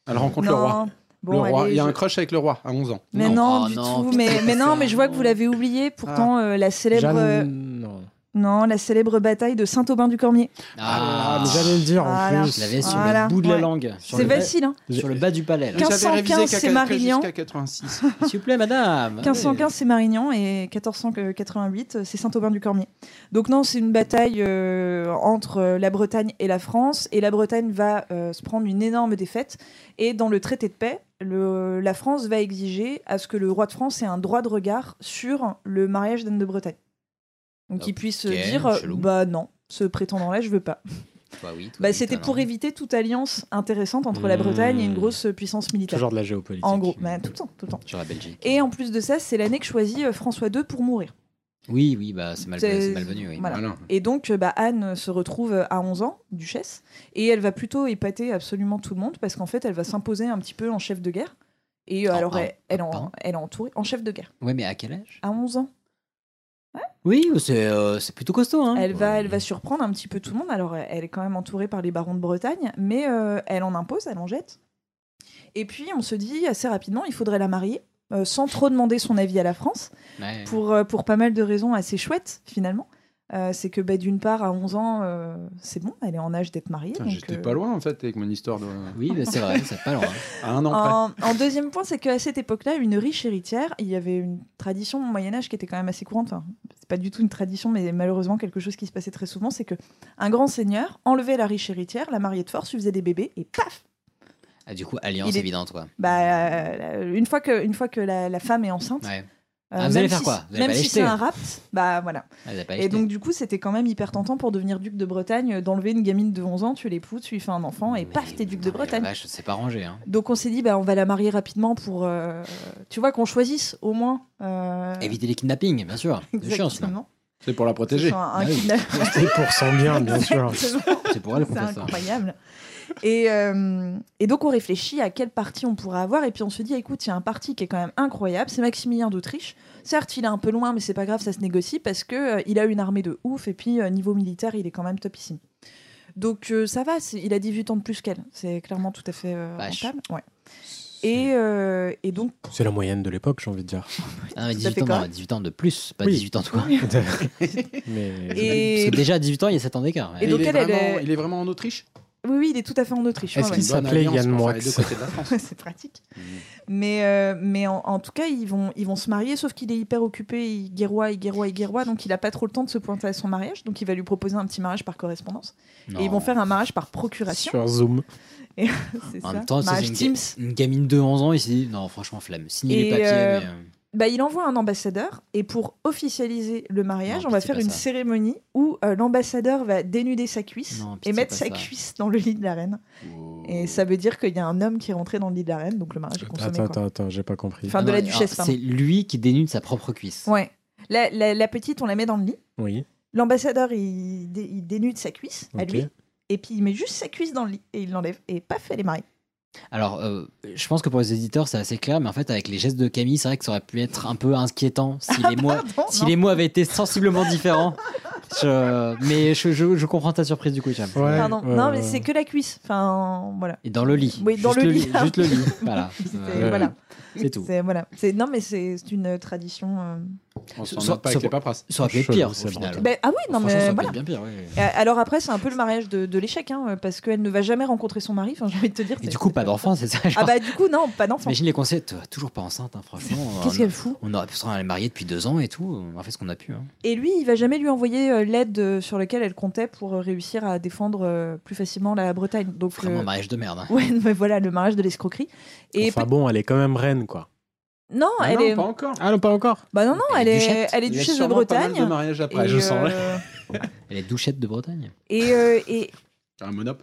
Speaker 9: Elle rencontre le
Speaker 7: Non.
Speaker 9: roi.
Speaker 7: Bon,
Speaker 9: le roi.
Speaker 7: allez,
Speaker 9: Il y a
Speaker 7: je-
Speaker 9: un crush avec le roi à 11 ans.
Speaker 7: Mais non,
Speaker 1: Oh
Speaker 7: du
Speaker 1: non,
Speaker 7: tout.
Speaker 1: putain,
Speaker 7: Mais, mais
Speaker 1: c'est
Speaker 7: non,
Speaker 1: un
Speaker 7: mais je vois que vous l'avez oublié. Pourtant, euh, la célèbre.
Speaker 8: Jeanne-
Speaker 7: euh,
Speaker 8: Non.
Speaker 7: Non, la célèbre bataille de Saint-Aubin-du-Cormier.
Speaker 8: Ah, mais j'allais le dire
Speaker 7: Voilà.
Speaker 8: en plus.
Speaker 1: Je l'avais sur
Speaker 7: Voilà.
Speaker 1: le bout de
Speaker 7: Ouais.
Speaker 1: la langue. sur Ah
Speaker 7: C'est
Speaker 1: le bas-
Speaker 7: facile, hein.
Speaker 1: Sur le bas du palais. là.
Speaker 9: Vous avez révisé
Speaker 7: 1515,
Speaker 9: qu'à-
Speaker 7: c'est
Speaker 9: que-
Speaker 7: Marignan.
Speaker 9: Jusqu'à 86.
Speaker 1: S'il vous plaît, madame.
Speaker 7: 1515, c'est Marignan et 1488, c'est Saint-Aubin-du-Cormier. Donc, non, c'est une bataille euh, entre euh, la Bretagne et la France. Et la Bretagne va euh, se prendre une énorme défaite. Et dans le traité de paix, le- la France va exiger à ce que le roi de France ait un droit de regard sur le mariage d'Anne de Bretagne. Donc, qu'il puisse
Speaker 1: Ok,
Speaker 7: dire euh,
Speaker 1: chelou.
Speaker 7: Bah non, ce prétendant-là, je veux pas.
Speaker 1: Bah oui, toi,
Speaker 7: Bah,
Speaker 1: oui,
Speaker 7: c'était
Speaker 1: t'as
Speaker 7: pour
Speaker 1: raison.
Speaker 7: éviter toute alliance intéressante entre la
Speaker 8: Mmh.
Speaker 7: Bretagne et une grosse puissance militaire.
Speaker 8: Toujours de la géopolitique.
Speaker 7: En gros,
Speaker 8: <laughs>
Speaker 7: bah, tout le temps, tout le temps.
Speaker 1: Sur la Belgique.
Speaker 7: Et en plus de ça, c'est l'année que choisit euh, François II pour mourir.
Speaker 1: Oui, oui, bah c'est mal-
Speaker 7: C'est-
Speaker 1: c'est malvenu. Oui.
Speaker 7: voilà. Et donc, euh, bah, Anne se retrouve euh, à 11 ans, duchesse, et elle va plutôt épater absolument tout le monde parce qu'en fait, elle va s'imposer un petit peu en chef de guerre. Et euh,
Speaker 1: En
Speaker 7: alors,
Speaker 1: un,
Speaker 7: elle, elle en-
Speaker 1: pardon.
Speaker 7: elle est entourée en chef de guerre
Speaker 1: Ouais, mais à quel âge
Speaker 7: à 11 ans.
Speaker 1: Oui, c'est euh, c'est plutôt costaud. Hein.
Speaker 7: Elle va, elle va surprendre un petit peu tout le monde. Alors, elle est quand même entourée par les barons de Bretagne, mais euh, elle en impose, elle en jette. Et puis, on se dit assez rapidement, il faudrait la marier, euh, sans trop demander son avis à la France,
Speaker 1: Ouais.
Speaker 7: pour, euh, pour pas mal de raisons assez chouettes, finalement. Euh, c'est que, bah, d'une part, à 11 ans, euh, c'est bon, elle est en âge d'être mariée.
Speaker 9: Putain,
Speaker 7: donc,
Speaker 9: J'étais
Speaker 7: euh,
Speaker 9: pas loin en fait avec mon histoire de.
Speaker 1: Oui, bah, c'est vrai, c'est
Speaker 7: <laughs>
Speaker 1: pas loin.
Speaker 9: À un an près.
Speaker 7: En, en deuxième point, c'est qu'à cette époque-là, une riche héritière, il y avait une tradition au Moyen Âge qui était quand même assez courante. Enfin, c'est pas du tout une tradition, mais malheureusement quelque chose qui se passait très souvent, c'est que un grand seigneur enlevait la riche héritière, la mariait de force, lui faisait des bébés, et paf
Speaker 1: Ah, du coup, alliance
Speaker 7: Il est-
Speaker 1: évidente, quoi.
Speaker 7: bah, euh, Une fois que, une fois que la, la femme est enceinte,
Speaker 1: Ouais.
Speaker 7: euh,
Speaker 1: Ah, vous
Speaker 7: même
Speaker 1: allez faire
Speaker 7: si-
Speaker 1: quoi Vous allez
Speaker 7: Même
Speaker 1: pas les
Speaker 7: si c'est
Speaker 1: jeter
Speaker 7: un rapt, bah voilà.
Speaker 1: Elle a pas
Speaker 7: Et
Speaker 1: acheté.
Speaker 7: donc du coup, c'était quand même hyper tentant pour devenir duc de Bretagne, euh, d'enlever une gamine de 11 ans, tu l'épouses, tu lui fais un enfant, et paf, t'es duc de
Speaker 1: Ah, la
Speaker 7: Bretagne.
Speaker 1: vache, c'est pas rangé. Hein.
Speaker 7: Donc on s'est dit, bah, on va la marier rapidement pour, euh, tu vois, qu'on choisisse au moins. euh, <laughs>
Speaker 1: Éviter hein. les kidnappings, bien sûr. C'est chiant, sinon.
Speaker 7: exactement.
Speaker 9: C'est pour la protéger.
Speaker 7: Enfin, un
Speaker 1: Bah oui.
Speaker 7: kidnapping.
Speaker 8: Et pour son
Speaker 7: <laughs>
Speaker 8: bien, bien sûr.
Speaker 7: Exactement.
Speaker 1: C'est pour elle qu'on
Speaker 7: C'est
Speaker 1: fait ça.
Speaker 7: incroyable. Et, euh, et donc on réfléchit à quel parti on pourrait avoir et puis on se dit écoute il y a un parti qui est quand même incroyable c'est Maximilien d'Autriche certes il est un peu loin mais c'est pas grave ça se négocie parce que euh, il a une armée de ouf et puis euh, niveau militaire il est quand même topissime donc euh, ça va c'est- il a 18 ans de plus qu'elle c'est clairement tout à fait euh,
Speaker 1: Vache.
Speaker 7: rentable ouais. et, euh, et donc
Speaker 8: C'est la moyenne de l'époque, j'ai envie
Speaker 7: <laughs>
Speaker 8: de dire.
Speaker 1: Ah, mais
Speaker 7: Ça
Speaker 1: 18
Speaker 7: fait
Speaker 1: ans,
Speaker 7: quoi
Speaker 1: non, 18 ans de plus, pas
Speaker 8: Oui.
Speaker 1: 18 ans toi.
Speaker 8: <laughs> Mais
Speaker 7: Et-
Speaker 1: Parce que déjà à 18 ans, il y a 7 ans d'écart.
Speaker 7: Et
Speaker 1: Ouais.
Speaker 7: donc
Speaker 9: il, est
Speaker 7: elle, elle
Speaker 9: vraiment,
Speaker 7: est-
Speaker 9: il est vraiment en Autriche
Speaker 7: oui oui il est tout à fait en Autriche
Speaker 8: Est-ce
Speaker 7: ouais, ouais.
Speaker 8: qu'il
Speaker 9: Bonne
Speaker 8: s'appelait
Speaker 9: alliance
Speaker 8: Yann
Speaker 9: pour
Speaker 8: Moix.
Speaker 9: faire les deux côtés de la France.
Speaker 7: <laughs> c'est pratique.
Speaker 1: Mmh.
Speaker 7: Mais, euh, mais en, en tout cas, ils vont, ils vont se marier, sauf qu'il est hyper occupé, il guerroie, il guerroie, il guerroie, donc il n'a pas trop le temps de se pointer à son mariage, donc il va lui proposer un petit mariage par correspondance. Et ils vont faire un mariage par procuration.
Speaker 8: sur Zoom.
Speaker 7: Et, c'est
Speaker 1: En
Speaker 7: ça, Bah,
Speaker 1: même temps, ça, c'est
Speaker 7: mariage
Speaker 1: une,
Speaker 7: Teams.
Speaker 1: ga- une gamine de 11 ans, il s'est dit non, franchement, flemme. Signez les
Speaker 7: Et,
Speaker 1: papiers.
Speaker 7: euh,
Speaker 1: mais, euh,
Speaker 7: Bah, il envoie un ambassadeur, et pour officialiser le mariage,
Speaker 1: Non,
Speaker 7: on va
Speaker 1: pitié,
Speaker 7: faire
Speaker 1: pas
Speaker 7: une
Speaker 1: ça.
Speaker 7: cérémonie où euh, l'ambassadeur va dénuder sa cuisse
Speaker 1: Non,
Speaker 7: et
Speaker 1: pitié,
Speaker 7: mettre
Speaker 1: pas
Speaker 7: sa
Speaker 1: ça. Oh.
Speaker 7: cuisse dans le lit de la reine.
Speaker 1: euh,
Speaker 7: Et ça veut dire qu'il y a un homme qui est rentré dans le lit de la reine, donc le mariage est consommé.
Speaker 8: Attends,
Speaker 7: quoi.
Speaker 8: attends, attends, j'ai pas compris.
Speaker 7: Enfin, de la
Speaker 1: non,
Speaker 7: duchesse,
Speaker 1: alors, C'est
Speaker 7: pardon.
Speaker 1: lui qui dénude sa propre cuisse.
Speaker 7: Ouais. La- la- la petite, on la met dans le lit.
Speaker 8: Oui.
Speaker 7: L'ambassadeur, il, dé- il dénude sa cuisse à
Speaker 8: Ok.
Speaker 7: lui, et puis il met juste sa cuisse dans le lit, et il l'enlève, et paf, elle est mariée.
Speaker 1: Alors, euh, je pense que pour les éditeurs, c'est assez clair, mais en fait, avec les gestes de Camille, c'est vrai que ça aurait pu être un peu inquiétant si les mots,
Speaker 7: pardon,
Speaker 1: si
Speaker 7: Oh, non.
Speaker 1: les mots avaient été sensiblement
Speaker 7: <laughs>
Speaker 1: différents. Je- Mais je, je- je comprends ta surprise du coup, Cham.
Speaker 8: Ouais,
Speaker 7: Pardon,
Speaker 8: ouais,
Speaker 7: non,
Speaker 8: ouais.
Speaker 7: mais c'est que la cuisse. Enfin, voilà.
Speaker 1: Et dans le lit.
Speaker 7: Oui, dans
Speaker 1: Juste
Speaker 7: le lit. <laughs>
Speaker 1: Juste le lit. Voilà.
Speaker 7: C'est-
Speaker 1: Euh,
Speaker 7: voilà.
Speaker 1: C'est tout.
Speaker 7: C'est- voilà. C'est- non, mais c'est c'est une tradition. euh.
Speaker 9: On s'en
Speaker 1: Ça-
Speaker 9: sort pas
Speaker 1: ça-
Speaker 9: avec les paperasses.
Speaker 1: ça aurait pu être
Speaker 9: Chelou,
Speaker 1: pire, au
Speaker 9: c'est
Speaker 1: final.
Speaker 9: vrai.
Speaker 7: Ben, ah oui, non,
Speaker 1: Franchement, ça aurait
Speaker 7: mais
Speaker 1: pu
Speaker 7: voilà.
Speaker 1: être bien pire, oui.
Speaker 7: Et Alors après, c'est un peu le mariage de, de l'échec, hein, parce qu'elle ne va jamais rencontrer son mari. Enfin, <laughs> j'ai envie de te dire.
Speaker 1: Et
Speaker 7: c'est-
Speaker 1: du coup, pas d'enfant, c'est ça genre.
Speaker 7: Ah bah du coup, non, pas d'enfant.
Speaker 1: Imagine les conseils, toi, toujours pas enceinte, hein, franchement.
Speaker 7: Qu'est-ce
Speaker 1: On-
Speaker 7: qu'elle fout
Speaker 1: On aurait pu se marier depuis deux ans et tout, on a fait ce qu'on a pu. hein.
Speaker 7: Et lui, il va jamais lui envoyer euh, l'aide euh, sur laquelle elle comptait pour euh, réussir à défendre euh, plus facilement la Bretagne. Donc
Speaker 1: Vraiment
Speaker 7: euh,
Speaker 1: un mariage de merde. hein.
Speaker 7: <laughs> Ouais, mais voilà, le mariage de l'escroquerie. Et
Speaker 8: Enfin bon, elle est quand même reine, quoi.
Speaker 7: pe- non, elle est.
Speaker 9: encore.
Speaker 8: Ah non, pas encore.
Speaker 7: Bah non, non, elle, est, elle est
Speaker 9: Il y a
Speaker 7: duchesse de
Speaker 9: sûrement pas mal
Speaker 7: Bretagne.
Speaker 9: de mariages après,
Speaker 7: Et,
Speaker 9: je sens.
Speaker 7: euh,
Speaker 1: Elle est douchette de Bretagne.
Speaker 7: Et, euh, et,
Speaker 9: Un monop.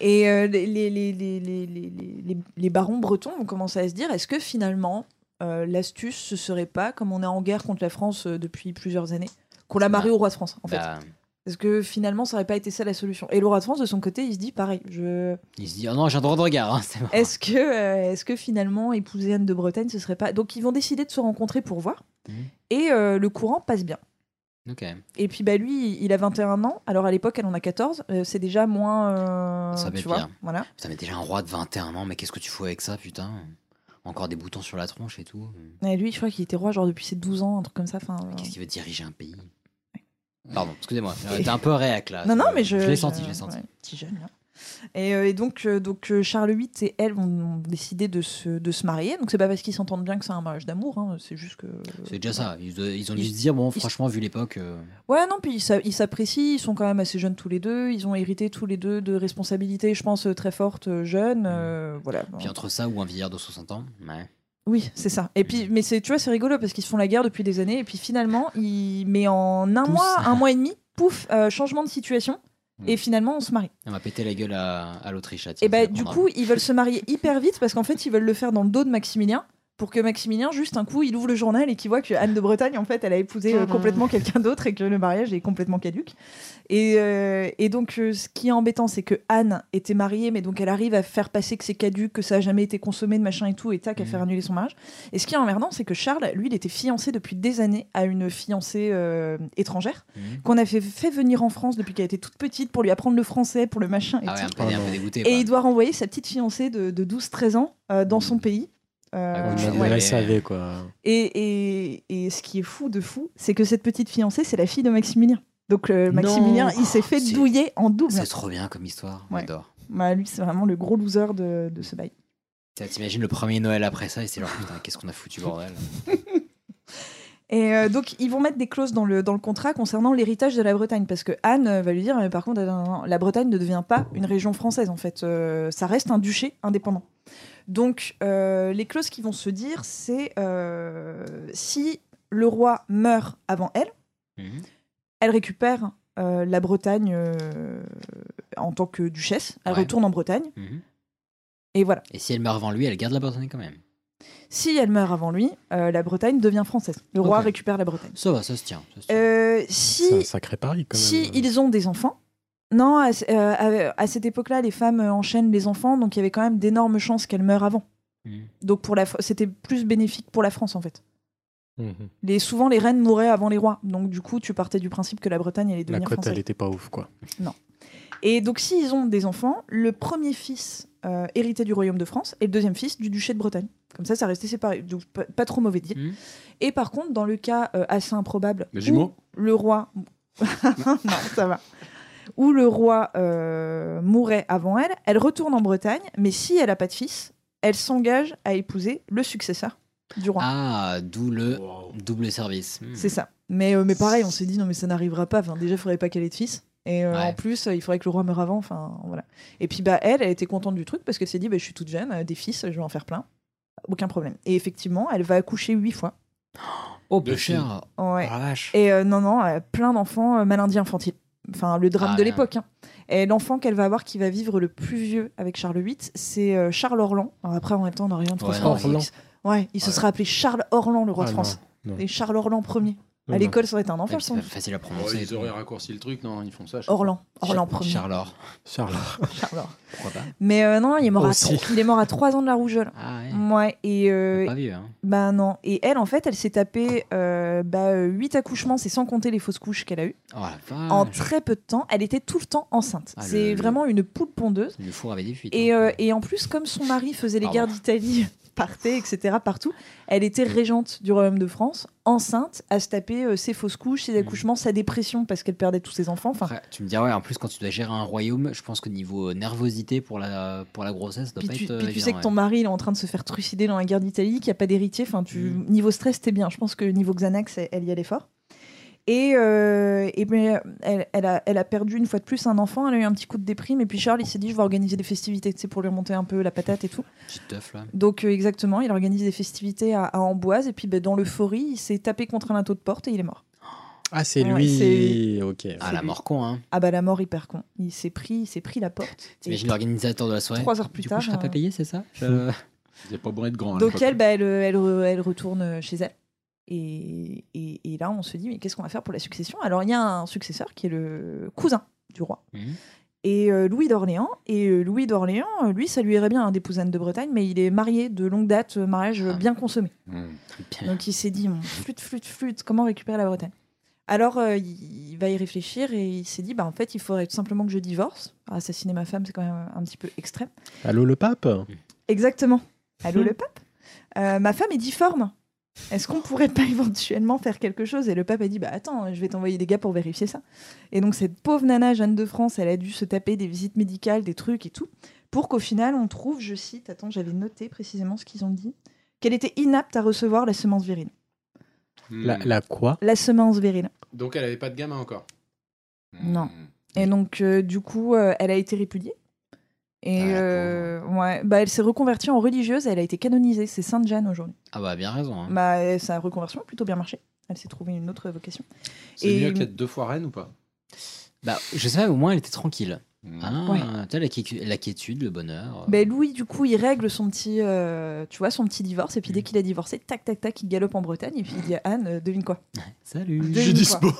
Speaker 7: et euh, les, les, les, les, les, les- les- les barons bretons vont commencer à se dire est-ce que finalement, euh, l'astuce, ce serait pas, comme on est en guerre contre la France euh, depuis plusieurs années, qu'on la marie au roi de France, en fait
Speaker 1: Bah,
Speaker 7: Parce que finalement, ça aurait pas été ça la solution. Et le roi de France, de son côté, il se dit pareil je...
Speaker 1: il se dit, oh non, j'ai un droit de regard. hein, c'est marrant.
Speaker 7: est-ce que, euh, est-ce que finalement, épouser Anne de Bretagne, ce serait pas. Donc, ils vont décider de se rencontrer pour voir.
Speaker 9: Mmh.
Speaker 1: Mhm.
Speaker 7: Et euh, le courant passe bien.
Speaker 1: Ok.
Speaker 7: Et puis bah lui, il a 21 ans. Alors à l'époque, elle en a 14. euh, c'est déjà moins. euh,
Speaker 1: Ça va
Speaker 7: tu
Speaker 1: être
Speaker 7: vois,
Speaker 1: bien.
Speaker 7: Voilà.
Speaker 1: Ça m'est déjà un roi de 21 ans, mais qu'est-ce que tu fous avec ça, putain Encore des boutons sur la tronche et tout.
Speaker 7: Et lui, je crois qu'il était roi genre depuis ses 12 ans, un truc comme ça. Enfin. euh,
Speaker 1: Qu'est-ce qu'il veut diriger un pays Pardon, excusez-moi, euh, t'es un peu réac là.
Speaker 7: Non, non, mais je.
Speaker 1: l'ai senti, je l'ai
Speaker 7: ouais,
Speaker 1: senti.
Speaker 7: petit jeune, là. Et, euh, et donc, euh, donc euh, Charles VIII et elle vont, ont décidé de se, de se marier. Donc, c'est pas parce qu'ils s'entendent bien que c'est un mariage d'amour. hein, c'est juste que.
Speaker 1: C'est déjà ça. Ils, doivent- ils ont dû se dire, bon, franchement, vu l'époque. euh,
Speaker 7: Ouais, non, puis ils s'a- ils s'apprécient, ils sont quand même assez jeunes tous les deux. Ils ont hérité tous les deux de responsabilités, je pense, euh, très fortes, euh, jeunes. euh, voilà.
Speaker 1: Mmh. Puis entre ça ou un vieillard de 60 ans, ouais.
Speaker 7: Oui, c'est ça. Et puis, mais c'est, tu vois, c'est rigolo parce qu'ils se font la guerre depuis des années. Et puis finalement, ils, mais en un
Speaker 1: Tous.
Speaker 7: mois, un mois et demi, pouf, euh, changement de situation. Et
Speaker 1: Mm.
Speaker 7: finalement, on se marie.
Speaker 1: On va péter la gueule à, à l'Autriche. là, tiens,
Speaker 7: Et bah,
Speaker 1: ça
Speaker 7: du
Speaker 1: prendra.
Speaker 7: coup, ils veulent se marier hyper vite parce qu'en fait, ils veulent le faire dans le dos de Maximilien. Pour que Maximilien, juste un coup, il ouvre le journal et qu'il voit que Anne de Bretagne, en fait, elle a épousé euh, complètement quelqu'un d'autre et que le mariage est complètement caduque. Et, euh, et donc, euh, ce qui est embêtant, c'est que Anne était mariée, mais donc elle arrive à faire passer que c'est caduque, que ça a jamais été consommé de machin et tout, et
Speaker 1: Mmh.
Speaker 7: tac, à faire annuler son mariage. Et ce qui est emmerdant, c'est que Charles, lui, il était fiancé depuis des années à une fiancée euh, étrangère
Speaker 1: Mmh.
Speaker 7: qu'on a fait, fait venir en France depuis qu'elle était toute petite pour lui apprendre le français, pour le machin et
Speaker 1: Ah ouais, un
Speaker 7: tout.
Speaker 1: peu, un peu dégoûté. quoi.
Speaker 7: Et il doit renvoyer sa petite fiancée de, de 12-13 ans euh, dans son pays. Euh,
Speaker 1: Mmh. Ah,
Speaker 8: Je
Speaker 1: ouais.
Speaker 8: la savais, quoi.
Speaker 7: et, et- et ce qui est fou de fou, c'est que cette petite fiancée, c'est la fille de Maximilien. Donc euh, Maximilien,
Speaker 1: Non. Oh,
Speaker 7: il s'est fait
Speaker 1: C'est-
Speaker 7: douiller en double.
Speaker 1: C'est trop bien comme histoire, on
Speaker 7: Ouais.
Speaker 1: adore.
Speaker 7: Bah, lui, c'est vraiment le gros loser de, de ce bail.
Speaker 1: Ça, T'imagines le premier Noël après ça et c'est genre putain, qu'est-ce qu'on a foutu
Speaker 7: <laughs>
Speaker 1: bordel.
Speaker 7: Et euh, donc, ils vont mettre des clauses dans le, dans le contrat concernant l'héritage de la Bretagne. Parce que Anne euh, va lui dire, euh, par contre, attends, la Bretagne ne devient pas une région française, en fait. Euh, ça reste un duché indépendant. Donc, euh, les clauses qui vont se dire, c'est euh, si le roi meurt avant elle,
Speaker 1: Mhm.
Speaker 7: elle récupère euh, la Bretagne euh, en tant que duchesse. Elle
Speaker 1: Ouais.
Speaker 7: retourne en Bretagne.
Speaker 1: Mhm.
Speaker 7: Et voilà.
Speaker 1: Et si elle meurt avant lui, elle garde la Bretagne quand même.
Speaker 7: Si elle meurt avant lui, euh, la Bretagne devient française. Le roi
Speaker 1: Ok.
Speaker 7: récupère la Bretagne.
Speaker 1: Ça va, ça se tient. ça se tient.
Speaker 7: Euh,
Speaker 8: C'est un
Speaker 7: si
Speaker 8: sacré pari, quand même. euh.
Speaker 7: si ils ont des enfants. Non, à, ce- euh, à- à cette époque-là, les femmes euh, enchaînent les enfants, donc il y avait quand même d'énormes chances qu'elles meurent avant.
Speaker 1: Mhm.
Speaker 7: Donc pour la, Fr- c'était plus bénéfique pour la France en fait.
Speaker 8: Mhm.
Speaker 7: Les, souvent, les reines mouraient avant les rois, donc du coup, tu partais du principe que la Bretagne allait
Speaker 8: La
Speaker 7: devenir
Speaker 8: cote,
Speaker 7: française.
Speaker 8: elle était pas ouf, quoi.
Speaker 7: Et donc, s'ils ont des enfants, le premier fils euh, hérité du royaume de France et le deuxième fils du duché de Bretagne. Comme ça, ça restait séparé. Donc, pas, pas trop mauvais deal. Et par contre, dans le cas euh, assez improbable
Speaker 9: Hmm. Les
Speaker 7: où
Speaker 9: jumeaux
Speaker 7: le roi. <laughs> non, ça va. Où le roi euh, mourait avant elle, elle retourne en Bretagne, mais si elle n'a pas de fils, elle s'engage à épouser le successeur du roi.
Speaker 1: Ah, d'où le double service. Hmm.
Speaker 7: C'est ça. Mais, euh, mais pareil, on s'est dit non, mais ça n'arrivera pas. Enfin, déjà, il faudrait pas qu'elle ait de fils. Et euh,
Speaker 1: Ouais.
Speaker 7: en plus, euh, il faudrait que le roi meure avant. Enfin, voilà. Et puis, bah, elle, elle était contente du truc parce qu'elle s'est dit bah, je suis toute jeune, euh, des fils, je vais en faire plein. Aucun problème. Et effectivement, elle va accoucher huit fois.
Speaker 1: Oh,
Speaker 9: Deux
Speaker 1: peu cher.
Speaker 7: Ouais.
Speaker 1: Oh la
Speaker 8: Ah,
Speaker 1: vache.
Speaker 7: Et euh, non, non, euh, plein d'enfants euh, malindis infantiles. Enfin, le drame
Speaker 1: Ah,
Speaker 7: de
Speaker 1: merde.
Speaker 7: l'époque. hein. Et l'enfant qu'elle va avoir qui va vivre le plus vieux avec Charles VIII, c'est euh, Charles Orlan. Alors après, en même temps, on n'a rien de
Speaker 1: Ouais,
Speaker 7: France.
Speaker 1: non,
Speaker 7: Ouais, il se sera appelé Charles Orlan, le roi
Speaker 8: Ah,
Speaker 7: de
Speaker 8: non,
Speaker 7: France.
Speaker 8: non.
Speaker 7: Et Charles Orlan premier. À l'école, ça aurait été un enfer, sans
Speaker 1: C'est facile à
Speaker 9: Ouais,
Speaker 1: prononcer.
Speaker 9: ils auraient raccourci le truc, non, ils font ça. je sais
Speaker 7: Orlan,
Speaker 9: pas.
Speaker 7: Orlan premier. <laughs>
Speaker 1: Charlor.
Speaker 8: Charlor.
Speaker 7: Charlor.
Speaker 1: Pourquoi pas
Speaker 7: Mais euh, non, il est mort, à
Speaker 1: Aussi.
Speaker 7: il est mort à 3 ans de la rougeole.
Speaker 1: Ah
Speaker 7: ouais. et euh,
Speaker 1: Pas vieux, hein.
Speaker 7: bah non. Et elle, en fait, elle s'est tapée euh, bah, 8 accouchements, c'est sans compter les fausses couches qu'elle a eues.
Speaker 1: Oh la vache.
Speaker 7: En très peu de temps, elle était tout le temps enceinte.
Speaker 1: Ah, le-
Speaker 7: c'est
Speaker 1: le-
Speaker 7: vraiment une poule pondeuse.
Speaker 1: Le four avait des fuites. hein.
Speaker 7: Et, euh, et en plus, comme son mari faisait les guerres d'Italie, <laughs> partait, etc., partout, elle était régente du royaume de France, enceinte, à se taper euh, ses fausses couches,
Speaker 1: Mm.
Speaker 7: ses accouchements, sa dépression parce qu'elle perdait tous ses enfants. Enfin,
Speaker 1: Tu me dis, ouais, en plus, quand tu dois gérer un royaume, je pense que niveau euh, nervosité pour la, pour la grossesse, ça doit
Speaker 7: puis
Speaker 1: pas
Speaker 7: tu,
Speaker 1: être. euh,
Speaker 7: puis tu
Speaker 1: évident,
Speaker 7: sais que ton
Speaker 1: ouais.
Speaker 7: mari il est en train de se faire trucider dans la guerre d'Italie, qu'il n'y a pas d'héritier. Enfin, tu
Speaker 1: Mm.
Speaker 7: niveau stress, t'es bien. Je pense que niveau Xanax, elle, elle y allait fort. Et, euh, et ben, elle, elle a, elle a perdu une fois de plus un enfant. Elle a eu un petit coup de déprime. Et puis Charles, il s'est dit, je vais organiser des festivités, tu sais, pour lui remonter un peu la patate et tout.
Speaker 1: Petite teuf, là.
Speaker 7: Donc euh, exactement, il organise des festivités à, à Amboise et puis ben, dans l'euphorie, il s'est tapé contre un linteau de porte et il est mort.
Speaker 8: Ah, c'est
Speaker 7: Ouais,
Speaker 8: lui.
Speaker 7: c'est-
Speaker 8: Ok.
Speaker 1: Ah, la mort con, hein.
Speaker 7: Ah bah la mort hyper con. Il s'est pris, il s'est pris la porte.
Speaker 1: T'imagines l'organisateur de la soirée
Speaker 7: Trois heures plus
Speaker 1: du
Speaker 7: tard,
Speaker 1: Coup, je serais pas
Speaker 7: euh,
Speaker 1: payé, c'est ça
Speaker 9: Je-
Speaker 7: <laughs>
Speaker 9: Ils n'avaient pas bourré de grand. à
Speaker 7: Donc
Speaker 9: l'époque.
Speaker 7: elle, bah, elle, elle, re- elle retourne euh, chez elle. Et, et- et là, on se dit, mais qu'est-ce qu'on va faire pour la succession Alors, il y a un successeur qui est le cousin du roi. Et euh, Louis d'Orléans. Et euh, Louis d'Orléans, euh, lui, ça lui irait bien, hein, des pousanes de Bretagne, mais il est marié de longue date, euh, mariage euh, bien consommé. Donc il s'est dit, mon flûte, flûte, flûte, comment récupérer la Bretagne Alors euh, il il va y réfléchir et il s'est dit, bah, en fait, il faudrait tout simplement que je divorce. Assassiner ma femme, c'est quand même un petit peu extrême.
Speaker 8: Allô, le pape
Speaker 7: Exactement. Allô
Speaker 8: Hmm.
Speaker 7: le pape Euh, Ma femme est difforme. Est-ce qu'on pourrait pas <laughs> éventuellement faire quelque chose Et le pape a dit Bah attends, je vais t'envoyer des gars pour vérifier ça. Et donc, cette pauvre nana Jeanne de France, elle a dû se taper des visites médicales, des trucs et tout, pour qu'au final, on trouve, je cite, attends, j'avais noté précisément ce qu'ils ont dit, qu'elle était inapte à recevoir la semence virile.
Speaker 8: la, la quoi
Speaker 7: La semence virile.
Speaker 9: Donc elle n'avait pas de gamin encore.
Speaker 7: Non. Et donc, euh, du coup, euh, elle a été répudiée. Et euh, ouais, bah, elle s'est reconvertie en religieuse, elle a été canonisée, c'est Sainte Jeanne aujourd'hui.
Speaker 1: Ah, bah, bien raison. Hein.
Speaker 7: Bah, euh, sa reconversion a plutôt bien marché. Elle s'est trouvée une autre vocation.
Speaker 9: C'est mieux qu'être deux fois reine ou pas
Speaker 1: Bah, je sais pas, mais au moins, elle était tranquille.
Speaker 9: Mm.
Speaker 1: Ah,
Speaker 7: Ouais.
Speaker 1: tu vois, la, qui- la quiétude, le bonheur.
Speaker 7: Ben, Louis, du coup, il règle son petit, euh, tu vois, son petit divorce. Et puis dès qu'il a divorcé, tac, tac, tac, il galope en Bretagne. Et puis il dit à Anne, euh, devine quoi
Speaker 1: Salut.
Speaker 7: Devine quoi.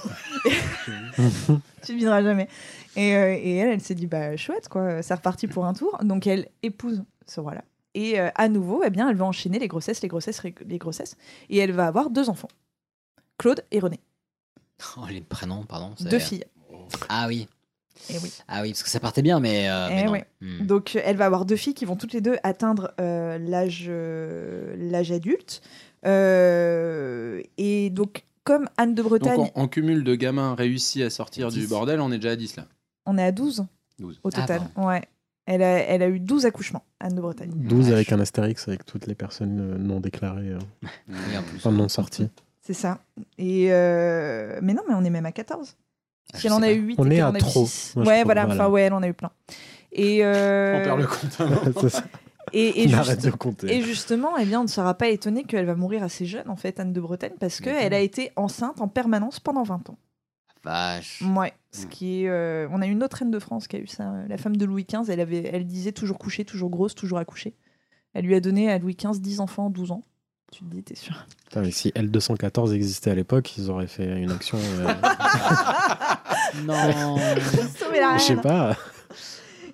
Speaker 7: <laughs> tu devineras jamais. Et, euh, et elle, elle s'est dit, bah chouette, quoi, c'est reparti pour un tour. Donc elle épouse ce roi-là. Et euh, à nouveau, eh bien, elle va enchaîner les grossesses, les grossesses, les grossesses. Et elle va avoir deux enfants, Claude et René.
Speaker 1: Oh, les prénoms, pardon. c'est-
Speaker 7: Deux filles.
Speaker 1: Ah oui.
Speaker 7: Eh oui.
Speaker 1: Ah oui, parce que ça partait bien, mais. euh,
Speaker 7: Eh
Speaker 1: mais non.
Speaker 7: ouais.
Speaker 1: Hmm.
Speaker 7: Donc euh, elle va avoir deux filles qui vont toutes les deux atteindre euh, l'âge euh, l'âge adulte. Euh, et donc comme Anne de Bretagne,
Speaker 9: Donc en, en cumul de gamins réussis à sortir du
Speaker 7: Dix.
Speaker 9: bordel, on est déjà à 10 là.
Speaker 7: on est à 12
Speaker 9: 12.
Speaker 1: Ah,
Speaker 7: au total. ouais. Elle a, elle a eu 12 accouchements, Anne de Bretagne.
Speaker 8: 12 avec un astérix, avec toutes les personnes euh, non déclarées, euh,
Speaker 1: Oui, en plus.
Speaker 8: enfin,
Speaker 7: <laughs>
Speaker 8: non sorties.
Speaker 7: C'est ça. Et euh, Mais non, mais on est même à 14.
Speaker 1: Ah,
Speaker 7: Si elle en a eu 8,
Speaker 8: On est
Speaker 7: et qu'elle
Speaker 8: à
Speaker 7: en a eu
Speaker 8: trop.
Speaker 7: six.
Speaker 8: Moi, je
Speaker 7: ouais,
Speaker 8: trouve,
Speaker 7: voilà,
Speaker 8: voilà.
Speaker 7: Enfin, ouais, elle en a eu plein. Et euh,
Speaker 9: On perd le compte. hein. à un moment.
Speaker 8: C'est ça.
Speaker 7: Et, et
Speaker 8: <laughs> On
Speaker 7: juste-
Speaker 8: arrête de compter.
Speaker 7: et justement, eh bien, on ne sera pas étonné qu'elle va mourir assez jeune, en fait, Anne de Bretagne, parce qu'elle a été enceinte en permanence pendant 20 ans.
Speaker 1: Vache.
Speaker 7: Ouais, ce
Speaker 8: Mm.
Speaker 7: qui est, euh, on a une autre reine de France qui a eu ça. euh, La femme de Louis XV, elle, avait, elle disait toujours couchée, toujours grosse, toujours accouchée. Elle lui a donné à Louis XV 10 enfants en 12 ans. Tu te dis, t'es <laughs> sûr
Speaker 8: Putain, mais si L214 existait à l'époque, ils auraient fait une action.
Speaker 7: <laughs>
Speaker 8: euh,
Speaker 1: Non.
Speaker 7: Sauver la
Speaker 8: je sais
Speaker 7: reine.
Speaker 8: pas.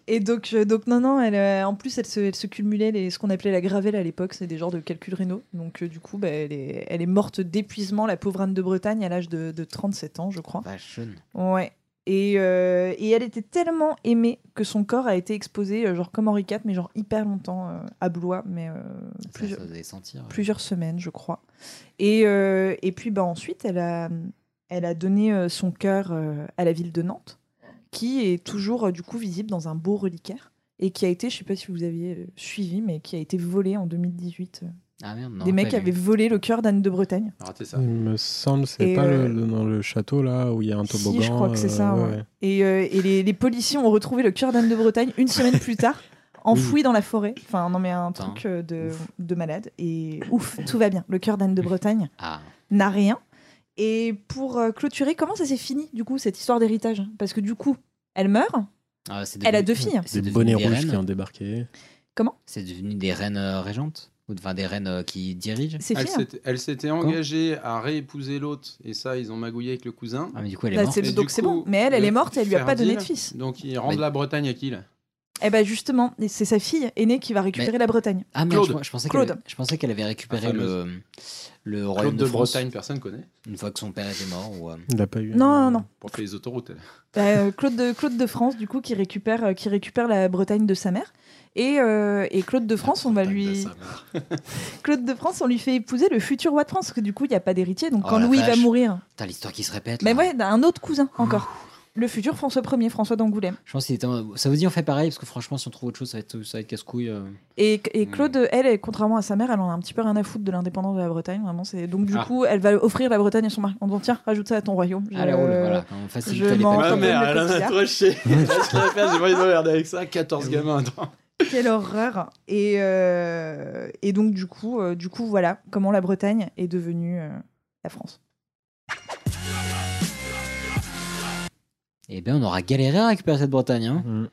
Speaker 7: Et donc, euh, donc non, non, elle, euh, en plus, elle se, elle se cumulait les, ce qu'on appelait la gravelle à l'époque, c'est des genres de calculs rénaux. Donc, euh, du coup, bah, elle, est, elle est morte d'épuisement, la pauvre Anne de Bretagne, à l'âge de, de 37 ans, je crois.
Speaker 1: Fashion.
Speaker 7: Ouais. Et, euh, et elle était tellement aimée que son corps a été exposé, euh, genre comme Henri IV, mais genre hyper longtemps euh, à Blois, mais euh,
Speaker 1: Ça, ça
Speaker 7: plusieurs,
Speaker 1: faisait sentir.
Speaker 7: plusieurs semaines, je crois. Et, euh, et puis bah, ensuite, elle a, elle a donné euh, son cœur euh, à la ville de Nantes, qui est toujours euh, du coup visible dans un beau reliquaire, et qui a été, je sais pas si vous aviez euh, suivi, mais qui a été volé en 2018. euh.
Speaker 1: Ah merde, non.
Speaker 7: Des mecs
Speaker 1: pas vu.
Speaker 7: avaient volé le cœur d'Anne de Bretagne.
Speaker 9: Ratez ça.
Speaker 8: Il me semble, c'est
Speaker 7: Et,
Speaker 8: pas
Speaker 7: euh,
Speaker 8: le- le- dans le château là où il y a un toboggan.
Speaker 7: Si, je crois que c'est
Speaker 8: euh,
Speaker 7: ça.
Speaker 8: ouais,
Speaker 7: ouais.
Speaker 8: ouais.
Speaker 7: Et, euh, et les, les policiers ont retrouvé le cœur d'Anne de Bretagne une semaine plus tard, enfoui dans la forêt. Enfin, non, mais un
Speaker 1: Putain.
Speaker 7: truc euh, de, de malade. Et ouf, tout va bien. Le cœur d'Anne de Bretagne
Speaker 1: Ah.
Speaker 7: n'a rien. Et pour euh, clôturer, comment ça s'est fini, du coup, cette histoire d'héritage Parce que du coup, elle meurt.
Speaker 1: Ah, c'est
Speaker 7: Elle a
Speaker 1: devenu-
Speaker 7: deux filles. hein.
Speaker 1: c'est
Speaker 8: Des
Speaker 1: devenu
Speaker 8: bonnets
Speaker 1: des
Speaker 8: rouges
Speaker 1: reines.
Speaker 8: qui ont débarqué.
Speaker 7: Comment
Speaker 1: C'est devenu des reines euh, régentes. Ou enfin, des reines euh, qui dirigent
Speaker 9: Elle
Speaker 7: hein.
Speaker 9: s'était- Elle s'était engagée à réépouser l'autre, et ça, ils ont magouillé avec le cousin.
Speaker 1: Ah, mais du coup, elle est
Speaker 7: Bah,
Speaker 1: morte.
Speaker 7: c'est-
Speaker 9: Et
Speaker 7: donc
Speaker 9: du
Speaker 7: c'est bon.
Speaker 9: coup,
Speaker 7: Mais elle, elle
Speaker 9: le
Speaker 7: est morte et elle lui a pas donné de
Speaker 9: Ferdil,
Speaker 7: fils.
Speaker 9: Donc ils rendent
Speaker 1: Mais-
Speaker 9: la Bretagne à qui là
Speaker 7: Eh ben justement, et c'est sa fille aînée qui va récupérer
Speaker 1: Mais-
Speaker 7: la Bretagne.
Speaker 1: Ah merde,
Speaker 9: Claude.
Speaker 1: je, je pensais
Speaker 7: Claude.
Speaker 1: qu'elle je pensais qu'elle avait récupéré
Speaker 9: La
Speaker 1: le,
Speaker 9: fameuse.
Speaker 1: le royaume
Speaker 9: Claude de,
Speaker 1: France
Speaker 9: Bretagne, personne connaît.
Speaker 1: une fois que son père était mort. Ou, euh,
Speaker 8: Il n'a pas eu.
Speaker 7: Non, non, non.
Speaker 9: Pour faire les autoroutes. elle.
Speaker 7: Euh, Claude, de, Claude de France, du coup, qui récupère, euh, qui récupère la Bretagne de sa mère. Et, euh, et Claude de France, on va lui. Claude de France, on lui fait épouser le futur roi de France, parce que du coup, il n'y a pas d'héritier. Donc
Speaker 1: Oh
Speaker 7: quand
Speaker 1: la
Speaker 7: Louis va
Speaker 1: vache.
Speaker 7: mourir.
Speaker 1: Putain, l'histoire qui se répète.
Speaker 7: Mais
Speaker 1: là.
Speaker 7: ouais, d'un autre cousin encore. Le futur François Ier, François d'Angoulême.
Speaker 1: Je pense qu'il était. en- Ça vous dit, on fait pareil parce que franchement, si on trouve autre chose, ça va être, ça va être casse-couille. euh.
Speaker 7: Et, et Claude, elle, elle, contrairement à sa mère, elle en a un petit peu rien à foutre de l'indépendance de la Bretagne. Vraiment, c'est donc du
Speaker 1: Ah.
Speaker 7: coup, elle va offrir la Bretagne à son mari en disant tiens, rajoute ça à ton royaume.
Speaker 1: Ah, la
Speaker 7: Je-
Speaker 1: roule, voilà. On facilite
Speaker 7: je
Speaker 1: les
Speaker 7: m'en-
Speaker 1: papiers.
Speaker 9: Ma
Speaker 7: t'en
Speaker 9: mère,
Speaker 7: donne
Speaker 9: elle
Speaker 7: le
Speaker 9: en a
Speaker 7: coquillard.
Speaker 9: trop <laughs> chier. Laisse la faire, j'ai pas envie de regarder avec ça. Eh 14 gamins. attends.
Speaker 7: <laughs> Quelle horreur et, euh, et donc du coup, euh, du coup voilà comment la Bretagne est devenue euh, la France.
Speaker 1: Eh bien, on aura galéré à récupérer cette Bretagne. Hein.
Speaker 8: Mm.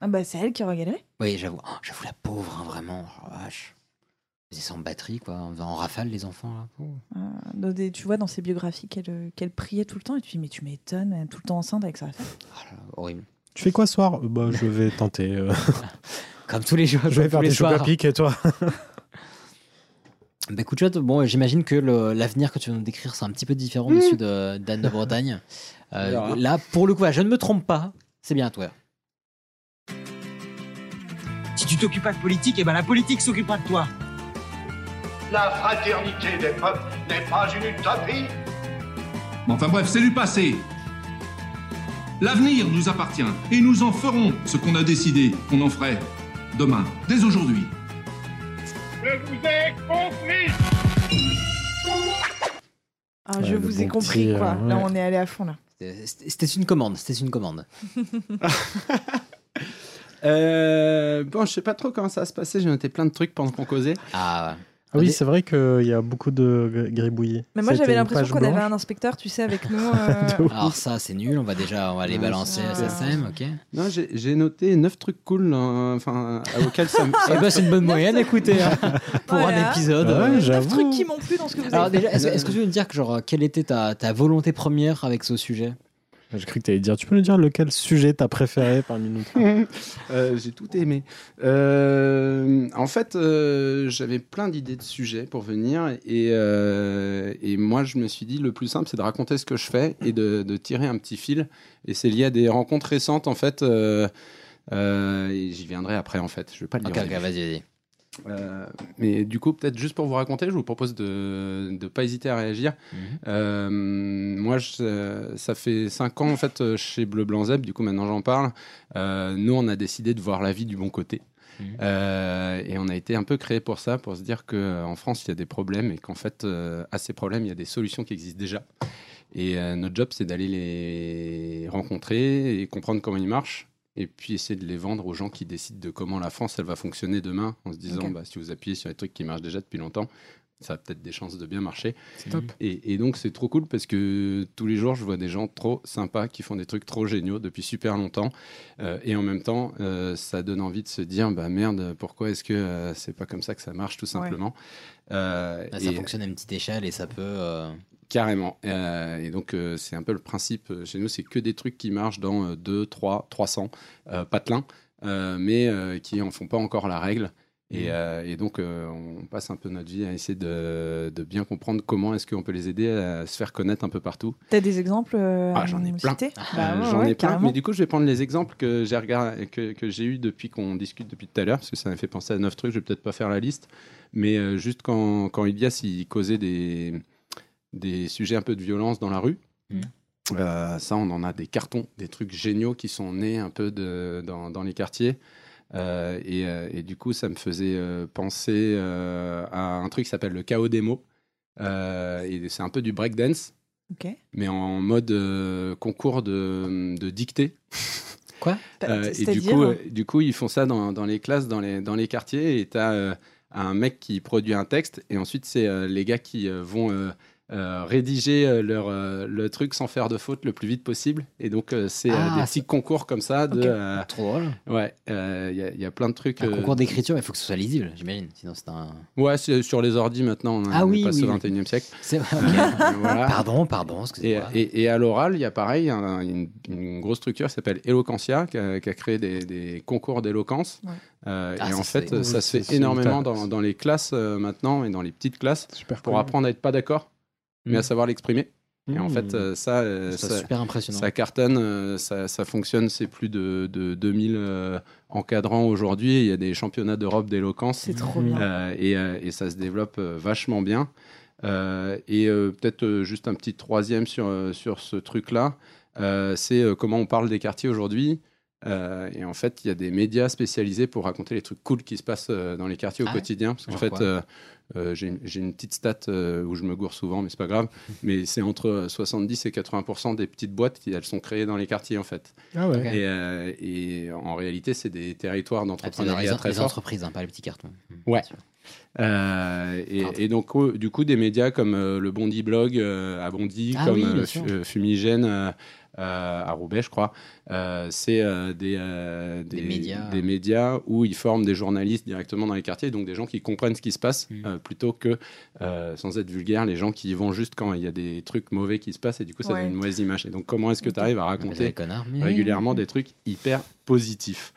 Speaker 7: Ah bah c'est elle qui aurait galéré.
Speaker 1: Oui, j'avoue. Oh, j'avoue, la pauvre, hein, vraiment. Oh, la vache. C'est sans batterie, quoi. En faisant en rafale, les enfants. Là. Oh.
Speaker 7: Euh, dans des- tu vois dans ses biographies qu'elle euh, qu'elle priait tout le temps et tu dis mais tu m'étonnes, elle est tout le temps enceinte avec sa femme.
Speaker 1: ah Horrible.
Speaker 8: Tu fais quoi ce soir Euh, Bah, je vais tenter. euh,
Speaker 1: Comme tous les jours.
Speaker 8: <laughs> je vais
Speaker 1: comme
Speaker 8: faire
Speaker 1: tous les
Speaker 8: des choux
Speaker 1: soirs.
Speaker 8: à pic et toi
Speaker 1: Bah écoute, Chouette, bon, j'imagine que le- l'avenir que tu vas nous décrire, c'est un petit peu différent de celui de- d'Anne de Bretagne. Euh,
Speaker 9: On verra.
Speaker 1: là, pour le coup, je ne me trompe pas, c'est bien à toi.
Speaker 15: Si tu t'occupes pas de politique, et ben la politique s'occupera de toi.
Speaker 4: La fraternité des peuples n'est pas une utopie.
Speaker 16: Mais Enfin bref, c'est du passé. L'avenir nous appartient et nous en ferons ce qu'on a décidé qu'on en ferait demain, dès aujourd'hui.
Speaker 4: Je vous ai compris.
Speaker 7: Ah,
Speaker 1: Ouais,
Speaker 7: je
Speaker 1: le
Speaker 7: vous ai
Speaker 1: bon
Speaker 7: compris
Speaker 1: petit,
Speaker 7: quoi.
Speaker 1: euh,
Speaker 7: Là
Speaker 1: ouais.
Speaker 7: on est allé à fond là.
Speaker 1: C'était c'était une commande, c'était une commande.
Speaker 9: Euh, bon, je sais pas trop comment ça se passait. J'ai noté plein de trucs pendant qu'on causait.
Speaker 1: Ah,
Speaker 8: Ah oui, c'est vrai qu'il y a beaucoup de gr- gribouillis.
Speaker 7: Mais moi
Speaker 8: C'était
Speaker 7: j'avais
Speaker 8: une
Speaker 7: l'impression
Speaker 8: page
Speaker 7: qu'on avait
Speaker 8: blanche.
Speaker 7: un inspecteur, tu sais,
Speaker 9: <laughs>
Speaker 7: avec nous. euh,
Speaker 1: Alors ça, c'est nul, on va déjà on va les
Speaker 9: Ouais,
Speaker 1: balancer à
Speaker 9: ça-
Speaker 1: SSM, ok
Speaker 9: Non, j'ai j'ai noté 9 trucs cool, euh, enfin, euh, auxquels ça me.
Speaker 1: Eh ben, c'est une bonne moyenne, écoutez, hein, pour
Speaker 7: Voilà.
Speaker 1: un épisode.
Speaker 9: Ah ouais,
Speaker 7: neuf
Speaker 9: j'avoue.
Speaker 7: trucs qui m'ont plu dans ce que vous avez
Speaker 1: Alors
Speaker 7: fait.
Speaker 1: déjà, est-ce est-ce que tu veux me dire que, genre, quelle était ta, ta volonté première avec ce sujet
Speaker 8: J'ai cru que t'allais dire. Tu peux nous dire lequel sujet t'as préféré parmi nous trois
Speaker 9: Euh, j'ai tout aimé. Euh, en fait, euh, j'avais plein d'idées de sujets pour venir et, euh, et moi, je me suis dit le plus simple, c'est de raconter ce que je fais et de, de tirer un petit fil. Et c'est lié à des rencontres récentes, en fait. euh, euh, et j'y viendrai après, en fait. Je vais pas le
Speaker 1: Ok,
Speaker 9: dire.
Speaker 1: ok, vas-y, vas-y.
Speaker 9: Euh, mais du coup, peut-être juste pour vous raconter, je vous propose de ne pas hésiter à réagir. Euh, moi, je- euh, ça fait 5 ans en fait euh, chez Bleu Blanc Zeb, du coup maintenant j'en parle. Euh, nous, on a décidé de voir la vie du bon côté. Euh, et on a été un peu créé pour ça, pour se dire qu'en France, il y a des problèmes et qu'en fait, euh, à ces problèmes, il y a des solutions qui existent déjà. Et euh, notre job, c'est d'aller les rencontrer et comprendre comment ils marchent. Et puis essayer de les vendre aux gens qui décident de comment la France elle va fonctionner demain, en se disant
Speaker 1: Ok.
Speaker 9: bah, si vous appuyez sur les trucs qui marchent déjà depuis longtemps, ça a peut-être des chances de bien marcher.
Speaker 1: C'est top.
Speaker 9: Et, et donc c'est trop cool parce que tous les jours je vois des gens trop sympas qui font des trucs trop géniaux depuis super longtemps. Euh, et en même temps, euh, ça donne envie de se dire bah merde, pourquoi est-ce que euh, c'est pas comme ça que ça marche tout simplement Euh,
Speaker 1: Ah, Ça
Speaker 9: et-
Speaker 1: fonctionne à une petite échelle et ça peut... euh,
Speaker 9: Carrément. Euh, et donc, euh, c'est un peu le principe euh, chez nous, c'est que des trucs qui marchent dans euh, 2, 3, 300 euh, patelins, euh, mais euh, qui en font pas encore la règle. Et, euh, et donc, euh, on passe un peu notre vie à essayer de, de bien comprendre comment est-ce qu'on peut les aider à se faire connaître un peu partout.
Speaker 7: T'as des exemples euh,
Speaker 9: Ah, j'en
Speaker 7: à
Speaker 9: ai
Speaker 7: nous
Speaker 9: plein.
Speaker 7: citer Bah
Speaker 9: Euh,
Speaker 7: ouais,
Speaker 9: J'en
Speaker 7: ouais,
Speaker 9: ai plein.
Speaker 7: carrément.
Speaker 9: Mais du coup, je vais prendre les exemples que j'ai regard- que, que j'ai eu depuis qu'on discute depuis tout à l'heure, parce que ça m'a fait penser à neuf trucs. Je vais peut-être pas faire la liste, mais euh, juste quand, quand Ilias il causait des des sujets un peu de violence dans la rue.
Speaker 7: Mmh.
Speaker 1: Mhm.
Speaker 9: euh, ça, on en a des cartons, des trucs géniaux qui sont nés un peu de- dans, dans les quartiers. Euh, et, euh, et du coup, ça me faisait euh, penser euh, à un truc qui s'appelle le chaos démo. Euh, et c'est un peu du breakdance
Speaker 7: Ok.
Speaker 9: mais en mode euh, concours de, de dictée.
Speaker 1: Quoi
Speaker 9: Euh, Et du
Speaker 1: Bah, C'est-à-dire
Speaker 9: coup, euh, du coup, ils font ça dans, dans les classes, dans les, dans les quartiers, et tu as un mec qui produit un texte, et ensuite, c'est euh, les gars qui euh, vont euh, euh, rédiger euh, leur, euh, le truc sans faire de faute le plus vite possible. Et donc, euh, c'est euh,
Speaker 1: Ah,
Speaker 9: des petits concours comme ça. De,
Speaker 1: Ok.
Speaker 9: euh,
Speaker 1: Trop drôle.
Speaker 9: Ouais, euh, il y a- il y, a plein de trucs.
Speaker 1: Ah. Un
Speaker 9: euh,
Speaker 1: concours d'écriture, il faut que ce soit lisible, j'imagine. Sinon, c'est un.
Speaker 9: Ouais, c'est- sur les ordi maintenant, on,
Speaker 1: Ah
Speaker 9: on
Speaker 1: oui,
Speaker 9: passe
Speaker 1: oui,
Speaker 9: au
Speaker 1: oui.
Speaker 9: 21
Speaker 1: <laughs>
Speaker 9: e siècle.
Speaker 1: C'est vrai,
Speaker 9: Pardon,
Speaker 1: pardon,
Speaker 9: Et,
Speaker 1: excusez-moi.
Speaker 9: et- et à l'oral, il y a pareil, un- une, une grosse structure qui s'appelle Eloquentia, qui a, qui a créé des, des concours d'éloquence.
Speaker 7: Ouais.
Speaker 9: Euh,
Speaker 1: Ah,
Speaker 9: et
Speaker 1: ça,
Speaker 9: en fait,
Speaker 1: c'est-
Speaker 9: ça se
Speaker 1: c'est-
Speaker 9: fait
Speaker 1: c'est
Speaker 9: énormément
Speaker 1: notable.
Speaker 9: dans, dans les classes euh, maintenant et dans les petites classes pour
Speaker 1: cool.
Speaker 9: apprendre à être pas d'accord, mais
Speaker 1: Mm.
Speaker 9: à savoir l'exprimer. Et en
Speaker 1: Mm.
Speaker 9: fait, euh, ça, euh,
Speaker 1: Ça,
Speaker 9: ça,
Speaker 1: super impressionnant.
Speaker 9: ça cartonne, euh, ça, ça fonctionne. C'est plus de, de 2000 euh, encadrants aujourd'hui. Il y a des championnats d'Europe d'éloquence.
Speaker 7: C'est trop bien.
Speaker 9: Euh, et, euh, et ça se développe euh, vachement bien. Euh, et euh, peut-être euh, juste un petit troisième sur, euh, sur ce truc-là, euh, c'est euh, comment on parle des quartiers aujourd'hui. Euh, et en fait, il y a des médias spécialisés pour raconter les trucs cool qui se passent euh, dans les quartiers au
Speaker 1: Ah ouais
Speaker 9: quotidien. Parce qu'en
Speaker 1: Genre
Speaker 9: fait,
Speaker 1: quoi
Speaker 9: euh, euh, j'ai une- j'ai une petite stat euh, où je me gourre souvent, mais c'est pas grave. Mais c'est entre euh, 70 et 80 des petites boîtes qui elles sont créées dans les quartiers en fait.
Speaker 8: Ah ouais. Ok.
Speaker 9: Et, euh, et en réalité, c'est des territoires
Speaker 1: Ah, parce que les,
Speaker 9: d'entrepreneuriat
Speaker 1: les
Speaker 9: très forts.
Speaker 1: entreprises, hein, pas les petits cartons.
Speaker 9: Ouais. Euh, et, et donc, euh, du coup, des médias comme euh, le Bondi Blog euh, à Bondy,
Speaker 1: Ah
Speaker 9: comme
Speaker 1: oui, bien
Speaker 9: euh,
Speaker 1: sûr.
Speaker 9: Fu- euh, Fumigène euh, euh, à Roubaix, je crois, euh, c'est euh, des, euh, des,
Speaker 1: médias.
Speaker 9: des médias où ils forment des journalistes directement dans les quartiers, donc des gens qui comprennent ce qui se passe,
Speaker 1: Mmh.
Speaker 9: euh, plutôt que, euh, sans être vulgaire, les gens qui y vont juste quand il y a des trucs mauvais qui se passent, et du coup, ça
Speaker 1: Ouais. Ah, bah,
Speaker 9: donne une mauvaise image. Et donc, comment est-ce que tu arrives à
Speaker 1: les
Speaker 9: raconter
Speaker 1: connards, mais-
Speaker 9: régulièrement des trucs hyper positifs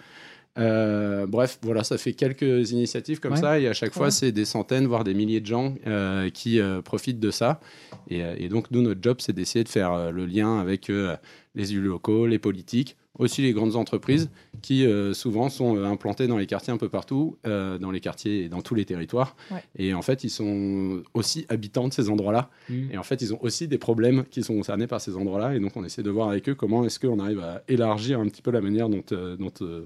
Speaker 9: euh, bref, voilà, ça fait quelques initiatives comme
Speaker 1: Ouais.
Speaker 9: ça, et à chaque
Speaker 1: Trop
Speaker 9: fois,
Speaker 1: bien.
Speaker 9: c'est des centaines, voire des milliers de gens euh, qui euh, profitent de ça. Et, euh, et donc, nous, notre job, c'est d'essayer de faire euh, le lien avec euh, les élus locaux, les politiques, aussi les grandes entreprises qui, euh, souvent, sont euh, implantées dans les quartiers un peu partout, euh, dans les quartiers et dans tous les territoires.
Speaker 7: Ouais.
Speaker 9: Et en fait, ils sont aussi habitants de ces endroits-là.
Speaker 1: Mm.
Speaker 9: Et en fait, ils ont aussi des problèmes qui sont concernés par ces endroits-là. Et donc, on essaie de voir avec eux comment est-ce qu'on arrive à élargir un petit peu la manière dont, euh, dont euh,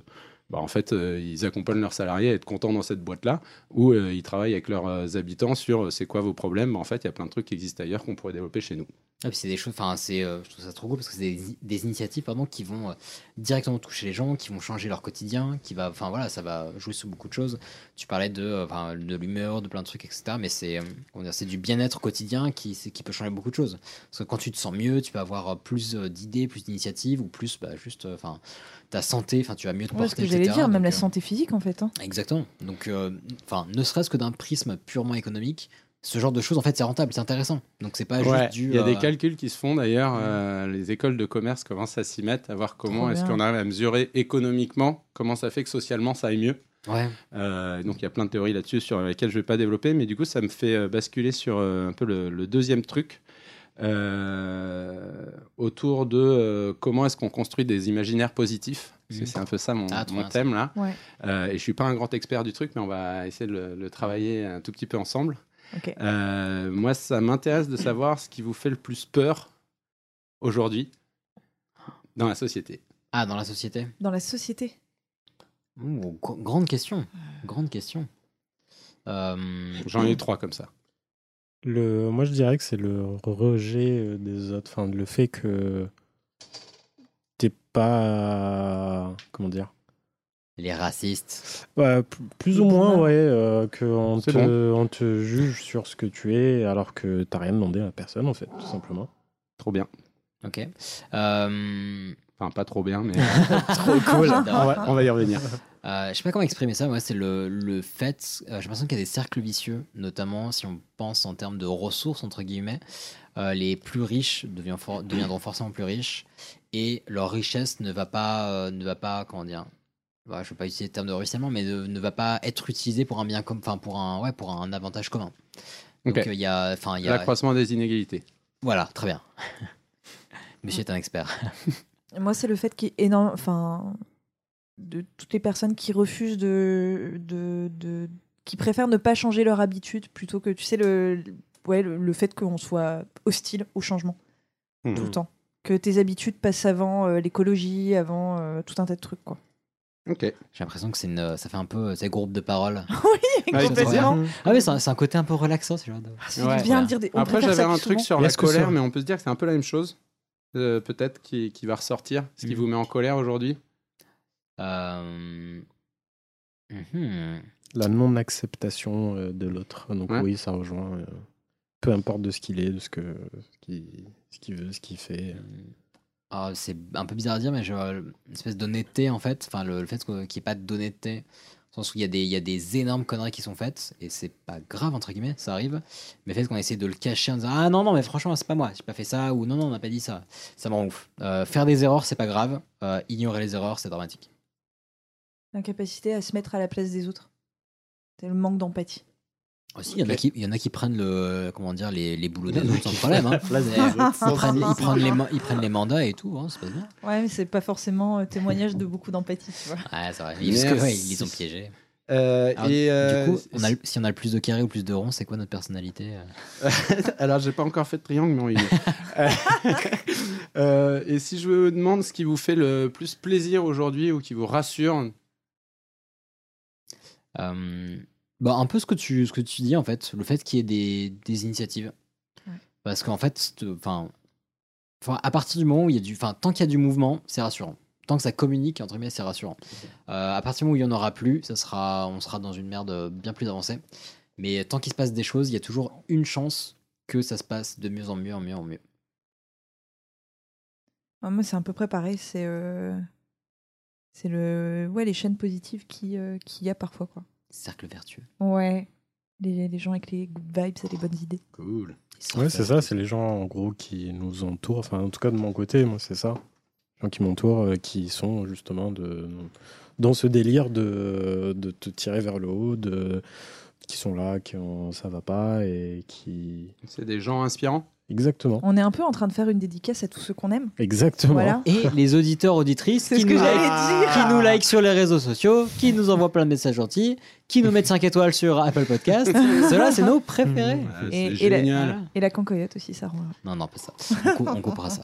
Speaker 9: bah, en fait, euh, ils accompagnent leurs salariés à être contents dans cette boîte-là, ou euh, ils travaillent avec leurs euh, habitants sur euh, c'est quoi vos problèmes. Bah, en fait, il y a plein de trucs qui existent ailleurs qu'on pourrait développer chez nous.
Speaker 1: Ah, puis c'est des choses, enfin, c'est, euh, je trouve ça trop cool parce que c'est des, des initiatives pardon, qui vont euh, directement toucher les gens, qui vont changer leur quotidien, qui va, enfin voilà, ça va jouer sur beaucoup de choses. Tu parlais de, euh, enfin, de l'humeur, de plein de trucs, etc. Mais c'est, euh, comment dire, c'est du bien-être quotidien qui, c'est- qui peut changer beaucoup de choses. Parce que quand tu te sens mieux, tu peux avoir euh, plus euh, d'idées, plus d'initiatives ou plus, bah, juste, euh, enfin, ta santé, enfin, tu vas mieux te
Speaker 7: Ouais,
Speaker 1: porter.
Speaker 7: ce que j'allais
Speaker 1: etc.
Speaker 7: dire, même
Speaker 1: Donc,
Speaker 7: la
Speaker 1: euh,
Speaker 7: santé physique en fait. hein.
Speaker 1: Exactement. Donc, euh, enfin, ne serait-ce que d'un prisme purement économique, ce genre de choses, en fait, c'est rentable, c'est intéressant. Donc, c'est pas
Speaker 9: Ouais,
Speaker 1: juste du.
Speaker 9: Il y a des
Speaker 1: euh,
Speaker 9: calculs qui se font d'ailleurs. euh, les écoles de commerce commencent à s'y mettre, à voir comment
Speaker 1: Trop
Speaker 9: est-ce
Speaker 1: bien.
Speaker 9: qu'on arrive à mesurer économiquement, comment ça fait que socialement ça aille mieux.
Speaker 1: Ouais.
Speaker 9: Euh, donc il y a plein de théories là-dessus sur lesquelles je ne vais pas développer, mais du coup ça me fait euh, basculer sur euh, un peu le, le deuxième truc. euh, autour de euh, comment est-ce qu'on construit des imaginaires positifs. Parce que
Speaker 1: Mhm.
Speaker 9: C'est un peu ça mon,
Speaker 1: Ah, trop
Speaker 9: mon
Speaker 1: bien, ça.
Speaker 9: thème là.
Speaker 1: Ouais.
Speaker 9: Euh, et je ne suis pas un grand expert du truc, mais on va essayer de le, le travailler un tout petit peu ensemble.
Speaker 7: Ok.
Speaker 9: Euh, moi, ça m'intéresse de savoir ce qui vous fait le plus peur aujourd'hui dans la société.
Speaker 1: Ah, dans la société
Speaker 7: Dans la société.
Speaker 1: Ouh, Mmh, gr- Grande question. Grande question. Euh,
Speaker 9: J'en ai eu trois comme ça.
Speaker 8: Le, moi, je dirais que c'est le rejet euh, des autres. Enfin, le fait que t'es pas. Comment dire
Speaker 1: Les racistes.
Speaker 8: Ouais, p- plus ou moins, ouais, euh, que on
Speaker 1: C'est
Speaker 8: te, on te juge sur ce que tu es alors que t'as rien demandé à personne, en fait, tout simplement.
Speaker 9: Trop bien.
Speaker 1: Ok. Euh,
Speaker 9: Enfin, pas trop
Speaker 1: <laughs>
Speaker 9: bien, mais. <laughs>
Speaker 1: Trop cool.
Speaker 9: On va- on va y revenir.
Speaker 1: Euh, je sais pas comment exprimer ça, moi c'est le, le fait, euh, j'ai l'impression qu'il y a des cercles vicieux, notamment si on pense en termes de ressources, entre guillemets, Euh, les plus riches deviennent for- deviendront forcément plus riches, et leur richesse ne va pas, euh, ne va pas comment dire, bah, je ne veux pas utiliser le terme de ruissellement, mais ne, ne va pas être utilisé pour un bien comme, enfin pour un, ouais, pour un avantage commun. Donc
Speaker 9: Ok.
Speaker 1: euh, il y a, enfin il y a,
Speaker 9: L'accroissement des inégalités.
Speaker 1: voilà, très bien. <laughs> Monsieur est un expert.
Speaker 7: Et Moi, c'est le fait qu'il y ait énorme. Enfin, de toutes les personnes qui refusent de. de, de- qui préfèrent ne pas changer leur habitude plutôt que, tu sais, le, le- ouais, le, le fait qu'on soit hostile au changement
Speaker 9: Mhm.
Speaker 7: tout le temps. Que tes habitudes passent avant euh, l'écologie, avant euh, tout un tas de trucs, quoi.
Speaker 9: Ok.
Speaker 1: J'ai l'impression que c'est une, ça fait un peu, c'est groupe de parole.
Speaker 7: oui,
Speaker 1: Ouais,
Speaker 7: <laughs> complètement.
Speaker 1: c'est vrai. Ah oui, c'est un, c'est un côté un peu relaxant, ce genre de.
Speaker 7: c'est Ouais. bien de dire des- on
Speaker 9: Après,
Speaker 7: préfère
Speaker 9: j'avais
Speaker 7: ça
Speaker 9: un
Speaker 7: que
Speaker 9: truc
Speaker 7: souvent.
Speaker 9: sur
Speaker 1: Et
Speaker 9: la
Speaker 1: est-ce que
Speaker 9: colère,
Speaker 1: ça-
Speaker 9: mais on peut se dire que c'est un peu la même chose, euh, peut-être, qui, qui va ressortir, ce
Speaker 1: Mm.
Speaker 9: qui vous met en colère aujourd'hui.
Speaker 1: Euh, mhm.
Speaker 8: La non-acceptation euh, de l'autre. Donc,
Speaker 9: Ouais.
Speaker 8: oui, ça rejoint. euh, peu importe de ce qu'il est, de ce que ce qu'il ce qu'il veut, ce qu'il fait.
Speaker 1: Ah, c'est un peu bizarre à dire, mais je- une espèce d'honnêteté en fait. Enfin, le, le fait qu'on- qu'il n'y ait pas d'honnêteté, au sens où il y, a des, il y a des énormes conneries qui sont faites, et c'est pas grave entre guillemets, ça arrive. Mais le fait qu'on essaie de le cacher en disant Ah non, non, mais franchement, c'est pas moi, j'ai pas fait ça, ou non, non, on n'a pas dit ça, ça me rend ouf. Euh, faire des erreurs, c'est pas grave, Euh, ignorer les erreurs, c'est dramatique.
Speaker 7: L'incapacité à se mettre à la place des autres. C'est le manque d'empathie.
Speaker 1: Aussi, il y en a qui- il y, en a qui prennent le, comment dire, les, les boulots des
Speaker 8: Il y en a
Speaker 1: autres sans
Speaker 8: qui
Speaker 1: problème.
Speaker 8: font
Speaker 1: hein.
Speaker 8: la place
Speaker 1: Mais
Speaker 8: des <laughs>
Speaker 9: <laughs>
Speaker 8: autres sans
Speaker 1: Ils prennent, ils
Speaker 8: problème.
Speaker 1: prennent les, ma- ils prennent les mandats et tout, hein, c'est pas bien.
Speaker 7: Ouais, mais c'est pas forcément euh, témoignage de beaucoup d'empathie, tu vois.
Speaker 1: Ouais, c'est vrai. Parce que,
Speaker 9: Merci.
Speaker 1: ouais, ils les ont piégés.
Speaker 9: Euh,
Speaker 1: Alors,
Speaker 9: et, euh,
Speaker 1: Ah, du coup, on a le- si on a le plus de carrés ou le plus de ronds, c'est quoi notre personnalité euh
Speaker 9: Alors, j'ai pas encore fait de triangle, mais on y est. Euh, et si je vous demande ce qui vous fait le plus plaisir aujourd'hui ou qui vous rassure,
Speaker 1: Euh, bah, un peu ce que tu ce que tu dis en fait le fait qu'il y ait des, des initiatives
Speaker 7: Ouais.
Speaker 1: parce qu'en fait c'est- enfin enfin, à partir du moment où il y a du enfin tant qu'il y a du mouvement c'est rassurant tant que ça communique entre guillemets c'est rassurant Euh, à partir du moment où il y en aura plus ça sera on sera dans une merde bien plus avancée mais tant qu'il se passe des choses il y a toujours une chance que ça se passe de mieux en mieux en mieux en mieux
Speaker 7: Ouais, moi, c'est à peu près pareil. C'est euh, c'est le ouais les chaînes positives qui euh, qu'il y a parfois quoi.
Speaker 1: cercle vertueux
Speaker 7: Ouais, les, les gens avec les good vibes et les bonnes idées.
Speaker 9: Cool.
Speaker 8: Ouais, c'est ça, c'est les gens en gros qui nous entourent. Enfin, en tout cas de mon côté, moi, c'est ça. Les gens qui m'entourent, euh, qui sont justement de, dans ce délire de, de te tirer vers le haut, de, qui sont là, qui ont, ça va pas et qui.
Speaker 9: c'est des gens inspirants
Speaker 8: Exactement.
Speaker 7: On est un peu en train de faire une dédicace à tous ceux qu'on aime. <laughs>
Speaker 8: Exactement.
Speaker 7: Voilà.
Speaker 1: et les auditeurs auditrices
Speaker 7: C'est
Speaker 1: qui
Speaker 7: ce que
Speaker 1: nous
Speaker 7: j'allais
Speaker 1: likent-
Speaker 7: dire.
Speaker 1: qui nous likent sur les réseaux sociaux qui nous envoient plein de messages gentils qui nous mettent 5 étoiles sur Apple Podcast
Speaker 7: <laughs>
Speaker 1: ceux-là c'est nos préférés
Speaker 7: Et,
Speaker 9: c'est
Speaker 7: et la,
Speaker 9: génial.
Speaker 7: voilà. et la cancoyote aussi, ça rend.
Speaker 1: Mmh, Non, non, pas ça. On, cou- on coupera ça.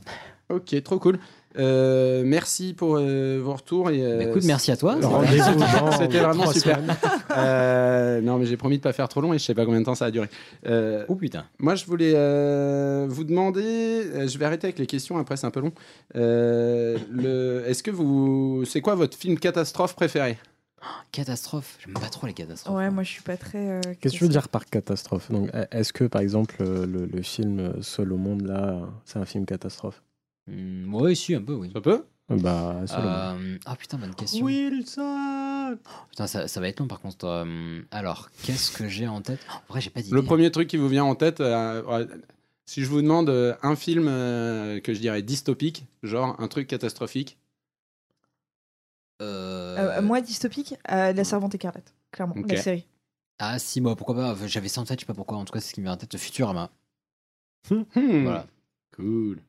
Speaker 9: Ok, trop cool. Euh, merci pour euh, vos retours. Et, euh,
Speaker 1: Bah, écoute, merci à toi.
Speaker 9: euh,
Speaker 1: Rendez-vous dans
Speaker 9: <laughs> C'était vraiment
Speaker 1: trois
Speaker 9: super.
Speaker 1: semaines.
Speaker 9: <laughs> Euh, non, mais j'ai promis de pas faire trop long et je sais pas combien de temps ça a duré. Euh,
Speaker 1: Oh putain.
Speaker 9: Moi, je voulais euh, vous demander. euh, je vais arrêter avec les questions. Après, c'est un peu long. Euh, le- Est-ce que vous, c'est quoi votre film catastrophe préféré
Speaker 1: Catastrophe. J'aime pas trop les catastrophes. hein.
Speaker 7: Ouais, moi je suis pas très. euh,
Speaker 8: Qu'est-ce que tu veux dire par catastrophe Donc, e- Est-ce que, par exemple, euh, le, le film Seul au monde, là, c'est un film catastrophe
Speaker 1: Moi aussi, Mmh, un peu, oui.
Speaker 9: Un peu
Speaker 8: Bah, Seul au monde.
Speaker 1: Euh, Ah putain, bonne question.
Speaker 9: Wilson
Speaker 1: Putain, ça, ça va être long par contre. Euh, alors, qu'est-ce que j'ai en tête Oh, En vrai, j'ai pas d'idée.
Speaker 9: Le premier truc qui vous vient en tête, euh, euh, si je vous demande euh, un film euh, que je dirais dystopique, genre un truc catastrophique.
Speaker 1: Euh,
Speaker 7: Euh, moi, dystopique, euh, La Servante écarlate, clairement,
Speaker 9: Ok.
Speaker 7: la série.
Speaker 1: Ah si, moi, pourquoi pas J'avais ça en tête, je sais pas pourquoi. En tout cas, c'est ce qui me vient en tête. Futurama.
Speaker 9: Hmm.
Speaker 1: Voilà.
Speaker 9: Cool.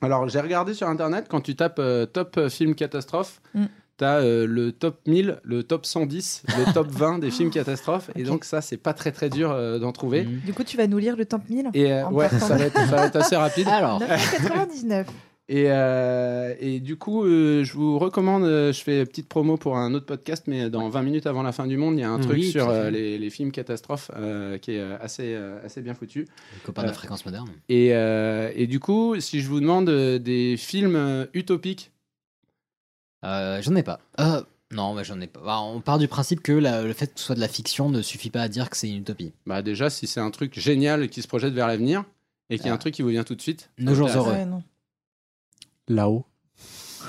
Speaker 9: Alors, j'ai regardé sur internet, quand tu tapes euh, top euh, film catastrophe,
Speaker 7: Mm.
Speaker 9: t'as euh, le top 1000, le top 110, le top 20 des films catastrophes. Et donc, ça, c'est pas très très dur euh, d'en
Speaker 1: Hmm.
Speaker 9: trouver.
Speaker 1: Mmh.
Speaker 7: Du coup, tu vas nous lire le Temple 1000
Speaker 9: Et euh,
Speaker 7: en
Speaker 9: ouais,
Speaker 7: partant
Speaker 9: ça
Speaker 7: de-
Speaker 9: va, être, ça va être assez
Speaker 1: <laughs>
Speaker 9: rapide.
Speaker 1: Alors.
Speaker 9: <laughs>
Speaker 7: 999.
Speaker 9: Et, euh, et du coup, euh, je vous recommande, euh, je fais petite promo pour un autre podcast, mais dans 20 minutes avant la fin du monde, il y a un
Speaker 1: Oui,
Speaker 9: truc
Speaker 1: tout
Speaker 9: sur
Speaker 1: à fait.
Speaker 9: euh, les, les films catastrophes euh, qui est euh, assez, euh, assez bien foutu.
Speaker 1: Copain de
Speaker 9: Euh,
Speaker 1: la fréquence moderne.
Speaker 9: Et, euh, et du coup, si je vous demande euh, des films euh, utopiques,
Speaker 1: Euh, j'en ai pas. Euh, non, mais j'en ai pas. Bah, on part du principe que la- le fait que ce soit de la fiction ne suffit pas à dire que c'est une utopie.
Speaker 9: bah déjà, si c'est un truc génial qui se projette vers l'avenir et qu'il y a un truc qui vous vient tout de suite.
Speaker 1: Ah. Nos jours
Speaker 9: Ah,
Speaker 1: heureux.
Speaker 7: Ouais, non.
Speaker 8: Là-haut.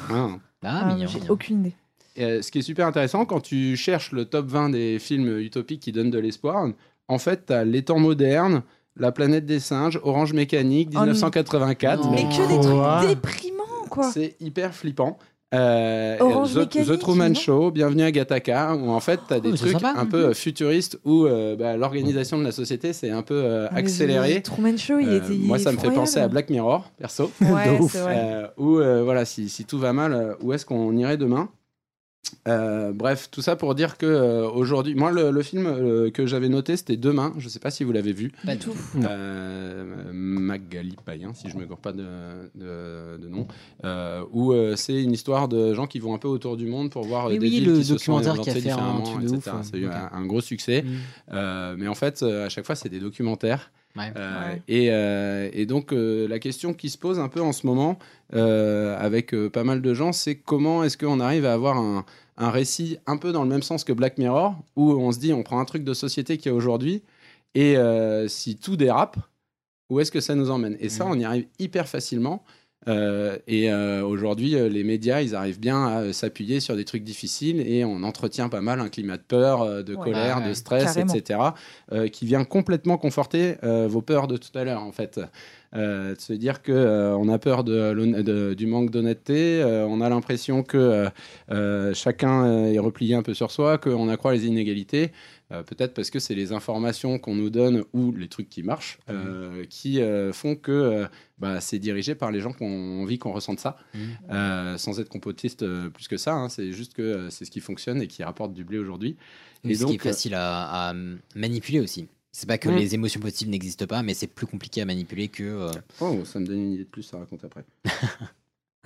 Speaker 9: hein.
Speaker 1: Ah,
Speaker 7: Ah,
Speaker 1: mignon.
Speaker 7: J'ai
Speaker 1: mignon.
Speaker 7: aucune idée.
Speaker 9: Et, euh, ce qui est super intéressant, quand tu cherches le top 20 des films utopiques qui donnent de l'espoir, en fait, t'as Les Temps modernes, La planète des singes, Orange Mécanique,
Speaker 7: Oh non.
Speaker 9: 1984.
Speaker 1: Non.
Speaker 7: Mais que des
Speaker 8: Quoi
Speaker 7: trucs déprimants, quoi.
Speaker 9: C'est hyper flippant. Euh,
Speaker 7: Orange
Speaker 9: The,
Speaker 7: Mécanique, Oh,
Speaker 9: The Truman
Speaker 7: non
Speaker 9: Show, Bienvenue à Gattaca, où en fait, t'as des
Speaker 1: mais c'est
Speaker 9: trucs
Speaker 1: sympa.
Speaker 9: un peu euh, futuristes où euh, bah, l'organisation de la société c'est un peu euh,
Speaker 7: Ah, mais le- le
Speaker 9: accéléré.
Speaker 7: Truman Show, il
Speaker 9: Euh,
Speaker 7: était.
Speaker 9: moi, ça me fait
Speaker 7: effroyable.
Speaker 9: penser à Black Mirror, perso.
Speaker 7: Ouais,
Speaker 8: De ouf.
Speaker 7: c'est vrai.
Speaker 9: Euh, ou euh, voilà, si, si tout va mal, euh, où est-ce qu'on irait demain Euh, bref, tout ça pour dire que euh, aujourd'hui, moi le, le film euh, que j'avais noté c'était Demain. Je sais pas si vous l'avez vu.
Speaker 1: Pas tout.
Speaker 9: Euh, Magali Payen, si je me gourre pas de, de- de nom. Euh, où euh, c'est une histoire de gens qui vont un peu autour du monde pour voir euh,
Speaker 1: Mais
Speaker 9: des
Speaker 1: oui,
Speaker 9: villes
Speaker 1: le
Speaker 9: qui se sont
Speaker 1: documentaire qui a
Speaker 9: réinventées
Speaker 1: fait un
Speaker 9: différemment,
Speaker 1: truc de ouf,
Speaker 9: etc.
Speaker 1: ouais.
Speaker 9: Ça a eu
Speaker 1: Ok.
Speaker 9: un, un gros succès.
Speaker 1: Mm.
Speaker 9: Euh, mais en fait, euh, à chaque fois, c'est des documentaires.
Speaker 1: Ouais.
Speaker 9: Euh,
Speaker 7: Ouais.
Speaker 9: et, euh, et donc, euh, la question qui se pose un peu en ce moment euh, avec euh, pas mal de gens, c'est comment est-ce qu'on arrive à avoir un, un récit un peu dans le même sens que Black Mirror, où on se dit on prend un truc de société qui est aujourd'hui Et euh, si tout dérape, où est-ce que ça nous emmène Et ça, on y arrive hyper facilement. Euh, et euh, aujourd'hui, euh, les médias, ils arrivent bien à euh, s'appuyer sur des trucs difficiles et on entretient pas mal un climat de peur, euh, de
Speaker 17: Ouais.
Speaker 9: colère,
Speaker 17: Ah ouais,
Speaker 9: de stress,
Speaker 17: carrément.
Speaker 9: etc., euh, qui vient complètement conforter euh, vos peurs de tout à l'heure, en fait. Euh, de se dire que euh, on a peur de, l'hon- de- du manque d'honnêteté, euh, on a l'impression que euh, euh, chacun euh, est replié un peu sur soi, qu'on accroît les inégalités. euh, Peut-être parce que c'est les informations qu'on nous donne ou les trucs qui marchent euh,
Speaker 1: Mmh.
Speaker 9: qui euh, font que euh, bah, c'est dirigé par les gens qu'on envie qu'on ressente ça,
Speaker 1: Mmh.
Speaker 9: Euh, sans être complotiste euh, plus que ça. hein, c'est juste que euh, c'est ce qui fonctionne et qui rapporte du blé aujourd'hui.
Speaker 1: Et
Speaker 9: Et
Speaker 1: ce qui est
Speaker 9: euh,
Speaker 1: facile à, à manipuler aussi. C'est pas que
Speaker 9: Mm.
Speaker 1: les émotions positives n'existent pas, mais c'est plus compliqué à manipuler que. euh,
Speaker 9: Oh, ça me donne une idée de plus à raconter après. <laughs>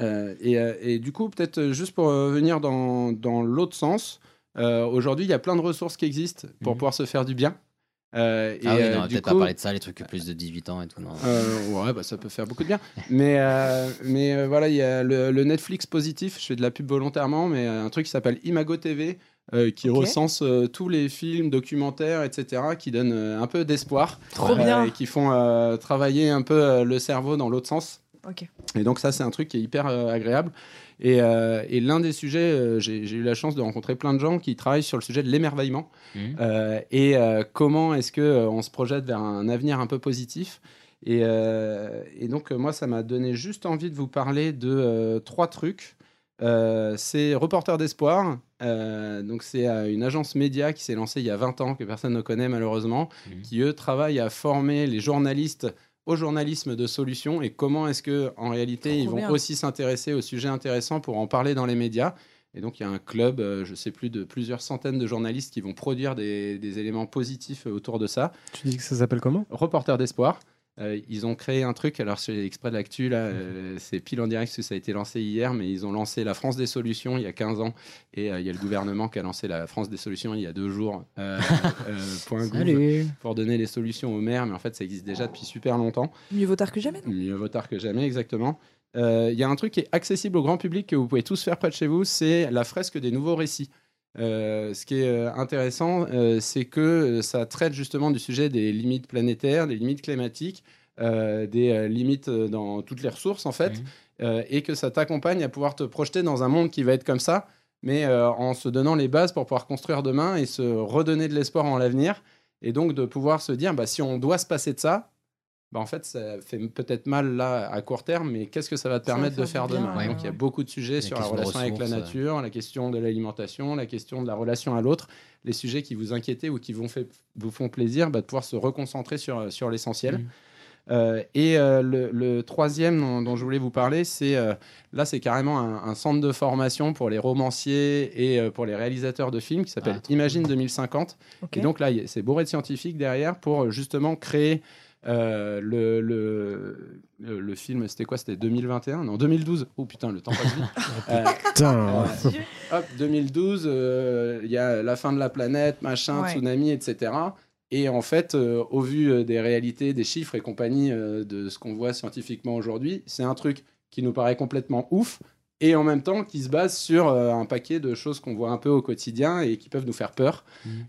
Speaker 9: Euh, et, euh, et du coup, peut-être euh, juste pour euh, venir dans, dans l'autre sens, euh, aujourd'hui, il y a plein de ressources qui existent pour pouvoir se faire du bien. Euh,
Speaker 1: Mhm. Ah
Speaker 9: et,
Speaker 1: oui,
Speaker 9: euh,
Speaker 1: non, on va
Speaker 9: du
Speaker 1: peut-être
Speaker 9: coup-
Speaker 1: pas parler de ça, les trucs plus de 18 ans et tout. Non.
Speaker 9: Euh, ouais, bah, ça peut faire beaucoup
Speaker 1: <laughs>
Speaker 9: de bien. Mais, euh, mais euh, voilà, il y a le, le Netflix positif, je fais de la pub volontairement, mais euh, un truc qui s'appelle Imago TV, euh, qui recense euh, tous les films, documentaires, etc., qui donnent euh, un peu d'espoir.
Speaker 7: Trop bien.
Speaker 9: Et qui font euh, travailler un peu euh, le cerveau dans l'autre sens.
Speaker 7: Ok.
Speaker 9: Et donc ça, c'est un truc qui est hyper euh, agréable. Et, euh, et l'un des sujets, euh, j'ai j'ai eu la chance de rencontrer plein de gens qui travaillent sur le sujet de l'émerveillement Euh, et euh, comment est-ce que euh, on se projette vers un avenir un peu positif. Et, euh, et donc euh, moi, ça m'a donné juste envie de vous parler de euh, trois trucs. Euh, c'est Reporter d'Espoir. Euh, donc, c'est euh, une agence média qui s'est lancée il y a 20 ans, que personne ne connaît malheureusement, qui eux travaillent à former les journalistes au journalisme de solution et comment est-ce que en réalité ils vont
Speaker 17: bien.
Speaker 9: aussi s'intéresser aux sujets intéressants pour en parler dans les médias. Et donc, il y a un club, euh, je sais plus, de plusieurs centaines de journalistes qui vont produire des, des éléments positifs euh, autour de ça.
Speaker 8: Tu dis que ça s'appelle comment
Speaker 9: Reporter d'espoir. Euh, ils ont créé un truc, alors c'est exprès de l'actu, là, euh, c'est pile en direct parce que ça a été lancé hier, mais ils ont lancé la France des solutions il y a 15 ans et euh, il y a le gouvernement qui a lancé la France des solutions il y a deux jours. euh, euh, point gouv,
Speaker 7: Salut.
Speaker 9: Pour donner les solutions aux maires, mais en fait ça existe déjà depuis super longtemps.
Speaker 7: Mieux vaut tard que jamais. Bah non
Speaker 9: Mieux vaut tard que jamais, exactement. Euh, Il y a un truc qui est accessible au grand public que vous pouvez tous faire près de chez vous, c'est la fresque des nouveaux récits. Euh, ce qui est euh, intéressant, euh, c'est que euh, ça traite justement du sujet des limites planétaires, des limites climatiques, euh, des euh, limites euh, dans toutes les ressources en fait, euh, et que ça t'accompagne à pouvoir te projeter dans un monde qui va être comme ça, mais euh, en se donnant les bases pour pouvoir construire demain et se redonner de l'espoir en l'avenir, et donc de pouvoir se dire, bah, si on doit se passer de ça, bah, en fait, ça fait peut-être mal là à court terme, mais qu'est-ce que ça va te
Speaker 17: Ça va
Speaker 9: permettre de faire
Speaker 17: faire du bien,
Speaker 9: demain
Speaker 17: ouais,
Speaker 9: Donc, il y a
Speaker 17: ouais.
Speaker 9: beaucoup de sujets
Speaker 17: La
Speaker 9: sur la
Speaker 17: question de
Speaker 9: relation avec la
Speaker 17: ressources,
Speaker 9: nature, la question de l'alimentation, la question de la relation à l'autre, les sujets qui vous inquiétaient ou qui vous, fait- vous font plaisir, bah, de pouvoir se reconcentrer sur, sur l'essentiel. Euh, et euh, le, le troisième dont, dont je voulais vous parler, c'est euh, là, c'est carrément un, un centre de formation pour les romanciers et euh, pour les réalisateurs de films qui s'appelle Imagine 2050.
Speaker 17: Ok.
Speaker 9: Et donc là, il y a- c'est bourré de scientifiques derrière pour euh, justement créer euh, le, le, le- le film. C'était quoi C'était 2021 Non, 2012. Oh putain, le temps passe vite. Euh,
Speaker 8: Putain.
Speaker 9: euh, hop, 2012, euh, il y a la fin de la planète, machin,
Speaker 17: Ouais.
Speaker 9: tsunami, etc. Et en fait, euh, au vu euh, des réalités, des chiffres et compagnie euh, de ce qu'on voit scientifiquement aujourd'hui, c'est un truc qui nous paraît complètement ouf et en même temps qui se base sur euh, un paquet de choses qu'on voit un peu au quotidien et qui peuvent nous faire peur.